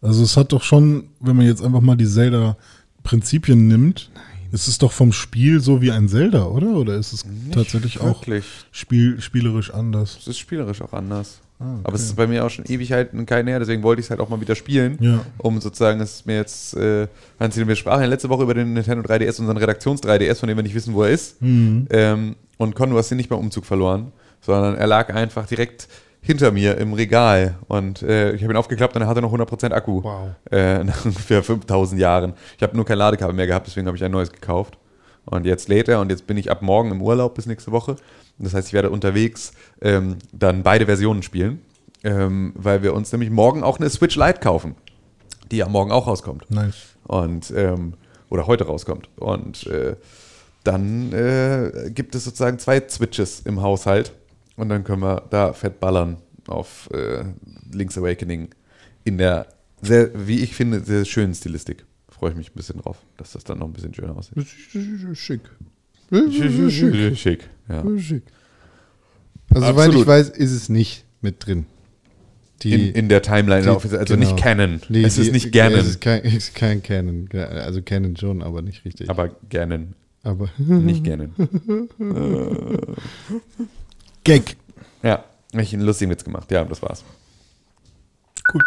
Speaker 4: Also es hat doch schon, wenn man jetzt einfach mal die Zelda-Prinzipien nimmt, ist es doch vom Spiel so wie ein Zelda, oder? Oder ist es tatsächlich auch
Speaker 3: wirklich.
Speaker 4: spiel, spielerisch anders?
Speaker 3: Es ist spielerisch auch anders.
Speaker 2: Ah,
Speaker 3: Aber es ist bei mir auch schon ewig halt ein kein her, deswegen wollte ich es halt auch mal wieder spielen.
Speaker 4: Ja.
Speaker 3: Um sozusagen, es ist mir jetzt, äh, Hans, wir sprachen ja letzte Woche über den Nintendo 3DS, unseren Redaktions-3DS, von dem wir nicht wissen, wo er ist. Ähm, und Con, du hast ihn nicht beim Umzug verloren, sondern er lag einfach direkt hinter mir im Regal. Und äh, ich habe ihn aufgeklappt und er hatte noch 100% Akku.
Speaker 2: Wow.
Speaker 3: Äh, nach ungefähr 5000 Jahren. Ich habe nur kein Ladekabel mehr gehabt, deswegen habe ich ein neues gekauft. Und jetzt lädt er und jetzt bin ich ab morgen im Urlaub bis nächste Woche. Das heißt, ich werde unterwegs ähm, dann beide Versionen spielen, ähm, weil wir uns nämlich morgen auch eine Switch Lite kaufen, die ja morgen auch rauskommt.
Speaker 4: Nice.
Speaker 3: Und, ähm, oder heute rauskommt. Und äh, dann äh, gibt es sozusagen zwei Switches im Haushalt und dann können wir da fett ballern auf äh, Link's Awakening in der, sehr, wie ich finde, sehr schönen Stilistik. Freue ich mich ein bisschen drauf, dass das dann noch ein bisschen schöner aussieht.
Speaker 2: Schick.
Speaker 3: Schick. Ja.
Speaker 2: Schick. Also, soweit ich
Speaker 3: Absolut.
Speaker 2: weiß, ist es nicht mit drin. Die,
Speaker 3: In, in der Timeline
Speaker 2: die-
Speaker 3: laufen. Also nicht
Speaker 2: genau.
Speaker 3: Canon.
Speaker 2: Nee,
Speaker 3: es ist
Speaker 2: die-
Speaker 3: nicht Ganon.
Speaker 2: Es ist kein, es ist kein Canon. Also Canon schon, aber nicht richtig.
Speaker 3: aber Ganon.
Speaker 2: aber Genau,
Speaker 3: Nicht Ganon.
Speaker 4: Gag.
Speaker 3: Ja, hab ich einen lustigen Witz gemacht. Ja, das war's.
Speaker 4: Cool.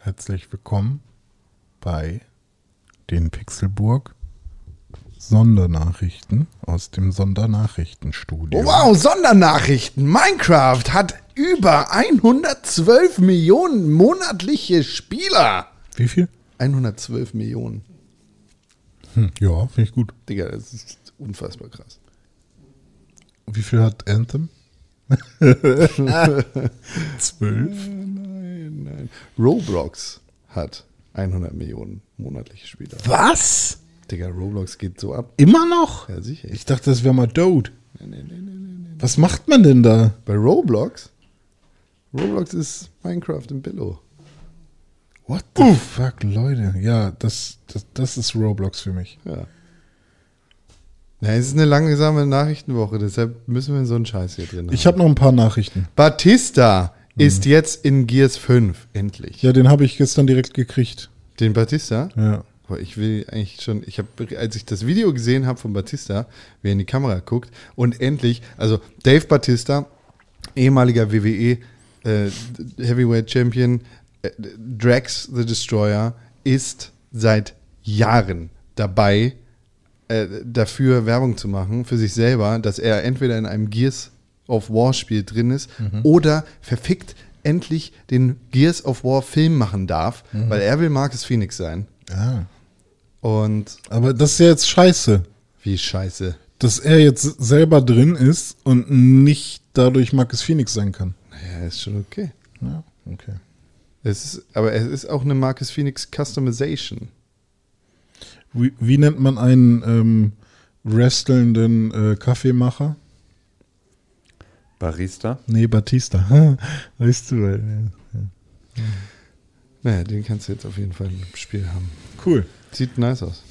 Speaker 4: Herzlich willkommen bei den Pixelburg Sondernachrichten aus dem Sondernachrichtenstudio.
Speaker 2: Wow, Sondernachrichten. Minecraft hat über 112 Millionen monatliche Spieler.
Speaker 4: Wie viel?
Speaker 2: 112 Millionen.
Speaker 4: Hm, ja, finde ich gut.
Speaker 2: Digga, das ist unfassbar krass.
Speaker 4: Wie viel hat Anthem? Zwölf.
Speaker 2: Nein, nein. Roblox hat 100 Millionen monatliche Spieler.
Speaker 4: Was?
Speaker 2: Digga, Roblox geht so ab.
Speaker 4: Immer noch?
Speaker 2: Ja, sicher.
Speaker 4: Ich dachte, das wäre mal Dode.
Speaker 2: Nee, nee, nee, nee, nee.
Speaker 4: Was macht man denn da?
Speaker 2: Bei Roblox? Roblox ist Minecraft im Billo.
Speaker 4: What the fuck, Leute? Ja, das, das, das ist Roblox für mich.
Speaker 2: Ja.
Speaker 8: Na, es ist eine langsame Nachrichtenwoche, deshalb müssen wir so einen Scheiß hier drin haben.
Speaker 4: Ich habe noch ein paar Nachrichten.
Speaker 8: Batista ist jetzt in Gears 5, endlich.
Speaker 4: Ja, den habe ich gestern direkt gekriegt.
Speaker 8: Den Batista?
Speaker 4: Ja.
Speaker 8: Boah, ich will eigentlich schon, ich habe, als ich das Video gesehen habe von Batista, wie er in die Kamera guckt und endlich, also Dave Batista, ehemaliger WWE äh, Heavyweight Champion, äh, Drax the Destroyer, ist seit Jahren dabei, äh, dafür Werbung zu machen, für sich selber, dass er entweder in einem Gears of War Spiel drin ist oder verfickt endlich den Gears of War Film machen darf, weil er will Marcus Phoenix sein.
Speaker 4: ja.
Speaker 8: Und
Speaker 4: Aber das ist ja jetzt scheiße,
Speaker 8: wie scheiße.
Speaker 4: dass er jetzt selber drin ist und nicht dadurch Marcus Phoenix sein kann.
Speaker 8: Naja, ist schon okay.
Speaker 4: Ja, okay.
Speaker 8: Es ist, aber es ist auch eine Marcus Phoenix Customization.
Speaker 4: Wie, wie nennt man einen ähm, wrestlenden äh, Kaffeemacher?
Speaker 3: Barista.
Speaker 4: Nee, Batista. weißt du, weil,
Speaker 8: Naja, den kannst du jetzt auf jeden Fall im Spiel haben.
Speaker 4: ja. Cool.
Speaker 8: Sieht nice aus.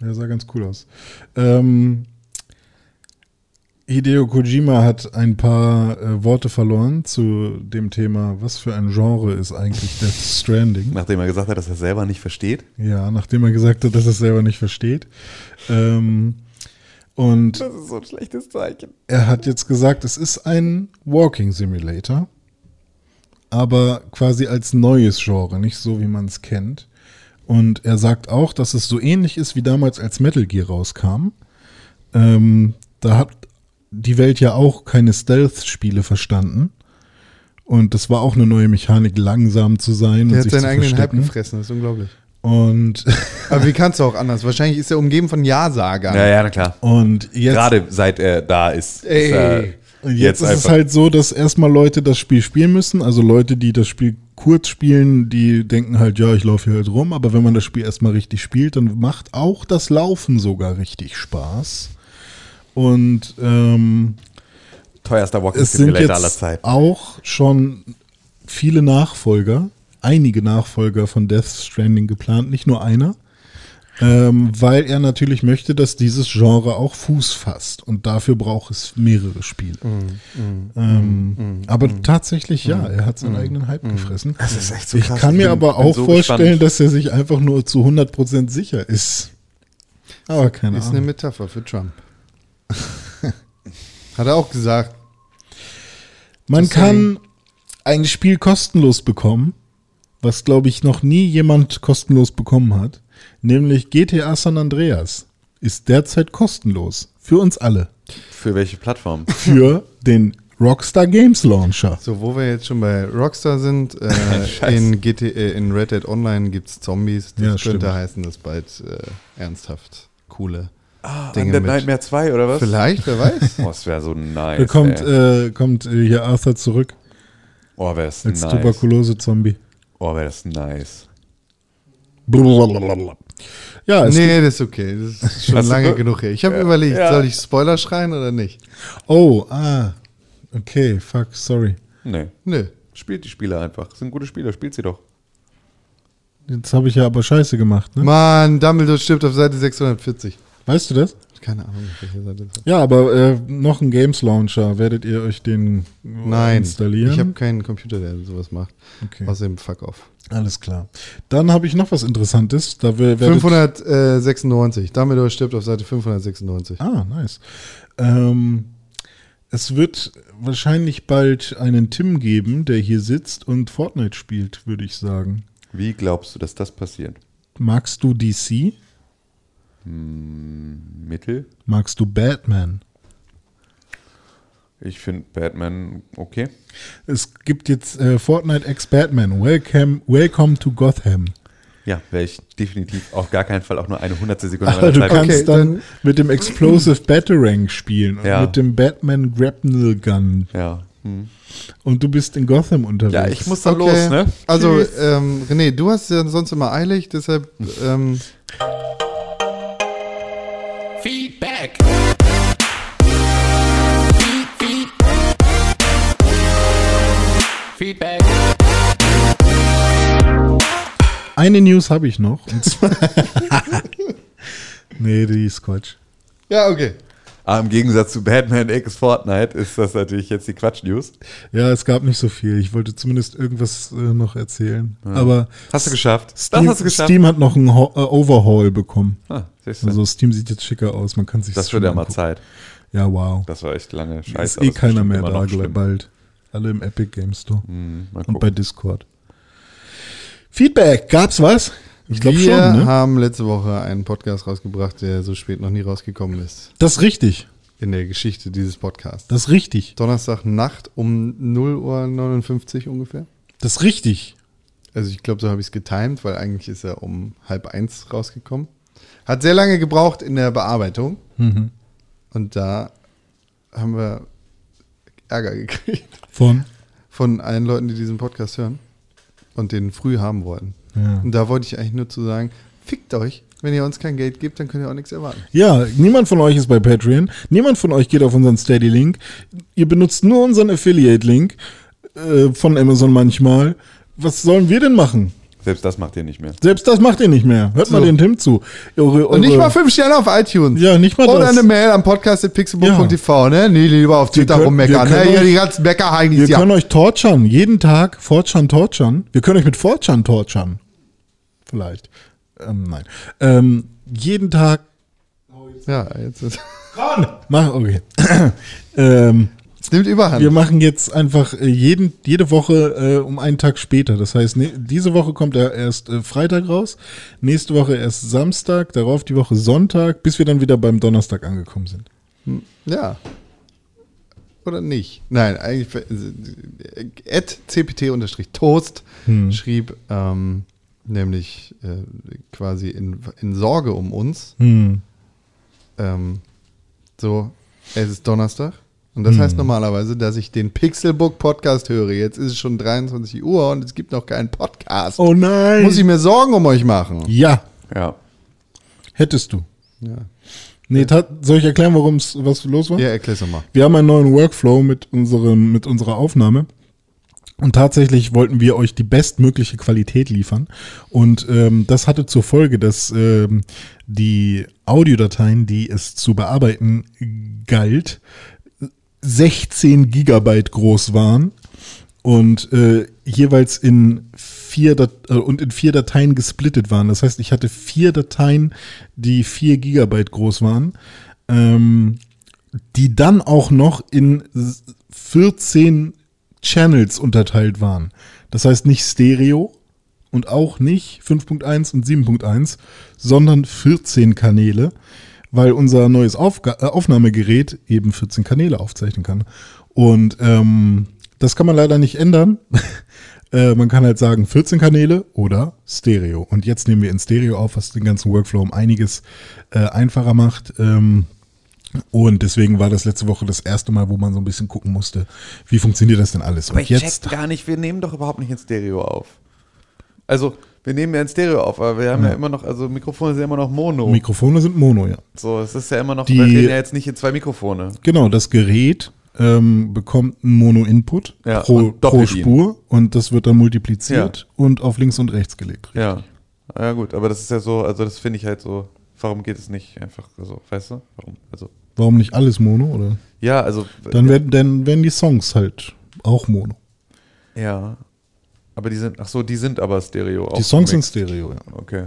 Speaker 4: Ja, sah ganz cool aus. Ähm, Hideo Kojima hat ein paar äh, Worte verloren zu dem Thema, was für ein Genre ist eigentlich Death Stranding.
Speaker 3: Nachdem er gesagt hat, dass er selber nicht versteht.
Speaker 4: Ja, nachdem er gesagt hat, dass er es selber nicht versteht. Ähm, und
Speaker 3: Das ist so ein schlechtes Zeichen.
Speaker 4: er hat jetzt gesagt, es ist ein Walking Simulator, aber quasi als neues Genre, nicht so wie man es kennt. Und er sagt auch, dass es so ähnlich ist wie damals, als Metal Gear rauskam. Ähm, da hat die Welt ja auch keine Stealth-Spiele verstanden. Und das war auch eine neue Mechanik, langsam zu sein und
Speaker 8: Der hat
Speaker 4: sich
Speaker 8: seinen
Speaker 4: zu
Speaker 8: eigenen Hype
Speaker 4: verstecken.
Speaker 8: gefressen, das ist unglaublich.
Speaker 4: und,
Speaker 8: Aber wie kannst du auch anders? Wahrscheinlich ist er umgeben von Ja-Sager.
Speaker 3: Ja, ja, na klar.
Speaker 4: und jetzt
Speaker 3: Gerade seit er da ist.
Speaker 8: Ey.
Speaker 3: ist er
Speaker 4: Und jetzt, ist es
Speaker 3: einfach-
Speaker 4: halt so, dass erstmal Leute das Spiel spielen müssen. Also Leute, die das Spiel kurz spielen, die denken halt, ja, ich laufe hier halt rum. Aber wenn man das Spiel erstmal richtig spielt, dann macht auch das Laufen sogar richtig Spaß. Und ähm,
Speaker 3: teuerster Walking
Speaker 4: es sind
Speaker 3: Simulator aller
Speaker 4: jetzt
Speaker 3: Zeiten.
Speaker 4: auch schon viele Nachfolger, einige Nachfolger von Death Stranding geplant, nicht nur einer. Ähm, weil er natürlich möchte, dass dieses Genre auch Fuß fasst. Und dafür braucht es mehrere Spiele. ähm, aber tatsächlich, ja, er hat seinen eigenen Hype gefressen. Das ist echt so ich kann mir
Speaker 3: bin-
Speaker 4: aber
Speaker 3: bin
Speaker 4: auch
Speaker 3: so
Speaker 4: vorstellen,
Speaker 3: gespannt.
Speaker 4: dass er sich einfach nur zu 100% sicher ist. Aber keine
Speaker 8: Ist eine
Speaker 4: Ahnung.
Speaker 8: Metapher für Trump. Hat er auch gesagt.
Speaker 4: Man kann ein Spiel kostenlos bekommen, was, glaube ich, noch nie jemand kostenlos bekommen hat. Nämlich GTA San Andreas ist derzeit kostenlos. Für uns alle.
Speaker 3: Für welche Plattform?
Speaker 4: Für den Rockstar Games Launcher.
Speaker 8: So, wo wir jetzt schon bei Rockstar sind, äh, in, GT, äh, in Red Dead Online gibt es Zombies. Das
Speaker 4: Ja,
Speaker 8: könnte
Speaker 4: stimmt.
Speaker 8: heißen, dass bald äh, ernsthaft coole
Speaker 4: Ah,
Speaker 3: Ah,
Speaker 8: Dinge
Speaker 3: Undead
Speaker 8: mit.
Speaker 3: Nightmare 2 oder was?
Speaker 8: Vielleicht, wer weiß.
Speaker 3: Oh, das wäre so nice.
Speaker 4: Da kommt,
Speaker 3: ey.
Speaker 4: äh, kommt äh, hier Arthur zurück
Speaker 3: oh, wäre das
Speaker 4: als
Speaker 3: nice.
Speaker 4: Tuberkulose-Zombie.
Speaker 3: Oh, wäre das nice.
Speaker 4: Blablabla. Ja, es
Speaker 8: Nee, das ist okay. Das ist schon
Speaker 3: Hast du
Speaker 8: lange
Speaker 3: ge-
Speaker 8: genug her. Ich habe überlegt,
Speaker 3: Ja.
Speaker 8: soll ich Spoiler schreien oder nicht?
Speaker 4: Oh, ah. Okay, fuck, sorry.
Speaker 3: Nee.
Speaker 8: Nö.
Speaker 3: Spielt die Spiele einfach. Das sind gute Spieler, spielt sie doch.
Speaker 4: Jetzt habe ich ja aber Scheiße gemacht, ne?
Speaker 8: Mann, Dumbledore stirbt auf Seite 640.
Speaker 4: Weißt du das?
Speaker 8: Keine Ahnung, auf welcher Seite das ist.
Speaker 4: Ja, aber äh, noch ein Games Launcher. Werdet ihr euch den äh,
Speaker 8: Nein,
Speaker 4: installieren?
Speaker 8: ich habe keinen Computer, der sowas macht.
Speaker 4: Okay.
Speaker 8: Außerdem, fuck off.
Speaker 4: Alles klar. Dann habe ich noch was Interessantes. Da wir, werdet-
Speaker 8: 596. Dumbledore stirbt auf Seite 596.
Speaker 4: Ah, nice. Ähm, es wird wahrscheinlich bald einen Tim geben, der hier sitzt und Fortnite spielt, würde ich sagen.
Speaker 3: Wie glaubst du, dass das passiert?
Speaker 4: Magst du DC?
Speaker 3: Mittel?
Speaker 4: Magst du Batman?
Speaker 3: Ich finde Batman okay.
Speaker 4: Es gibt jetzt äh, Fortnite ex Batman. Welcome, welcome to Gotham.
Speaker 3: Ja, wäre ich definitiv auf gar keinen Fall auch nur eine hundertste Sekunde
Speaker 4: Aber du
Speaker 3: Zeit-
Speaker 4: kannst
Speaker 8: Okay,
Speaker 4: dann,
Speaker 8: dann-
Speaker 4: mit dem Explosive Batarang spielen und
Speaker 3: Ja.
Speaker 4: mit dem Batman Grapnel Gun.
Speaker 3: Ja. Hm.
Speaker 4: Und du bist in Gotham unterwegs.
Speaker 3: Ja, ich muss dann los, ne?
Speaker 8: Also, ähm, René, du hast ja sonst immer eilig, deshalb ähm,
Speaker 9: Feedback. Feedback.
Speaker 4: Eine News habe ich noch. Und zwar nee, die ist Quatsch. Ja, okay.
Speaker 3: Aber Ah, im Gegensatz zu Batman X Fortnite ist das natürlich jetzt die Quatsch-News.
Speaker 4: Ja, es gab nicht so viel. Ich wollte zumindest irgendwas äh, noch erzählen. Aber
Speaker 3: Hast du geschafft.
Speaker 4: Steam, Steam hat noch einen Ho äh, Overhaul bekommen.
Speaker 3: Ah, siehst du.
Speaker 4: Also Steam sieht jetzt schicker aus. Man kann sich
Speaker 3: das wird ja mal Zeit.
Speaker 4: Ja, wow.
Speaker 3: Das war echt lange
Speaker 4: Da
Speaker 3: Scheiße.
Speaker 4: ist eh keiner mehr da gleich bald. Alle im Epic Game Store
Speaker 3: Hm.
Speaker 4: und bei Discord. Feedback, gab's was? Ich glaube schon,
Speaker 8: Wir
Speaker 4: ne?
Speaker 8: haben letzte Woche einen Podcast rausgebracht, der so spät noch nie rausgekommen ist
Speaker 4: Das ist richtig.
Speaker 8: in der Geschichte dieses Podcasts.
Speaker 4: Das ist richtig.
Speaker 8: Donnerstagnacht um 0.59 Uhr ungefähr.
Speaker 4: Das ist richtig.
Speaker 8: Also ich glaube, so habe ich es getimt, weil eigentlich ist er um halb eins rausgekommen. Hat sehr lange gebraucht in der Bearbeitung. Und da haben wir Ärger gekriegt
Speaker 4: Von.
Speaker 8: von allen Leuten, die diesen Podcast hören und den früh haben wollten.
Speaker 4: Ja.
Speaker 8: Und da wollte ich eigentlich nur zu sagen, fickt euch. Wenn ihr uns kein Geld gebt, dann könnt ihr auch nichts erwarten.
Speaker 4: Ja, niemand von euch ist bei Patreon. Niemand von euch geht auf unseren Steady-Link. Ihr benutzt nur unseren Affiliate-Link äh, von Amazon manchmal. Was sollen wir denn machen?
Speaker 3: Selbst das macht ihr nicht mehr.
Speaker 4: Selbst das macht ihr nicht mehr. Hört mal den Tim zu. Eure,
Speaker 8: Und nicht
Speaker 4: eure-
Speaker 8: mal fünf Sterne auf iTunes.
Speaker 4: Also Ja, nicht mal
Speaker 8: Oder
Speaker 4: das.
Speaker 8: eine Mail am podcast.pixelbook.tv, ne? Nee, lieber auf Twitter
Speaker 4: können-
Speaker 8: rummeckern.
Speaker 4: wir
Speaker 8: Ne?
Speaker 4: können
Speaker 8: Hier
Speaker 4: euch-
Speaker 8: die ganzen Bäcker-Heinis,
Speaker 4: Wir
Speaker 8: ja.
Speaker 4: können euch torchern, jeden Tag Fortschan torchern. Wir können euch mit Fortschan torchern. Vielleicht. Ähm, nein. Ähm, jeden Tag.
Speaker 8: Ja, jetzt ist,
Speaker 4: Mach, okay. ähm,
Speaker 8: es nimmt Überhand.
Speaker 4: wir machen jetzt einfach äh, jeden, jede Woche äh, um einen Tag später. Das heißt, ne, diese Woche kommt er erst äh, Freitag raus, nächste Woche erst Samstag, darauf die Woche Sonntag, bis wir dann wieder beim Donnerstag angekommen sind.
Speaker 8: ja. Oder nicht? Nein, eigentlich. äh, At cpt-toast
Speaker 4: Hm.
Speaker 8: schrieb ähm, nämlich äh, quasi in, in Sorge um uns.
Speaker 4: Hm.
Speaker 8: Ähm, so, es ist Donnerstag. Und das heißt normalerweise, dass ich den Pixelbook Podcast höre. Jetzt ist es schon 23 Uhr und es gibt noch keinen Podcast.
Speaker 4: Oh nein!
Speaker 8: Muss ich mir Sorgen um euch machen?
Speaker 4: ja,
Speaker 3: Ja.
Speaker 4: hättest du.
Speaker 8: Ja,
Speaker 4: Nee, tat, soll ich erklären, warum es was los war?
Speaker 8: ja erklär's nochmal.
Speaker 4: Wir haben einen neuen Workflow mit, unserem, mit unserer Aufnahme. Und tatsächlich wollten wir euch die bestmögliche Qualität liefern. Und ähm, das hatte zur Folge, dass ähm, die Audiodateien, die es zu bearbeiten galt, 16 Gigabyte groß waren und äh, jeweils in vier Dat äh, und in vier Dateien gesplittet waren. Das heißt, ich hatte vier Dateien, die vier Gigabyte groß waren. Ähm, die dann auch noch in s- 14 Channels unterteilt waren. Das heißt nicht Stereo und auch nicht 5.1 und 7.1, sondern 14 Kanäle, weil unser neues Aufga äh, Aufnahmegerät eben 14 Kanäle aufzeichnen kann. Und ähm, das kann man leider nicht ändern. Äh, man kann halt sagen 14 Kanäle oder Stereo. Und jetzt nehmen wir in Stereo auf, was den ganzen Workflow um einiges äh, einfacher macht. Ähm, und deswegen war das letzte Woche das erste Mal, wo man so ein bisschen gucken musste, wie funktioniert das denn alles.
Speaker 3: Aber
Speaker 4: Und
Speaker 3: ich
Speaker 4: jetzt
Speaker 3: check gar nicht, wir nehmen doch überhaupt nicht in Stereo auf. Also, wir nehmen ja in Stereo auf, aber wir haben ja, immer noch, also Mikrofone sind ja immer noch Mono.
Speaker 4: Mikrofone sind Mono, ja.
Speaker 3: so, es ist ja immer noch,
Speaker 4: Die-
Speaker 3: wir reden ja jetzt nicht in zwei Mikrofone.
Speaker 4: Genau, das Gerät ähm, bekommt einen Mono-Input
Speaker 3: Ja,
Speaker 4: pro,
Speaker 3: und
Speaker 4: pro
Speaker 3: doppelt ihn.
Speaker 4: Spur und das wird dann multipliziert und auf links und rechts gelegt.
Speaker 3: Ja. Ja, gut, aber das ist ja so, also das finde ich halt so, warum geht es nicht einfach so, weißt du? Warum? Also,
Speaker 4: Warum nicht alles Mono? Oder?
Speaker 3: ja, also,
Speaker 4: Dann, werden, dann werden die Songs halt auch Mono.
Speaker 3: ja. Aber die sind, ach so, die sind aber Stereo
Speaker 4: Die Songs sind Stereo, ja.
Speaker 3: Okay.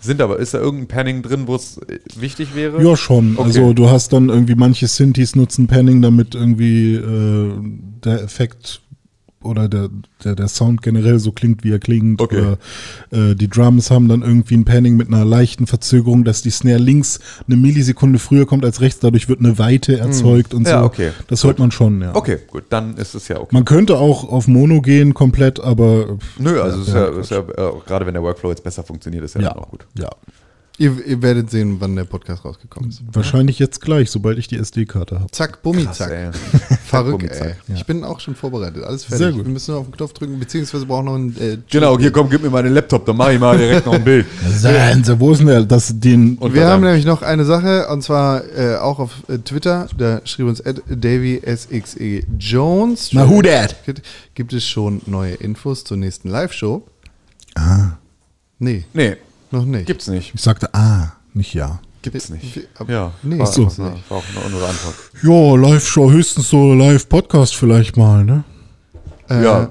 Speaker 3: Sind aber, ist da irgendein Panning drin, wo es äh, wichtig wäre?
Speaker 4: Ja, schon.
Speaker 3: Okay.
Speaker 4: Also du hast dann irgendwie manche Synthes nutzen Panning, damit irgendwie äh, der Effekt oder der, der, der Sound generell so klingt, wie er klingt.
Speaker 3: Okay.
Speaker 4: Oder äh, die Drums haben dann irgendwie ein Panning mit einer leichten Verzögerung, dass die Snare links eine Millisekunde früher kommt als rechts, dadurch wird eine Weite erzeugt und
Speaker 3: Hm. Ja,
Speaker 4: so.
Speaker 3: okay.
Speaker 4: Das hört man schon, ja.
Speaker 3: Okay, gut, dann ist es ja okay.
Speaker 4: Man könnte auch auf Mono gehen komplett, aber pff,
Speaker 3: Nö, also
Speaker 4: ja,
Speaker 3: ist ja, ist ja äh, gerade wenn der Workflow jetzt besser funktioniert, ist ja,
Speaker 4: ja,
Speaker 3: dann auch gut.
Speaker 4: ja.
Speaker 8: Ihr, ihr werdet sehen, wann der Podcast rausgekommen ist.
Speaker 4: Wahrscheinlich jetzt gleich, sobald ich die SD-Karte habe.
Speaker 8: Zack, Bummi, zack.
Speaker 3: ey.
Speaker 8: Verrückt, ey.
Speaker 3: Bummi-Zack,
Speaker 8: Ich bin auch schon vorbereitet. Alles fertig.
Speaker 4: Sehr gut.
Speaker 8: Wir müssen nur auf den Knopf drücken, beziehungsweise brauchen noch einen. Äh,
Speaker 3: Genau, hier komm, gib mir meinen Laptop, dann mache ich mal direkt noch ein Bild.
Speaker 4: Sense, wo ist denn der, das, den,
Speaker 3: Und
Speaker 8: wir haben
Speaker 3: dann-
Speaker 8: nämlich noch eine Sache, und zwar äh, auch auf äh, Twitter. Da schrieb uns at e DavySXEJones.
Speaker 4: Na, who dat?
Speaker 8: Gibt es schon neue Infos zur nächsten Live-Show? Ah. Nee,
Speaker 3: Nee,
Speaker 8: noch nicht.
Speaker 3: gibt's nicht.
Speaker 4: Ich sagte, ah, nicht ja.
Speaker 3: Gibt's nicht.
Speaker 8: Ab-
Speaker 3: Ja,
Speaker 8: Nee.
Speaker 3: war,
Speaker 8: Ach so.
Speaker 3: war eine- war auch eine andere Antwort.
Speaker 4: Ja, Live-Show, höchstens so Live-Podcast vielleicht mal, ne?
Speaker 8: Äh,
Speaker 3: Ja.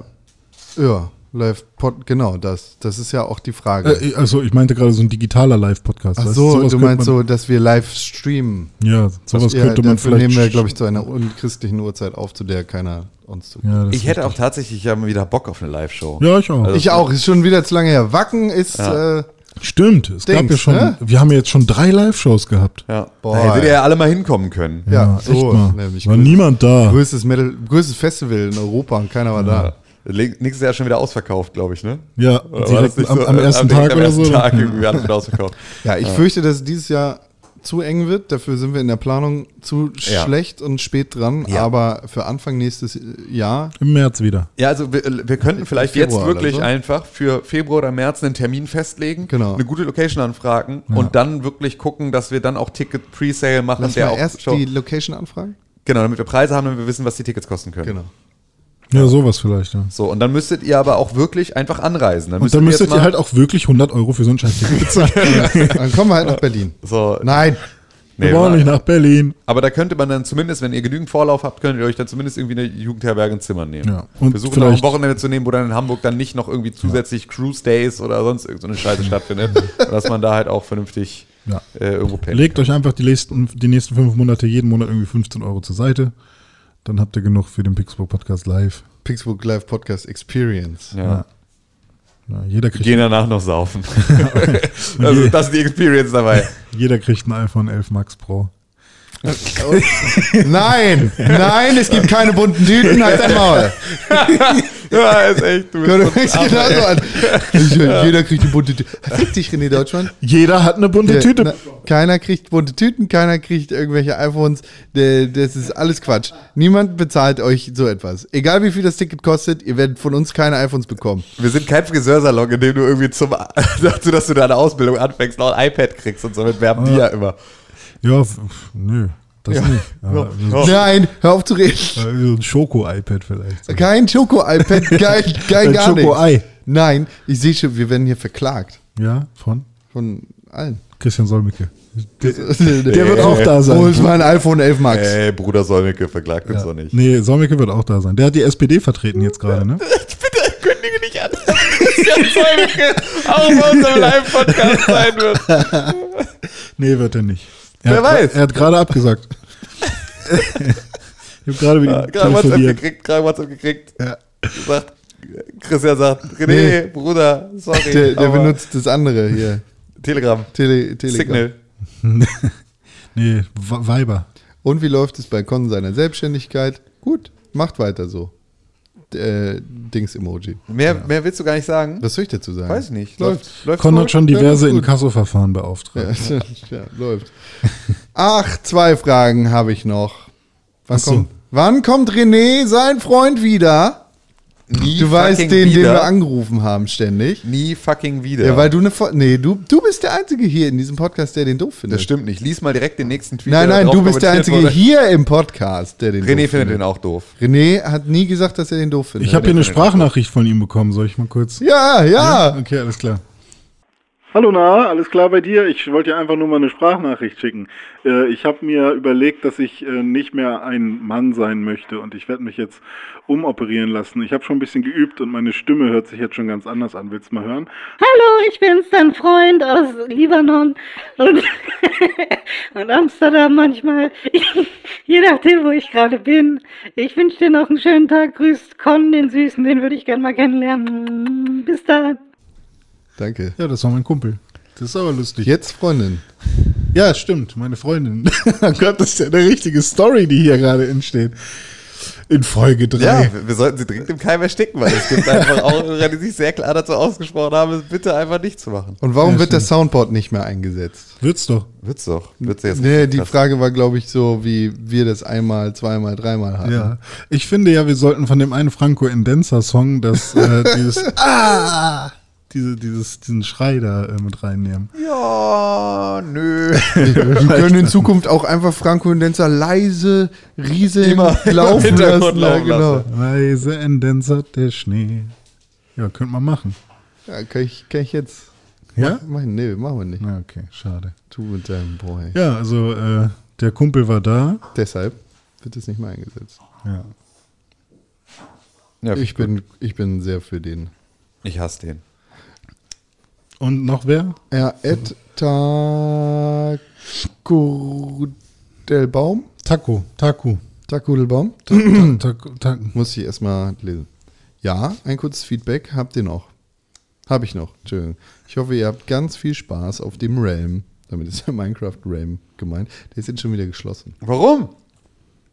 Speaker 8: Ja, Live Pod, genau, das. Das ist ja auch die Frage.
Speaker 4: Äh, also ich meinte gerade so ein digitaler Live-Podcast.
Speaker 8: Ach
Speaker 4: weißt
Speaker 8: so,
Speaker 4: sowas
Speaker 8: du
Speaker 4: könnte
Speaker 8: meinst
Speaker 4: man,
Speaker 8: so, dass wir live streamen.
Speaker 4: Ja, sowas
Speaker 8: Ja,
Speaker 4: könnte man
Speaker 8: dafür
Speaker 4: vielleicht.
Speaker 8: nehmen wir, glaube ich, zu einer unchristlichen Uhrzeit auf, zu der keiner uns zu.
Speaker 4: ja, das
Speaker 3: Ich
Speaker 4: ist
Speaker 3: hätte auch tatsächlich ja wieder Bock auf eine Live-Show.
Speaker 4: richtig. Ja, ich auch.
Speaker 3: Also-
Speaker 8: Ich auch, ist schon wieder zu lange her. Wacken ist, äh,
Speaker 4: Stimmt, es gab
Speaker 8: Dings,
Speaker 4: ja schon.
Speaker 8: ne?
Speaker 4: Wir haben ja jetzt schon drei Live-Shows gehabt.
Speaker 3: Ja.
Speaker 8: Boah,
Speaker 3: Da hättet ihr
Speaker 8: ey.
Speaker 3: ja alle mal hinkommen können.
Speaker 8: ja,
Speaker 4: echt
Speaker 8: so,
Speaker 4: mal.
Speaker 8: nämlich.
Speaker 4: War
Speaker 8: größ-
Speaker 4: niemand da.
Speaker 8: größtes, Metal, größtes Festival in Europa und keiner war da.
Speaker 3: Le- Nächstes Jahr schon wieder ausverkauft, glaube ich, ne?
Speaker 4: Ja,
Speaker 3: Oder war das
Speaker 4: direkt
Speaker 3: nicht
Speaker 4: am, am ersten
Speaker 3: direkt
Speaker 4: Tag oder so.
Speaker 3: Am ersten Tag irgendwie alles wieder ausverkauft.
Speaker 8: Ja, ich fürchte, dass es dieses Jahr zu eng wird. Dafür sind wir in der Planung zu
Speaker 3: Ja.
Speaker 8: schlecht und spät dran.
Speaker 3: Ja.
Speaker 8: Aber für Anfang nächstes Jahr
Speaker 4: Im März wieder.
Speaker 3: Ja, also wir, wir könnten vielleicht jetzt
Speaker 8: Februar oder
Speaker 3: wirklich
Speaker 8: so.
Speaker 3: einfach für Februar oder März einen Termin festlegen,
Speaker 8: Genau.
Speaker 3: eine gute Location anfragen und dann wirklich gucken, dass wir dann auch Ticket Presale machen,
Speaker 8: lass
Speaker 3: der
Speaker 8: mal
Speaker 3: auch
Speaker 8: erst
Speaker 3: Show-
Speaker 8: die Location anfragen.
Speaker 3: genau, damit wir Preise haben, damit wir wissen, was die Tickets kosten können.
Speaker 8: Genau.
Speaker 4: Ja, sowas vielleicht. Ja.
Speaker 3: So und dann müsstet ihr aber auch wirklich einfach anreisen. Dann
Speaker 4: Und dann
Speaker 3: jetzt
Speaker 4: müsstet ihr
Speaker 3: mal-
Speaker 4: halt auch wirklich 100 Euro für so einen Scheiß-Ticket bezahlen.
Speaker 8: Dann kommen wir halt nach Berlin.
Speaker 3: so
Speaker 8: Nein,
Speaker 3: nee,
Speaker 4: wir wollen
Speaker 3: wa-
Speaker 4: nicht ne? nach Berlin.
Speaker 3: aber da könnte man dann zumindest, wenn ihr genügend Vorlauf habt, könnt ihr euch dann zumindest irgendwie eine Jugendherberge ein Zimmer nehmen.
Speaker 4: Ja. Und
Speaker 3: Versuchen auch ein
Speaker 4: vielleicht-
Speaker 3: Wochenende zu nehmen, wo dann in Hamburg dann nicht noch irgendwie zusätzlich Cruise Days oder sonst irgendeine Scheiße stattfindet, sondern dass man da halt auch vernünftig
Speaker 4: Ja.
Speaker 3: äh, irgendwo pennt.
Speaker 4: Legt euch einfach die nächsten, die nächsten fünf Monate jeden Monat irgendwie 15 Euro zur Seite. Dann habt ihr genug für den Pixburg Podcast live.
Speaker 8: Pixburg Live Podcast Experience.
Speaker 3: Ja.
Speaker 4: Ja, jeder, kriegt,
Speaker 3: Gehen danach noch saufen. also, das ist die Experience dabei.
Speaker 4: jeder kriegt ein iPhone 11 Max Pro.
Speaker 8: Nein, nein, es gibt keine bunten Tüten, halt dein Maul.
Speaker 3: ja, ist echt. Du
Speaker 8: Hör
Speaker 3: bist
Speaker 8: du fängst genauso an. Ich, Jeder kriegt eine bunte Tüte. Fick dich, René Deutschmann.
Speaker 4: Jeder hat eine bunte
Speaker 8: Der-
Speaker 4: Tüte.
Speaker 8: na, keiner kriegt bunte Tüten, keiner kriegt irgendwelche iPhones. Der, das ist alles Quatsch. Niemand bezahlt euch so etwas. Egal wie viel das Ticket kostet, ihr werdet von uns keine iPhones bekommen.
Speaker 3: wir sind kein Friseursalon, in dem du irgendwie zum, dazu, dass du deine Ausbildung anfängst, noch ein iPad kriegst und somit werben die ja immer.
Speaker 4: Ja, f- f- nö. Das nicht. Aber so-
Speaker 3: Oh.
Speaker 8: Nein, hör auf zu reden.
Speaker 4: äh, so ein Schoko-iPad vielleicht. So.
Speaker 8: Kein Schoko-iPad, kein, kein
Speaker 4: Ein
Speaker 8: Äh, gar nichts.
Speaker 4: Schoko-Ei.
Speaker 8: Nein, ich sehe schon, wir werden hier verklagt.
Speaker 4: Ja, von
Speaker 8: Von allen.
Speaker 3: Äh.
Speaker 4: Christian Solmecke.
Speaker 8: Der
Speaker 4: Der wird auch da sein.
Speaker 8: Wo ist mein iPhone 11 Max?
Speaker 3: Ey, Bruder Solmecke, verklagt uns doch nicht.
Speaker 4: Nee, Solmecke wird auch da sein. Der hat die SPD vertreten jetzt gerade, ne?
Speaker 3: Bitte kündige nicht an, dass Christian Solmecke auch bei unserem Live-Podcast sein wird.
Speaker 4: Nee, wird er nicht. Er
Speaker 3: Wer
Speaker 4: hat,
Speaker 3: weiß.
Speaker 4: Er hat gerade abgesagt. ich habe gerade mit ihm
Speaker 3: Gerade WhatsApp
Speaker 4: telefoniert.
Speaker 3: gekriegt, gerade WhatsApp gekriegt.
Speaker 4: Ja.
Speaker 3: Sagt, Christian sagt, René,
Speaker 8: Nee.
Speaker 3: Bruder, sorry.
Speaker 8: Der, der
Speaker 3: aber
Speaker 8: benutzt das andere hier.
Speaker 3: Telegram,
Speaker 8: Tele, Telegram.
Speaker 3: Signal.
Speaker 4: Nee, Wa- Weiber.
Speaker 8: Und wie läuft es bei Con seiner Selbstständigkeit? Gut, macht weiter so. D- Äh, Dings-Emoji.
Speaker 3: Mehr, mehr willst du gar nicht sagen?
Speaker 8: Was soll ich dazu sagen?
Speaker 3: Weiß ich nicht.
Speaker 8: Läuft.
Speaker 3: läuft
Speaker 4: Con hat
Speaker 3: gut?
Speaker 4: schon diverse
Speaker 8: Ja, gut.
Speaker 4: Inkassoverfahren beauftragt.
Speaker 8: Ja, ja, läuft. Ach, zwei Fragen habe ich noch. Wann,
Speaker 4: Ach so.
Speaker 8: kommt, wann kommt René, sein Freund, wieder?
Speaker 3: Nie
Speaker 8: Du weißt den,
Speaker 3: fucking
Speaker 8: den
Speaker 3: wieder.
Speaker 8: wir angerufen haben ständig.
Speaker 3: Nie fucking wieder.
Speaker 8: Ja, weil du eine. Fo- Nee, du, du bist der Einzige hier in diesem Podcast, der den doof findet.
Speaker 3: das stimmt nicht. Lies mal direkt den nächsten Tweet.
Speaker 8: Nein,
Speaker 3: der da
Speaker 8: nein,
Speaker 3: drauf
Speaker 8: du bist der
Speaker 3: kommentiert
Speaker 8: Einzige
Speaker 3: wurde.
Speaker 8: hier im Podcast, der den
Speaker 3: René
Speaker 8: doof
Speaker 3: findet den auch doof.
Speaker 8: René hat nie gesagt, dass er den doof findet.
Speaker 4: Ich habe hier eine Sprachnachricht von ihm bekommen. Soll ich mal kurz?
Speaker 8: ja, ja.
Speaker 4: Okay, alles klar.
Speaker 10: Hallo Na, alles klar bei dir? Ich wollte dir einfach nur mal eine Sprachnachricht schicken. Äh, ich habe mir überlegt, dass ich äh, nicht mehr ein Mann sein möchte und ich werde mich jetzt umoperieren lassen. Ich habe schon ein bisschen geübt und meine Stimme hört sich jetzt schon ganz anders an. Willst du mal hören?
Speaker 11: Hallo, ich bin's, dein Freund aus Libanon und, und Amsterdam manchmal. Je nachdem, wo ich gerade bin. Ich wünsche dir noch einen schönen Tag. Grüßt Con, den Süßen, den würde ich gerne mal kennenlernen. Bis dann.
Speaker 8: Danke.
Speaker 4: Ja, das war mein Kumpel. Das ist aber lustig.
Speaker 8: Jetzt Freundin.
Speaker 4: Ja, stimmt, meine Freundin. oh Gott, das ist ja eine richtige Story, die hier gerade entsteht. In Folge 3.
Speaker 3: Ja, wir wir sollten sie dringend im Keim ersticken, weil es gibt einfach auch, die sich sehr klar dazu ausgesprochen haben, es bitte einfach nicht zu machen.
Speaker 8: Und warum wird das Soundboard nicht mehr eingesetzt?
Speaker 4: Wird's doch.
Speaker 3: Wird's doch. Wird's jetzt
Speaker 8: Nee, die
Speaker 3: Das-
Speaker 8: Frage war, glaube ich, so, wie wir das einmal, zweimal, dreimal hatten.
Speaker 4: Ja. Ich finde ja, wir sollten von dem einen Franco Indenza-Song das, äh, dieses, ah, diese, dieses, diesen Schrei da äh, mit reinnehmen.
Speaker 3: Ja, nö.
Speaker 8: Wir können in Zukunft auch einfach Franco und Denzer leise, rieseln,
Speaker 3: Immer- immer im
Speaker 8: laufen
Speaker 3: Hintergrund
Speaker 8: lassen. Ja,
Speaker 3: laufen lassen.
Speaker 8: genau.
Speaker 4: Leise Indenza, der Schnee. Ja, könnte man machen.
Speaker 8: Ja, kann, ich, kann ich jetzt.
Speaker 4: Ja?
Speaker 8: Mach, nee, machen wir nicht.
Speaker 4: Na, okay, schade.
Speaker 8: Tu mit deinem Boy.
Speaker 4: Ja, also äh, der Kumpel war da.
Speaker 8: Deshalb wird es nicht mehr eingesetzt.
Speaker 4: Ja.
Speaker 3: Ja,
Speaker 8: Ich bin, ich bin sehr für den.
Speaker 3: ich hasse den.
Speaker 4: Und noch wer?
Speaker 8: Ja, Ed Takudelbaum.
Speaker 4: Taku. Taku.
Speaker 8: Takudelbaum.
Speaker 4: Taku. Taku. Taku.
Speaker 8: Muss ich erstmal lesen. Ja, ein kurzes Feedback habt ihr noch. Habe ich noch. Entschuldigung. Ich hoffe, ihr habt ganz viel Spaß auf dem Realm. Damit ist der Minecraft Realm gemeint. Der ist jetzt schon wieder geschlossen.
Speaker 3: Warum?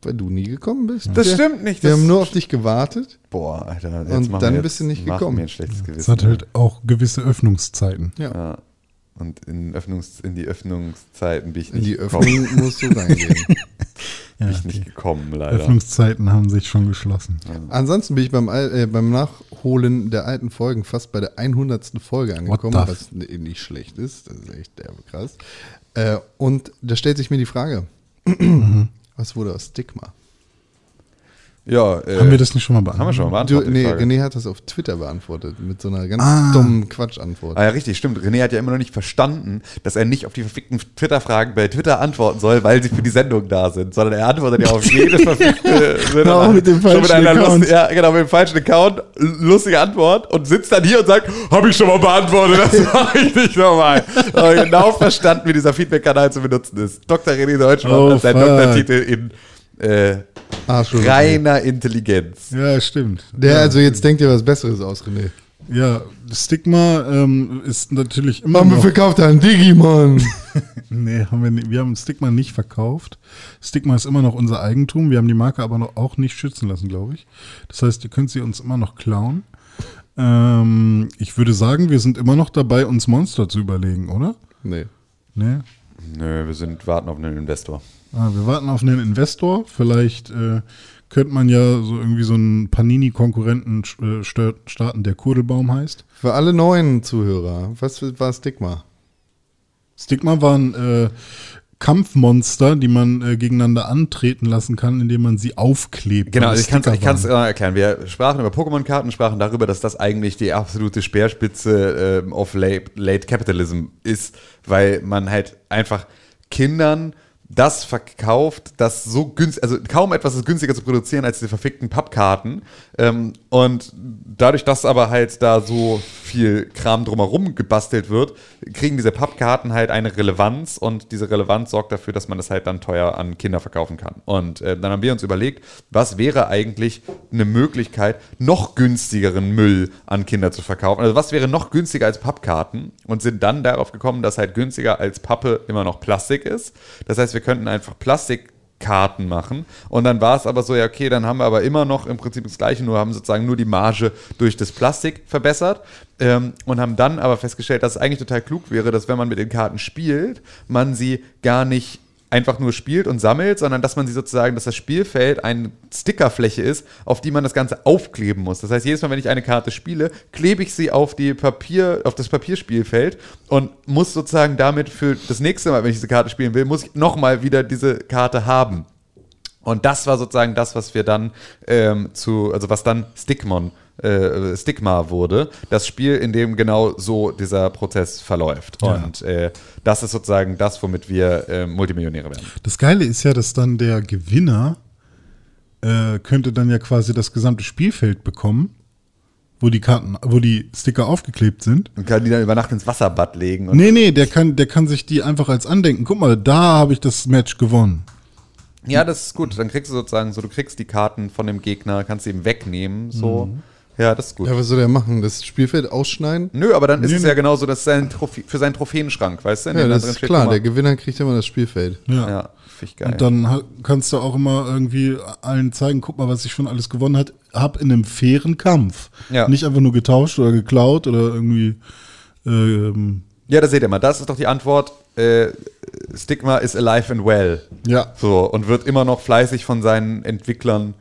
Speaker 8: Weil du nie gekommen bist.
Speaker 3: Das
Speaker 8: Wir-
Speaker 3: stimmt nicht.
Speaker 8: Wir
Speaker 3: Das
Speaker 8: haben nur auf dich gewartet.
Speaker 3: Boah, Alter. Jetzt
Speaker 8: Und
Speaker 3: mach mir
Speaker 8: dann
Speaker 3: jetzt,
Speaker 8: bist du nicht
Speaker 3: mach
Speaker 8: gekommen.
Speaker 3: Mir ein schlechtes
Speaker 4: Es
Speaker 3: Gewissen. ne?
Speaker 4: hat halt auch gewisse Öffnungszeiten.
Speaker 3: ja. Und in, Öffnungs-, in die Öffnungszeiten bin ich
Speaker 8: In
Speaker 3: nicht
Speaker 8: die
Speaker 3: gekommen.
Speaker 8: Öffnung musst du reingehen.
Speaker 4: Ja,
Speaker 3: bin ich nicht gekommen, leider.
Speaker 4: Öffnungszeiten haben sich schon geschlossen.
Speaker 8: Ansonsten bin ich beim, Al- äh, beim Nachholen der alten Folgen fast bei der 100. Folge angekommen,
Speaker 4: the
Speaker 8: was n- nicht schlecht ist. Das ist echt derbe krass. Äh, und da stellt sich mir die Frage,
Speaker 3: Mhm.
Speaker 8: was wurde aus Stigma?
Speaker 3: Ja, äh,
Speaker 4: Haben wir das nicht schon mal beantwortet?
Speaker 3: haben wir schon mal
Speaker 8: Du,
Speaker 3: beantwortet, die
Speaker 8: nee, genau.
Speaker 3: Frage.
Speaker 8: René hat das auf Twitter beantwortet mit so einer ganz dummen Quatschantwort.
Speaker 3: Ah ja, richtig, stimmt. René hat ja immer noch nicht verstanden, dass er nicht auf die verfickten Twitter-Fragen bei Twitter antworten soll, weil sie für die Sendung da sind, sondern er antwortet ja auf jede verfickte äh,
Speaker 8: Genau, mit dem
Speaker 3: Schon
Speaker 8: falschen Account.
Speaker 3: Lust, ja, genau, mit dem falschen Account, l- lustige Antwort und sitzt dann hier und sagt, habe ich schon mal beantwortet, das mache ich nicht nochmal. Aber genau verstanden, wie dieser Feedback-Kanal zu benutzen ist. Dr. René Deutschmann
Speaker 4: Oh,
Speaker 3: hat seinen
Speaker 4: fuck.
Speaker 3: Doktortitel in äh,
Speaker 8: Arschloch.
Speaker 3: reiner Intelligenz.
Speaker 4: Ja, stimmt.
Speaker 8: Der, also jetzt denkt ihr was Besseres aus, René.
Speaker 4: Ja, Stigma ähm, ist natürlich immer
Speaker 8: Mann, wir
Speaker 4: noch...
Speaker 8: verkauft einen Digimon.
Speaker 4: Nee, haben wir, nicht, wir haben Stigma nicht verkauft. Stigma ist immer noch unser Eigentum. Wir haben die Marke aber noch, auch nicht schützen lassen, glaube ich. Das heißt, ihr könnt sie uns immer noch klauen. Ähm, ich würde sagen, wir sind immer noch dabei, uns Monster zu überlegen, oder?
Speaker 8: nee.
Speaker 4: Nee.
Speaker 3: Nö, wir sind, warten auf einen Investor.
Speaker 4: Ah, wir warten auf einen Investor. Vielleicht äh, könnte man ja so irgendwie so einen Panini-Konkurrenten äh, stör- starten, der Kurdelbaum heißt.
Speaker 8: Für alle neuen Zuhörer, was war Stigma?
Speaker 4: Stigma waren äh, Kampfmonster, die man äh, gegeneinander antreten lassen kann, indem man sie aufklebt.
Speaker 3: Genau,
Speaker 4: weil
Speaker 3: also ich kann es
Speaker 4: Sticker
Speaker 3: ich kann's,
Speaker 4: waren.
Speaker 3: äh, erklären. Wir sprachen über Pokémon-Karten, sprachen darüber, dass das eigentlich die absolute Speerspitze ähm, of late, late Capitalism ist, weil man halt einfach Kindern das verkauft, das so günstig, also kaum etwas ist günstiger zu produzieren als diese verfickten Pappkarten. Ähm, und dadurch, dass aber halt da so viel Kram drumherum gebastelt wird, kriegen diese Pappkarten halt eine Relevanz und diese Relevanz sorgt dafür, dass man das halt dann teuer an Kinder verkaufen kann. Und äh, dann haben wir uns überlegt, was wäre eigentlich eine Möglichkeit, noch günstigeren Müll an Kinder zu verkaufen? Also was wäre noch günstiger als Pappkarten? Und sind dann darauf gekommen, dass halt günstiger als Pappe immer noch Plastik ist. Das heißt, wir könnten einfach Plastik Karten machen. Und dann war es aber so, ja, okay, dann haben wir aber immer noch im Prinzip das Gleiche, nur haben sozusagen nur die Marge durch das Plastik verbessert ähm, und haben dann aber festgestellt, dass es eigentlich total klug wäre, dass wenn man mit den Karten spielt, man sie gar nicht einfach nur spielt und sammelt, sondern dass man sie sozusagen, dass das Spielfeld eine Stickerfläche ist, auf die man das Ganze aufkleben muss. Das heißt, jedes Mal, wenn ich eine Karte spiele, klebe ich sie auf die Papier, auf das Papierspielfeld und muss sozusagen damit für das nächste Mal, wenn ich diese Karte spielen will, muss ich nochmal wieder diese Karte haben. Und das war sozusagen das, was wir dann ähm, zu, also was dann Stigmon, äh, Stigma wurde. Das Spiel, in dem genau so dieser Prozess verläuft. Und äh, das ist sozusagen das, womit wir äh, Multimillionäre werden.
Speaker 4: Das Geile ist ja, dass dann der Gewinner äh, könnte dann ja quasi das gesamte Spielfeld bekommen, wo die Karten, wo die Sticker aufgeklebt sind.
Speaker 3: Und kann die dann über Nacht ins Wasserbad legen. Und
Speaker 4: Nee, nee, der kann, der kann sich die einfach als andenken. Guck mal, da habe ich das Match gewonnen.
Speaker 3: Ja, das ist gut. Dann kriegst du sozusagen so, du kriegst die Karten von dem Gegner, kannst sie ihm wegnehmen. So. Ja, das ist gut.
Speaker 8: Ja, was soll der machen? Das Spielfeld ausschneiden?
Speaker 3: Nö, aber dann ist es ja genauso, das ist sein Trophy, für seinen Trophäenschrank, weißt du? in
Speaker 8: Ja,
Speaker 3: dem da
Speaker 8: das
Speaker 3: drin
Speaker 8: ist
Speaker 3: steht,
Speaker 8: klar.
Speaker 3: guck mal.
Speaker 8: Der Gewinner kriegt immer das Spielfeld.
Speaker 4: Ja.
Speaker 3: ja, finde ich geil.
Speaker 4: Und dann ha- kannst du auch immer irgendwie allen zeigen, guck mal, was ich schon alles gewonnen hat, hab in einem fairen Kampf.
Speaker 3: Ja.
Speaker 4: Nicht einfach nur getauscht oder geklaut oder irgendwie ähm,
Speaker 3: Ja, da seht ihr mal, das ist doch die Antwort. Äh, Stigma is alive and well.
Speaker 8: Ja.
Speaker 3: So, und wird immer noch fleißig von seinen Entwicklern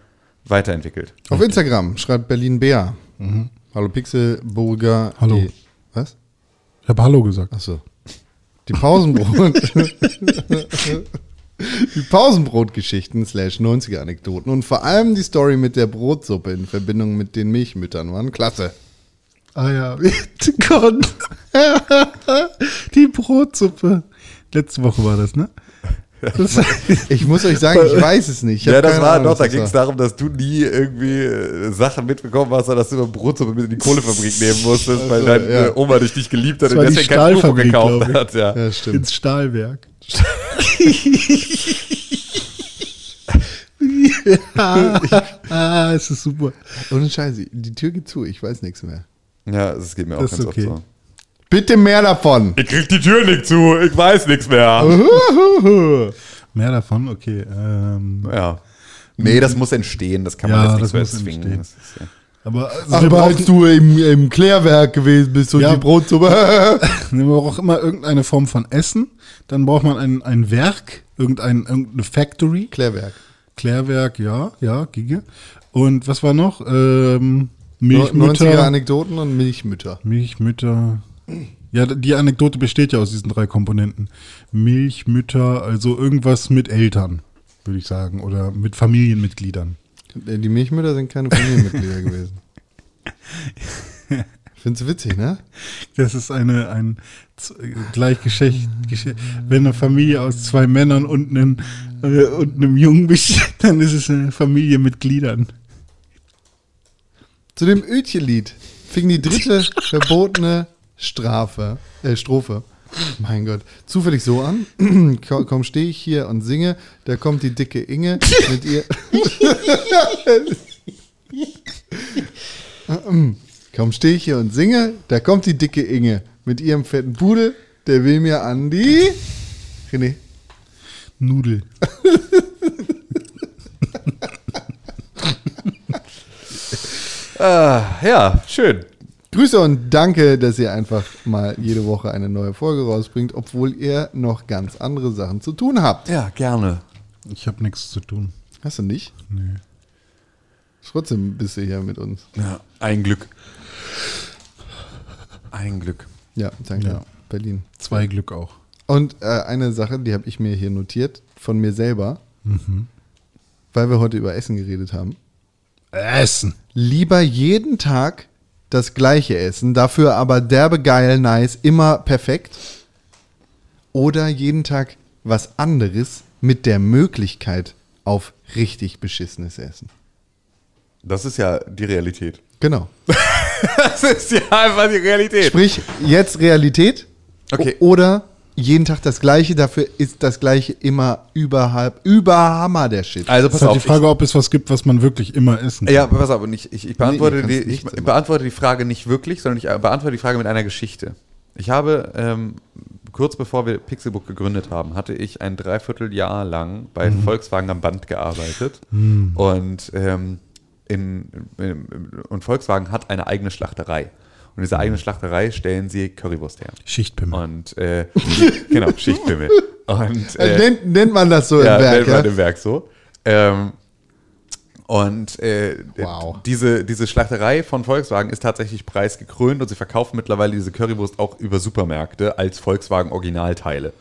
Speaker 3: weiterentwickelt.
Speaker 8: Auf Instagram schreibt Berlin Bär. Hallo Pixelburger.
Speaker 4: Hallo.
Speaker 8: Die- Was?
Speaker 4: ich habe Hallo gesagt.
Speaker 8: Achso. Die Pausenbrot. die Pausenbrotgeschichten slash 90er Anekdoten und vor allem die Story mit der Brotsuppe in Verbindung mit den Milchmüttern waren klasse.
Speaker 4: Ah ja. Gott. Die Brotsuppe. Letzte Woche war das, ne? Das,
Speaker 2: Ich muss euch sagen, ich weiß es nicht. Ich
Speaker 3: ja,
Speaker 2: hab
Speaker 3: das
Speaker 2: keine
Speaker 3: war
Speaker 2: Ahnung,
Speaker 3: doch,
Speaker 2: was
Speaker 3: da
Speaker 2: das
Speaker 3: ging es
Speaker 2: war.
Speaker 3: darum, dass du nie irgendwie äh, Sachen mitbekommen hast, sondern dass du immer Brotsuppe mit in die Kohlefabrik nehmen musstest,
Speaker 2: Also,
Speaker 3: weil deine
Speaker 2: ja.
Speaker 3: äh, Oma dich nicht geliebt hat
Speaker 4: Das
Speaker 3: und
Speaker 4: war die
Speaker 3: deswegen kein Kuchen
Speaker 4: Stahlfabrik,
Speaker 3: gekauft
Speaker 4: glaub ich.
Speaker 3: hat. Ja.
Speaker 2: Ja, stimmt.
Speaker 4: ins Stahlwerk. ah, es ist super.
Speaker 2: Ohne Scheiße, die Tür geht zu, ich weiß nichts mehr.
Speaker 3: ja, das geht mir auch
Speaker 4: Das
Speaker 3: ganz
Speaker 4: ist
Speaker 3: oft
Speaker 4: okay.
Speaker 3: so.
Speaker 2: Bitte mehr davon.
Speaker 3: Ich krieg die Tür nicht zu, ich weiß nichts mehr.
Speaker 4: Mehr davon, okay. Ähm,
Speaker 3: Ja. Nee, das muss entstehen, das kann
Speaker 4: Ja,
Speaker 3: man jetzt nicht
Speaker 4: das
Speaker 3: mehr
Speaker 4: muss
Speaker 3: zwingen.
Speaker 4: entstehen.
Speaker 3: Das ist, ja.
Speaker 4: aber also wir,
Speaker 2: Aber als
Speaker 4: brauchen,
Speaker 2: du im, im Klärwerk gewesen bist und
Speaker 4: Ja.
Speaker 2: die Brotsuppe.
Speaker 4: wir brauchen immer irgendeine Form von Essen. Dann braucht man ein, ein Werk, irgendein, irgendeine Factory.
Speaker 2: Klärwerk.
Speaker 4: Klärwerk, ja, ja, ginge. Und was war noch? Ähm,
Speaker 2: 90er
Speaker 4: Milchmutter.
Speaker 2: Anekdoten und Milchmütter.
Speaker 4: Milchmütter. Ja, die Anekdote besteht ja aus diesen drei Komponenten. Milchmütter, also irgendwas mit Eltern, würde ich sagen, oder mit Familienmitgliedern.
Speaker 2: Äh, Die Milchmütter sind keine Familienmitglieder gewesen. Findest du witzig, ne?
Speaker 4: Das ist eine ein z- Gleichgeschlecht, Gesche- wenn eine Familie aus zwei Männern und einem äh, und einem Jungen besteht, dann ist es eine Familie mit Gliedern.
Speaker 2: Zu dem Ötchenlied fing die dritte verbotene Strafe, äh, Strophe. Mein Gott. Zufällig so an. Ko- Komm, stehe ich hier und singe. Da kommt die dicke Inge mit ihr. Komm, stehe ich hier und singe. Da kommt die dicke Inge mit ihrem fetten Pudel. Der will mir an die. René.
Speaker 4: Nudel.
Speaker 3: Ah, ja, schön.
Speaker 2: Grüße und danke, dass ihr einfach mal jede Woche eine neue Folge rausbringt, obwohl ihr noch ganz andere Sachen zu tun habt.
Speaker 3: Ja, gerne.
Speaker 4: Ich habe nichts zu tun.
Speaker 2: Hast du nicht? Nee. Trotzdem bist du hier mit uns.
Speaker 3: Ja, ein Glück. Ein Glück.
Speaker 2: Ja, danke.
Speaker 4: Ja.
Speaker 2: Berlin.
Speaker 4: Zwei Glück auch.
Speaker 2: Und äh, eine Sache, die habe ich mir hier notiert, von mir selber, weil wir heute über Essen geredet haben.
Speaker 4: Essen.
Speaker 2: Lieber jeden Tag das gleiche essen, dafür aber derbe geil, nice, immer perfekt. Oder jeden Tag was anderes mit der Möglichkeit auf richtig beschissenes Essen.
Speaker 3: Das ist ja die Realität.
Speaker 2: Genau.
Speaker 3: Das ist ja einfach die Realität.
Speaker 2: Sprich, jetzt Realität.
Speaker 3: Okay.
Speaker 2: O- Oder jeden Tag das Gleiche, dafür ist das Gleiche immer überhalb, überhammer der Shit.
Speaker 3: Also
Speaker 4: Das
Speaker 3: pass
Speaker 4: ist halt
Speaker 3: auf.
Speaker 4: die Frage, ob es was gibt, was man wirklich immer essen
Speaker 3: ich, ja, pass auf. Und ich, ich, ich, beantworte,
Speaker 2: Nee, ihr kannst
Speaker 3: die, ich
Speaker 2: nichts immer.
Speaker 3: beantworte die Frage nicht wirklich, sondern ich äh, beantworte die Frage mit einer Geschichte. Ich habe ähm, kurz bevor wir Pixelbook gegründet haben, hatte ich ein Dreivierteljahr lang bei Volkswagen am Band gearbeitet. Und ähm, in, in, und Volkswagen hat eine eigene Schlachterei. Und in dieser eigenen Schlachterei stellen sie Currywurst her.
Speaker 4: Schichtpimmel.
Speaker 3: Und äh, genau, Schichtpimmel. Und
Speaker 2: Äh,
Speaker 3: äh,
Speaker 2: nennt, nennt man das so
Speaker 3: ja,
Speaker 2: im Werk.
Speaker 3: nennt man
Speaker 2: Ja?
Speaker 3: im Werk so. Ähm, und äh,
Speaker 2: Wow.
Speaker 3: diese, diese Schlachterei von Volkswagen ist tatsächlich preisgekrönt und sie verkaufen mittlerweile diese Currywurst auch über Supermärkte als Volkswagen-Originalteile.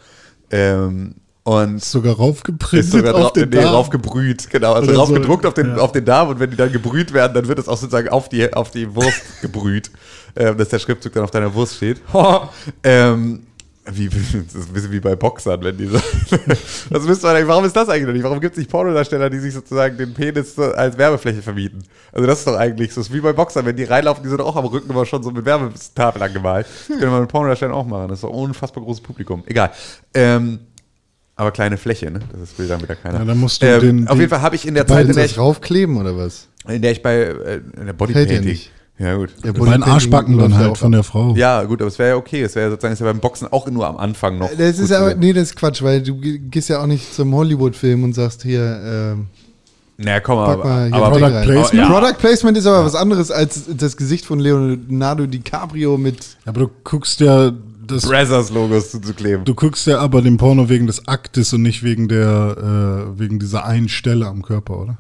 Speaker 3: Ähm, und
Speaker 4: Ist sogar raufgeprintet
Speaker 3: ist sogar
Speaker 4: auf
Speaker 3: drauf,
Speaker 4: den
Speaker 3: nee,
Speaker 4: Darm.
Speaker 3: drauf gebrüht, genau. Also
Speaker 4: Oder
Speaker 3: drauf
Speaker 4: so,
Speaker 3: gedruckt auf den,
Speaker 4: ja.
Speaker 3: auf den Darm und wenn die dann gebrüht werden, dann wird es auch sozusagen auf die, auf die Wurst gebrüht, ähm, dass der Schriftzug dann auf deiner Wurst steht. ähm, wie, das ist ein bisschen wie bei Boxern, wenn die so. das müsste man, denken, warum ist das eigentlich noch nicht? Warum gibt es nicht Pornodarsteller, die sich sozusagen den Penis so als Werbefläche vermieten? Also, das ist doch eigentlich so. Das ist wie bei Boxern, wenn die reinlaufen, die sind auch am Rücken immer schon so mit Werbetafeln angemalt.
Speaker 4: Hm.
Speaker 3: Das könnte man mit Pornodarstellern auch machen. Das ist doch ein unfassbar großes Publikum. Egal. Ähm, aber kleine Fläche, ne? Das will dann wieder keiner.
Speaker 4: Ja, dann musst du
Speaker 3: Ähm,
Speaker 4: den-
Speaker 3: auf
Speaker 4: den-
Speaker 3: jeden Fall habe ich in der
Speaker 2: Weil
Speaker 3: Zeit, in der
Speaker 2: das
Speaker 3: ich,
Speaker 2: raufkleben oder was?
Speaker 3: in der ich bei äh, in der
Speaker 2: Fällt dir
Speaker 3: Bodypainting.
Speaker 2: nicht.
Speaker 3: Ja, gut.
Speaker 2: Der
Speaker 4: Bei den
Speaker 2: Bodypainting
Speaker 4: Arschbacken
Speaker 2: läuft
Speaker 4: dann
Speaker 2: ja
Speaker 4: halt
Speaker 2: auch
Speaker 4: von
Speaker 2: ab.
Speaker 4: der Frau.
Speaker 3: Ja, gut, aber es wäre ja okay. Es wäre ja sozusagen ist ja beim Boxen auch nur am Anfang
Speaker 4: Äh,
Speaker 3: noch.
Speaker 2: Das
Speaker 3: gut
Speaker 2: ist
Speaker 3: zu
Speaker 2: aber,
Speaker 3: sehen.
Speaker 2: nee, das ist Quatsch, weil du ge- gehst ja auch nicht zum Hollywood-Film und sagst hier, ähm,
Speaker 3: Naja, komm,
Speaker 2: pack
Speaker 3: aber.
Speaker 2: mal hier
Speaker 3: aber
Speaker 2: Ding
Speaker 4: Product
Speaker 2: rein.
Speaker 4: Placement?
Speaker 2: Ja. Product Placement ist aber was anderes als das Gesicht von Leonardo DiCaprio mit
Speaker 4: Aber du guckst ja das.
Speaker 3: Brazzers-Logos zuzukleben.
Speaker 4: Du guckst ja aber den Porno wegen des Aktes und nicht wegen der äh, wegen dieser einen Stelle am Körper, oder?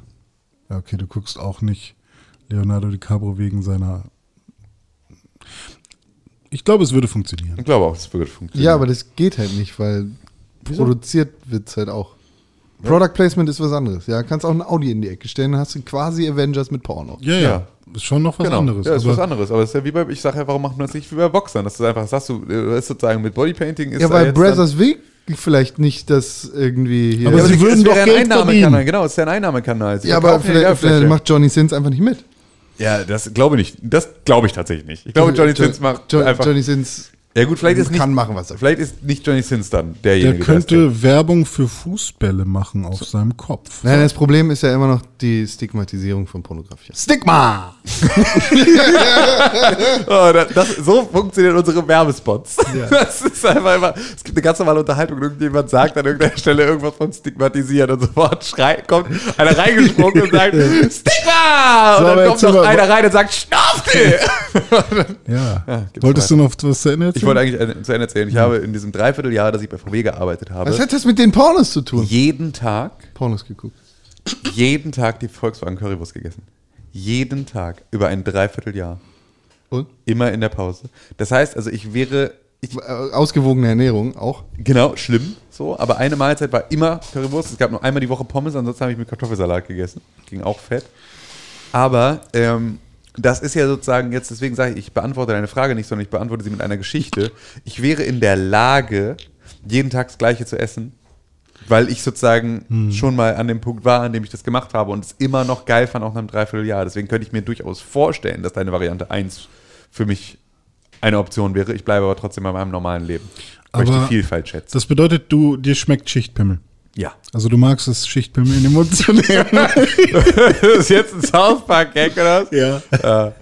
Speaker 4: Ja, okay, du guckst auch nicht Leonardo DiCaprio wegen seiner. Ich glaube, es würde funktionieren.
Speaker 3: Ich glaube auch, das würde funktionieren.
Speaker 2: Ja, aber das geht halt nicht, weil produziert wird es halt auch. Product Placement ist was anderes. Ja, kannst auch ein Audi in die Ecke stellen, dann hast du quasi Avengers mit Porno.
Speaker 4: Ja, ja,
Speaker 3: Ja.
Speaker 4: Ist schon noch was
Speaker 3: Genau.
Speaker 4: anderes.
Speaker 3: ja, ist
Speaker 4: aber
Speaker 3: was anderes. Aber es ist ja wie bei, ich sage ja, warum macht man das nicht wie bei Boxern? Das ist einfach, das hast du, äh, ist sozusagen mit Bodypainting ist
Speaker 2: Ja,
Speaker 3: da
Speaker 2: weil
Speaker 3: jetzt
Speaker 2: Brothers Weg vielleicht nicht das irgendwie hier.
Speaker 4: Aber
Speaker 3: dann,
Speaker 4: sie
Speaker 3: ja,
Speaker 4: würden
Speaker 3: es wäre
Speaker 4: doch
Speaker 3: ein
Speaker 4: Geld
Speaker 3: Einnahmekanal,
Speaker 4: verdienen.
Speaker 3: genau, es ist ja ein Einnahmekanal. Sie
Speaker 2: ja, aber
Speaker 3: verkaufen die
Speaker 2: vielleicht, vielleicht
Speaker 3: Werbefläche.
Speaker 2: macht Johnny Sins einfach nicht mit.
Speaker 3: Ja, das glaube ich nicht. Das glaube ich tatsächlich nicht. Ich glaube, Johnny
Speaker 2: Jo-
Speaker 3: Sins macht
Speaker 2: Jo-
Speaker 3: einfach.
Speaker 2: Johnny Sins
Speaker 3: ja gut, vielleicht ist nicht,
Speaker 2: kann machen, was er will.
Speaker 3: vielleicht ist nicht Johnny Sins dann
Speaker 4: der
Speaker 3: derjenige. der das trägt.
Speaker 4: könnte Werbung für Fußbälle machen auf seinem Kopf.
Speaker 2: Nein, das Problem ist ja immer noch die Stigmatisierung von Pornografie.
Speaker 7: Stigma!
Speaker 3: Oh, das, das, so funktionieren unsere Werbespots. Das ist einfach immer, es gibt eine ganz normale Unterhaltung, irgendjemand sagt an irgendeiner Stelle irgendwas von stigmatisieren und sofort schreit, kommt einer reingesprungen und sagt Stigma!
Speaker 4: So,
Speaker 3: und
Speaker 4: aber
Speaker 3: dann
Speaker 4: jetzt
Speaker 3: kommt
Speaker 4: sind
Speaker 3: noch
Speaker 4: wir-
Speaker 3: einer rein und sagt Schnauze!
Speaker 4: Ja.
Speaker 3: gibt's
Speaker 4: Wolltest du noch was zu Ende erzählen?
Speaker 3: ich wollte eigentlich ein- zu Ende erzählen, ich habe in diesem Dreivierteljahr, dass ich bei VW gearbeitet habe,
Speaker 2: Was hat das mit den Pornos zu tun?
Speaker 3: jeden Tag,
Speaker 2: Pornos geguckt.
Speaker 3: jeden Tag die Volkswagen Currywurst gegessen. Jeden Tag, über ein Dreivierteljahr.
Speaker 2: Und?
Speaker 3: Immer in der Pause. Das heißt, also ich wäre, ich
Speaker 2: Äh, Ausgewogene Ernährung auch.
Speaker 3: Genau, schlimm. So, aber eine Mahlzeit war immer Currywurst. Es gab nur einmal die Woche Pommes, ansonsten habe ich mit Kartoffelsalat gegessen. Ging auch fett. Aber ähm, das ist ja sozusagen jetzt, deswegen sage ich, ich beantworte deine Frage nicht, sondern ich beantworte sie mit einer Geschichte. Ich wäre in der Lage, jeden Tag das Gleiche zu essen, weil ich sozusagen
Speaker 4: Hm.
Speaker 3: schon mal an dem Punkt war, an dem ich das gemacht habe und es immer noch geil fand, auch nach einem Dreivierteljahr. Deswegen könnte ich mir durchaus vorstellen, dass deine Variante 1 für mich eine Option wäre. Ich bleibe aber trotzdem bei meinem normalen Leben. Ich möchte
Speaker 4: Aber-
Speaker 3: die Vielfalt schätzen.
Speaker 4: das bedeutet, du, dir schmeckt Schichtpimmel.
Speaker 3: Ja.
Speaker 4: Also du magst es, Schichtpimmel in den Mund zu nehmen.
Speaker 3: das ist jetzt ein South Park-Gag, oder? was?
Speaker 4: ja.
Speaker 3: Äh,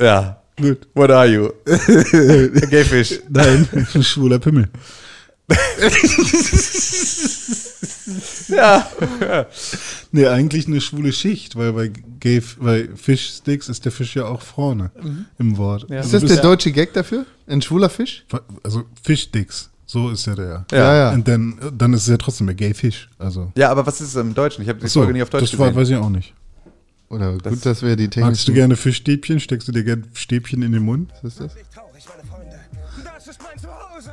Speaker 3: Ja.
Speaker 4: Gut.
Speaker 3: What are you? Gay Fish.
Speaker 4: Nein, ein schwuler Pimmel.
Speaker 3: Ja.
Speaker 4: Nee, eigentlich eine schwule Schicht, weil bei, Gay, bei Fischsticks ist der Fisch ja auch vorne im Wort. Mhm. Also Ja.
Speaker 2: Ist das der deutsche Gag dafür? Ein schwuler Fisch?
Speaker 4: Also Fischsticks, so ist ja der.
Speaker 2: Ja, ja.
Speaker 4: Und dann, dann ist es ja trotzdem der Gay Fisch. Also.
Speaker 3: Ja, aber was ist es im Deutschen? Ich habe die
Speaker 4: So,
Speaker 3: Folge nicht auf Deutsch
Speaker 4: das war,
Speaker 3: gesehen.
Speaker 4: weiß ich auch nicht.
Speaker 2: Oder gut, dass wir die Technik.
Speaker 4: Magst du gerne Fischstäbchen? Steckst du dir gerne Stäbchen in den Mund?
Speaker 2: Was ist das?
Speaker 5: Traurig, meine Freunde. Das ist mein Zuhause.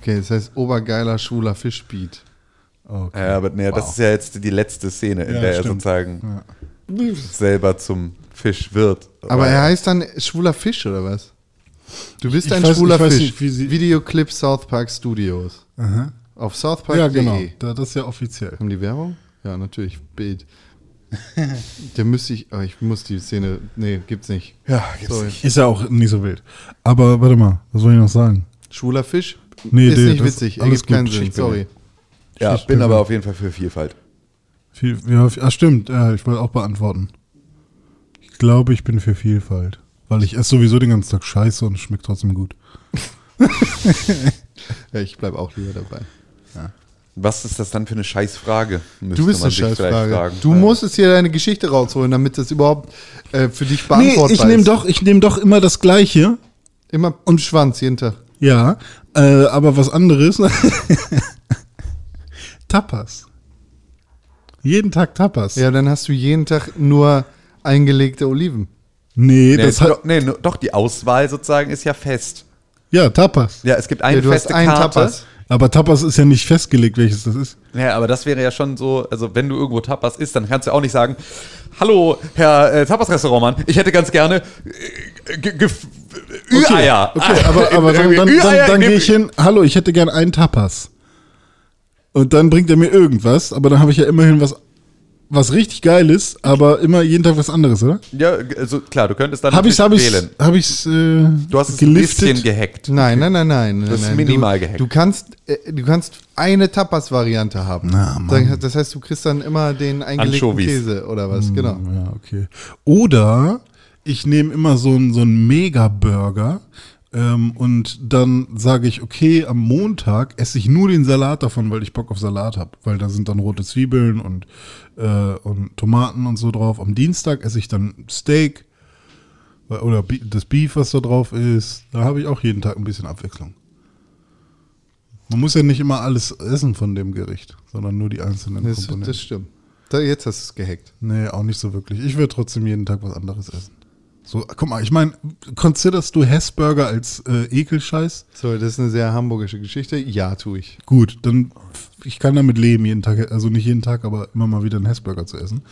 Speaker 2: Okay, das heißt obergeiler schwuler Fischbeat.
Speaker 4: Okay.
Speaker 3: Ja, aber nee, das ist ja jetzt die letzte Szene, in
Speaker 4: Ja,
Speaker 3: der er
Speaker 4: stimmt.
Speaker 3: sozusagen selber zum Fisch wird.
Speaker 2: Aber
Speaker 3: Weil-
Speaker 2: er heißt dann schwuler Fisch oder was? Du bist
Speaker 4: Ich
Speaker 2: ein
Speaker 4: weiß-
Speaker 2: schwuler
Speaker 4: ich weiß
Speaker 2: Fisch.
Speaker 4: nicht, wie sie-
Speaker 2: Videoclip South Park Studios. Auf southpark.de.
Speaker 4: Ja, genau. Da, das ist ja offiziell.
Speaker 2: Haben E. Um die Werbung? Ja, natürlich. Bild. Der müsste ich, aber ich muss die Szene. Nee, gibt's nicht.
Speaker 4: Ja, gibt's
Speaker 2: Sorry.
Speaker 4: nicht. Ist ja auch nicht so wild. Aber warte mal, was soll ich noch sagen?
Speaker 2: Schwuler Fisch?
Speaker 4: Nee,
Speaker 2: ist
Speaker 4: nee,
Speaker 2: nicht
Speaker 4: das-
Speaker 2: witzig.
Speaker 4: alles
Speaker 2: Ergibt keinen
Speaker 4: gut.
Speaker 2: Sinn.
Speaker 4: Ich bin-
Speaker 2: Sorry.
Speaker 3: ja,
Speaker 4: Fisch-
Speaker 3: bin aber auf jeden Fall für Vielfalt.
Speaker 4: Viel, ja, ah, stimmt. Ja, ich wollte auch beantworten. Ich glaube, ich bin für Vielfalt. Weil ich esse sowieso den ganzen Tag Scheiße und es schmeckt trotzdem gut.
Speaker 2: Ja, ich bleib auch lieber dabei.
Speaker 3: Was ist das dann für eine Scheißfrage? Müsste
Speaker 2: Du bist
Speaker 3: man
Speaker 2: eine
Speaker 3: sich vielleicht
Speaker 2: Scheißfrage.
Speaker 3: fragen.
Speaker 2: Du
Speaker 3: Ja.
Speaker 2: musstest hier deine Geschichte rausholen, damit das überhaupt äh, für dich beantwortbar
Speaker 4: ich
Speaker 2: ist.
Speaker 4: nehme doch, ich nehm doch immer das Gleiche.
Speaker 2: Immer und Schwanz jeden Tag.
Speaker 4: Ja, äh, aber was anderes. Tapas. Jeden Tag Tapas.
Speaker 2: Ja, dann hast du jeden Tag nur eingelegte Oliven.
Speaker 4: Nee,
Speaker 3: Nee,
Speaker 4: das hat,
Speaker 3: doch, nee, nur- doch, die Auswahl sozusagen ist ja fest.
Speaker 4: ja, Tapas.
Speaker 3: Ja, es gibt eine
Speaker 2: ja, du hast
Speaker 3: feste
Speaker 2: einen
Speaker 3: Karte.
Speaker 2: Tapas.
Speaker 4: Aber Tapas ist ja nicht festgelegt, welches das ist.
Speaker 3: Ja, aber das wäre ja schon so, also wenn du irgendwo Tapas isst, dann kannst du auch nicht sagen, hallo, Herr äh, Tapas-Restaurantmann, ich hätte ganz gerne äh, ge- ge- Ü-Eier.
Speaker 4: Okay, aber, aber dann, dann, dann,
Speaker 3: Ü-Eier
Speaker 4: dann
Speaker 3: in
Speaker 4: gehe
Speaker 3: dem-
Speaker 4: ich hin, hallo, ich hätte gern einen Tapas. Und dann bringt er mir irgendwas, aber dann habe ich ja immerhin was, was richtig Geiles, aber immer jeden Tag was anderes, oder?
Speaker 3: Ja, also klar, du könntest dann
Speaker 4: Habe ich, habe
Speaker 3: natürlich
Speaker 4: ich, habe ich, äh,
Speaker 3: Du hast es ein bisschen gehackt.
Speaker 2: Nein, nein, nein, nein. nein,
Speaker 3: Das ist
Speaker 2: nein.
Speaker 3: minimal
Speaker 2: du,
Speaker 3: gehackt.
Speaker 2: du kannst, äh, du kannst eine Tapas-Variante haben.
Speaker 4: Na, Mann.
Speaker 2: Dann- Das heißt, du kriegst dann immer den eingelegten
Speaker 3: Anchovies.
Speaker 2: Käse oder was, genau.
Speaker 4: Ja, okay. Oder ich nehme immer so einen so einen Mega-Burger ähm, und dann sage ich, okay, am Montag esse ich nur den Salat davon, weil ich Bock auf Salat habe. Weil da sind dann rote Zwiebeln und, äh, und Tomaten und so drauf. Am Dienstag esse ich dann Steak weil- oder Bi- das Beef, was da drauf ist. Da habe ich auch jeden Tag ein bisschen Abwechslung. Man muss ja nicht immer alles essen von dem Gericht, sondern nur die einzelnen
Speaker 2: Das,
Speaker 4: Komponenten.
Speaker 2: das stimmt. Da, jetzt hast du es gehackt.
Speaker 4: Nee, auch nicht so wirklich. Ich würde trotzdem jeden Tag was anderes essen. So, guck mal, ich meine, considerst du Hessburger als äh, Ekelscheiß?
Speaker 8: So, das ist eine sehr hamburgische Geschichte. Ja, tue ich.
Speaker 4: Gut, dann pf, ich kann damit leben, jeden Tag, also nicht jeden Tag, aber immer mal wieder einen Hessburger zu essen.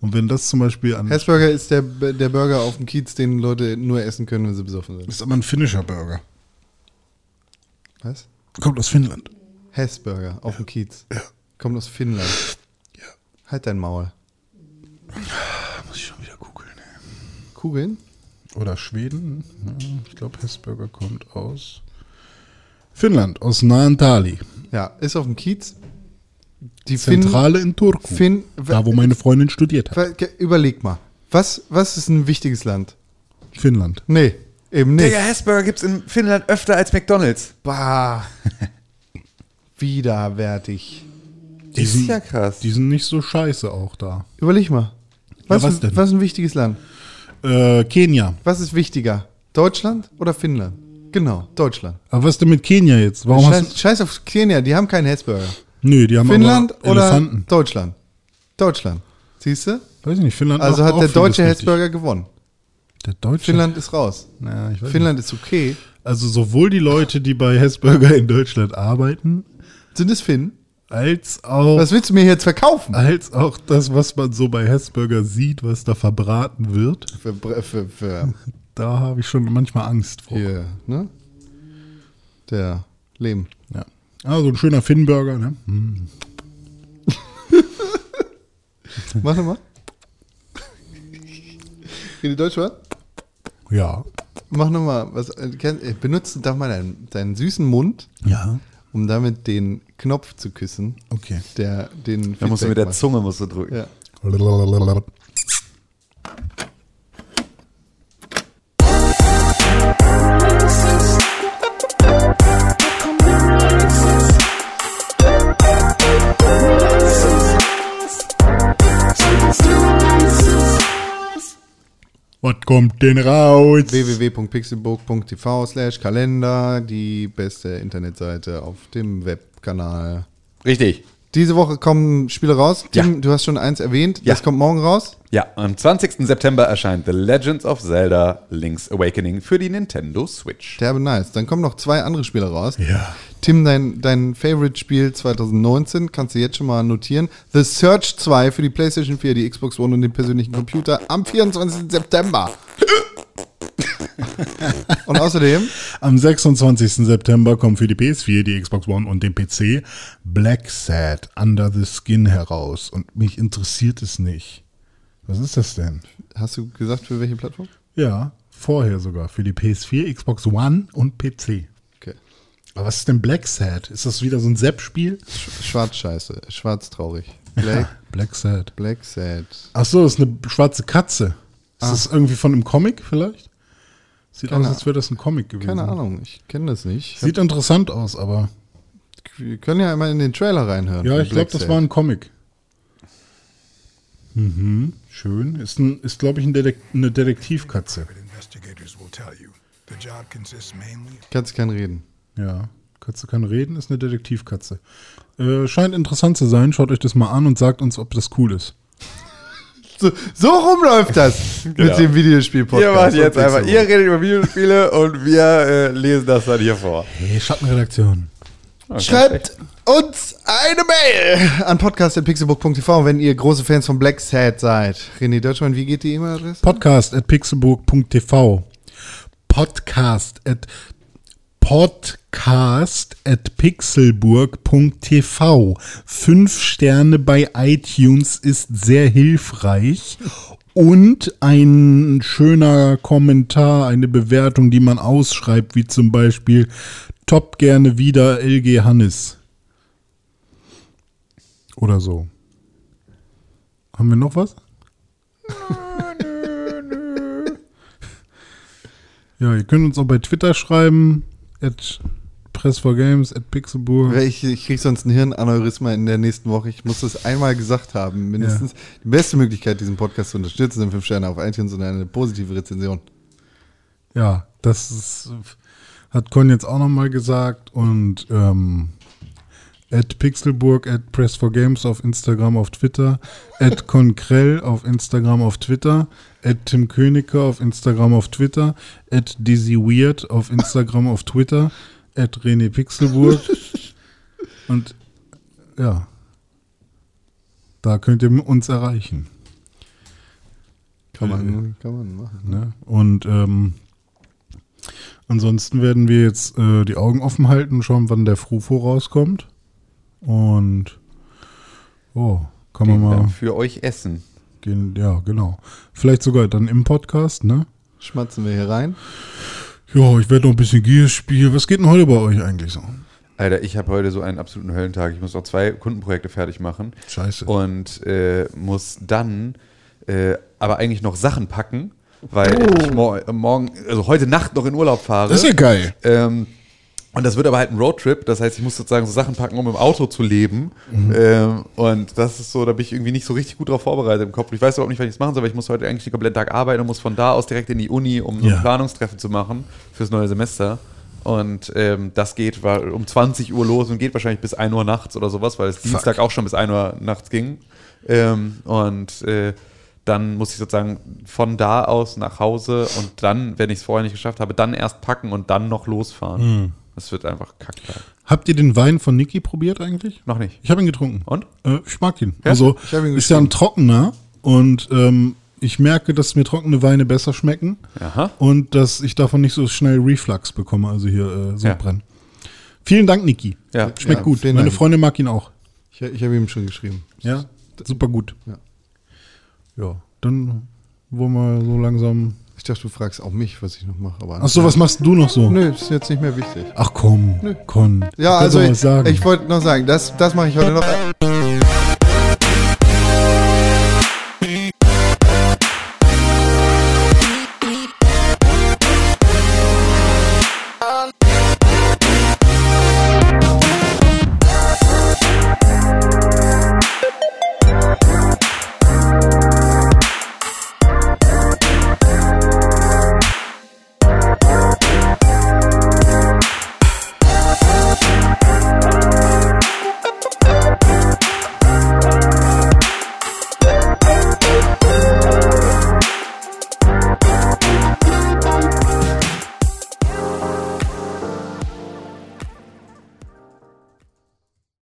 Speaker 4: Und wenn das zum Beispiel an
Speaker 8: Hessburger ist der, der Burger auf dem Kiez, den Leute nur essen können, wenn sie besoffen sind.
Speaker 4: ist aber ein finnischer Burger.
Speaker 8: Was?
Speaker 4: Kommt aus Finnland.
Speaker 8: Hessburger auf dem Kiez. Kommt aus Finnland. Halt dein Maul.
Speaker 4: Da muss ich schon wieder googeln. ey.
Speaker 8: Kugeln?
Speaker 4: Oder Schweden? Ja, ich glaube, Hessburger kommt aus Finnland, aus Naantali.
Speaker 8: Ja, ist auf dem Kiez. Die Finnen.
Speaker 4: Zentrale in Turku.
Speaker 8: Finn-
Speaker 4: da, wo meine Freundin studiert hat.
Speaker 8: Ver- ge- Überleg mal. Was, was ist ein wichtiges Land?
Speaker 4: Finnland.
Speaker 8: Nee, eben nicht.
Speaker 3: Digga, Hessburger gibt's in Finnland öfter als McDonalds.
Speaker 8: Bah. Widerwärtig.
Speaker 4: Die sind,
Speaker 3: krass.
Speaker 4: die sind nicht so scheiße auch da.
Speaker 8: Überleg mal. Was,
Speaker 4: was
Speaker 8: ist-
Speaker 4: denn?
Speaker 8: was ist ein wichtiges Land?
Speaker 4: Äh, Kenia.
Speaker 8: Was ist wichtiger? Deutschland oder Finnland? Genau, Deutschland.
Speaker 4: Aber was denn mit Kenia jetzt? Warum hast
Speaker 8: Scheiß,
Speaker 4: du.
Speaker 8: Scheiß auf Kenia, die haben keinen Hessburger.
Speaker 4: Nö, die haben
Speaker 8: Finnland
Speaker 4: aber
Speaker 8: oder
Speaker 4: Elefanten.
Speaker 8: Deutschland? Deutschland. Siehst du?
Speaker 4: Weiß ich nicht, Finnland
Speaker 8: Also
Speaker 4: macht
Speaker 8: hat
Speaker 4: auch
Speaker 8: der
Speaker 4: vieles
Speaker 8: deutsche
Speaker 4: richtig.
Speaker 8: Hessburger gewonnen.
Speaker 4: Der deutsche.
Speaker 8: Finnland ist raus.
Speaker 4: Na, ich weiß
Speaker 8: Finnland ist okay.
Speaker 4: Nicht. Also sowohl die Leute, die bei Hessburger in Deutschland arbeiten,
Speaker 8: Sind es Finn?
Speaker 4: als auch.
Speaker 8: Was willst du mir jetzt verkaufen?
Speaker 4: als auch das, was man so bei Hessburger sieht, was da verbraten wird,
Speaker 8: Für, für, für
Speaker 4: da habe ich schon manchmal Angst vor.
Speaker 8: hier, ne? Der Lehm.
Speaker 4: Ja. Ah, so ein schöner Finnburger, ne? Hm.
Speaker 8: Mach nochmal. Rede Deutsch, was?
Speaker 4: Ja.
Speaker 8: Mach nochmal. Was, äh, kenn- äh, benutzt darf man deinen, deinen süßen Mund,
Speaker 4: Ja.
Speaker 8: um damit den Knopf zu küssen,
Speaker 4: Okay.
Speaker 8: der den
Speaker 3: Da musst du mit der
Speaker 8: Feedback macht.
Speaker 3: Zunge musst du drücken.
Speaker 8: Ja.
Speaker 4: Was kommt denn raus?
Speaker 8: www.pixelburg.tv slash Kalender, die beste Internetseite auf dem Webkanal.
Speaker 3: Richtig.
Speaker 8: Diese Woche kommen Spiele raus.
Speaker 3: Ja.
Speaker 8: Tim, du hast schon eins erwähnt.
Speaker 3: Ja.
Speaker 8: Das kommt morgen raus.
Speaker 3: Ja, am 20. September erscheint The Legends of Zelda Link's Awakening für die Nintendo Switch.
Speaker 8: Derbe nice. Dann kommen noch zwei andere Spiele raus.
Speaker 4: Ja.
Speaker 8: Tim, dein, dein Favorite-Spiel 2019 kannst du jetzt schon mal notieren. The Search 2 für die PlayStation 4, die Xbox One und den persönlichen Computer am 24. September. und außerdem
Speaker 4: Am 26. September kommt für die PS4, die Xbox One und den PC Black Sad Under the Skin heraus. Und mich interessiert es nicht. Was ist das denn?
Speaker 8: Hast du gesagt, für welche Plattform?
Speaker 4: Ja, vorher sogar. Für die PS4, Xbox One und PC.
Speaker 8: Okay.
Speaker 4: Aber was ist denn Black Sad? Ist das wieder so ein Sepp-Spiel?
Speaker 8: Sch- Schwarz-Scheiße. Schwarz-traurig. Black,
Speaker 4: Black Sad.
Speaker 8: Black Sad.
Speaker 4: Ach so, ist eine schwarze Katze. Ist das irgendwie von einem Comic vielleicht? Sieht
Speaker 8: Ah. Keine
Speaker 4: aus, als wäre das ein Comic gewesen.
Speaker 8: Keine
Speaker 3: Mhm.
Speaker 8: Ahnung, ich kenne das nicht.
Speaker 4: Sieht interessant aus, aber.
Speaker 8: Wir können ja einmal in den Trailer reinhören.
Speaker 4: Ja,
Speaker 8: von
Speaker 4: ich glaube,
Speaker 8: Black
Speaker 4: das
Speaker 8: Sad.
Speaker 4: war ein Comic. Mhm, schön. Ist, ein- ist glaube ich, ein Detek eine Detektivkatze.
Speaker 12: Investigators will tell you the job consists mainly
Speaker 8: Kannst kein Reden.
Speaker 4: Ja, Katze kann reden, ist eine Detektivkatze. Äh, scheint interessant zu sein. Schaut euch das mal an und sagt uns, ob das cool ist.
Speaker 8: So, so rum läuft das mit dem Videospiel-Podcast.
Speaker 3: Genau. Ihr macht jetzt
Speaker 8: Und
Speaker 3: einfach, ihr
Speaker 8: Pixelburg.
Speaker 3: redet über Videospiele und wir äh, lesen das dann hier vor.
Speaker 4: Hey, Schattenredaktion.
Speaker 8: Schreibt uns eine Mail an podcast.pixelbook.tv, wenn ihr große Fans von Black Sad seid. René Deutschmann, wie geht die E-Mail-Adresse?
Speaker 4: Podcast at pixelburg.tv. Podcast at podcast at pixelburg.tv. Fünf Sterne bei iTunes ist sehr hilfreich. Und ein schöner Kommentar, eine Bewertung, die man ausschreibt, wie zum Beispiel Top gerne wieder LG Hannes. Oder so. Haben wir noch was? Ja, ihr könnt uns auch bei Twitter schreiben, at press4games, at pixelburg.
Speaker 8: Ich, ich krieg sonst ein Hirnaneurysma in der nächsten Woche. Ich muss das einmal gesagt haben, mindestens. Die beste Möglichkeit, diesen Podcast zu unterstützen, sind fünf Sterne auf iTunes und eine positive Rezension.
Speaker 4: Ja, das ist, hat Con jetzt auch nochmal gesagt und ähm, at Pixelburg, at Press4Games auf Instagram, auf Twitter, at Konkrell auf Instagram, auf Twitter, at Tim Königer auf Instagram, auf Twitter, at Dizzy Weird auf Instagram, auf Twitter, at René Pixelburg. Und ja, da könnt ihr uns erreichen. Äh,
Speaker 2: Kann man, kann man machen.
Speaker 4: Ne? Und ähm, ansonsten werden wir jetzt äh, die Augen offen halten und schauen, wann der Frufo rauskommt. Und oh, kann man
Speaker 3: Den dann
Speaker 4: mal
Speaker 3: für euch essen.
Speaker 4: gehen. Ja, genau. Vielleicht sogar dann im Podcast, ne?
Speaker 2: Schmatzen wir hier rein.
Speaker 4: Ja, ich werde noch ein bisschen Gears spielen. Was geht denn heute bei euch eigentlich so?
Speaker 3: Alter, ich habe heute so einen absoluten Höllentag. Ich muss noch zwei Kundenprojekte fertig machen.
Speaker 4: Scheiße.
Speaker 3: Und äh, muss dann äh, aber eigentlich noch Sachen packen, weil ich mor morgen, also heute Nacht noch in Urlaub fahre.
Speaker 4: Oh. Das ist ja geil.
Speaker 3: Ähm, und das wird aber halt ein Roadtrip, das heißt, ich muss sozusagen so Sachen packen, um im Auto zu leben.
Speaker 4: Mhm.
Speaker 3: Ähm, und das ist so, da bin ich irgendwie nicht so richtig gut drauf vorbereitet im Kopf. Ich weiß überhaupt nicht, was ich jetzt machen soll, weil ich muss heute eigentlich den kompletten Tag arbeiten und muss von da aus direkt in die Uni, um so ein
Speaker 4: Ja.
Speaker 3: Planungstreffen zu machen fürs neue Semester. Und ähm, das geht war um 20 Uhr los und geht wahrscheinlich bis 1 Uhr nachts oder sowas, weil es Dienstag auch schon bis 1 Uhr nachts ging. Ähm, und äh, dann muss ich sozusagen von da aus nach Hause und dann, wenn ich es vorher nicht geschafft habe, dann erst packen und dann noch losfahren. Das wird einfach kacke.
Speaker 4: Habt ihr den Wein von Niki probiert eigentlich?
Speaker 3: Noch nicht.
Speaker 4: Ich habe ihn getrunken.
Speaker 3: Und?
Speaker 4: Äh, ich mag ihn. also
Speaker 2: Ich hab ihn
Speaker 4: ist ja ein trockener und ähm, ich merke, dass mir trockene Weine besser schmecken
Speaker 3: Aha.
Speaker 4: und dass ich davon nicht so schnell Reflux bekomme, also hier äh, Sodbrennen. Vielen Dank, Niki.
Speaker 3: Ja.
Speaker 4: Schmeckt
Speaker 2: Ja,
Speaker 4: gut.
Speaker 2: vielen
Speaker 4: Meine
Speaker 2: Dank.
Speaker 4: Freundin mag ihn auch.
Speaker 2: Ich, ich habe ihm schon geschrieben.
Speaker 4: Ja, super gut.
Speaker 2: Ja.
Speaker 4: Ja, dann wollen wir so langsam.
Speaker 2: Ich dachte, du fragst auch mich, was ich noch mache. Aber
Speaker 4: Ach so, was machst du noch so?
Speaker 2: Nö, ist jetzt nicht mehr wichtig.
Speaker 4: Ach komm, Con.
Speaker 2: Ja,
Speaker 4: kannst
Speaker 2: also
Speaker 4: doch
Speaker 2: ich,
Speaker 4: was sagen.
Speaker 2: ich wollte noch sagen, das, das mache ich heute noch.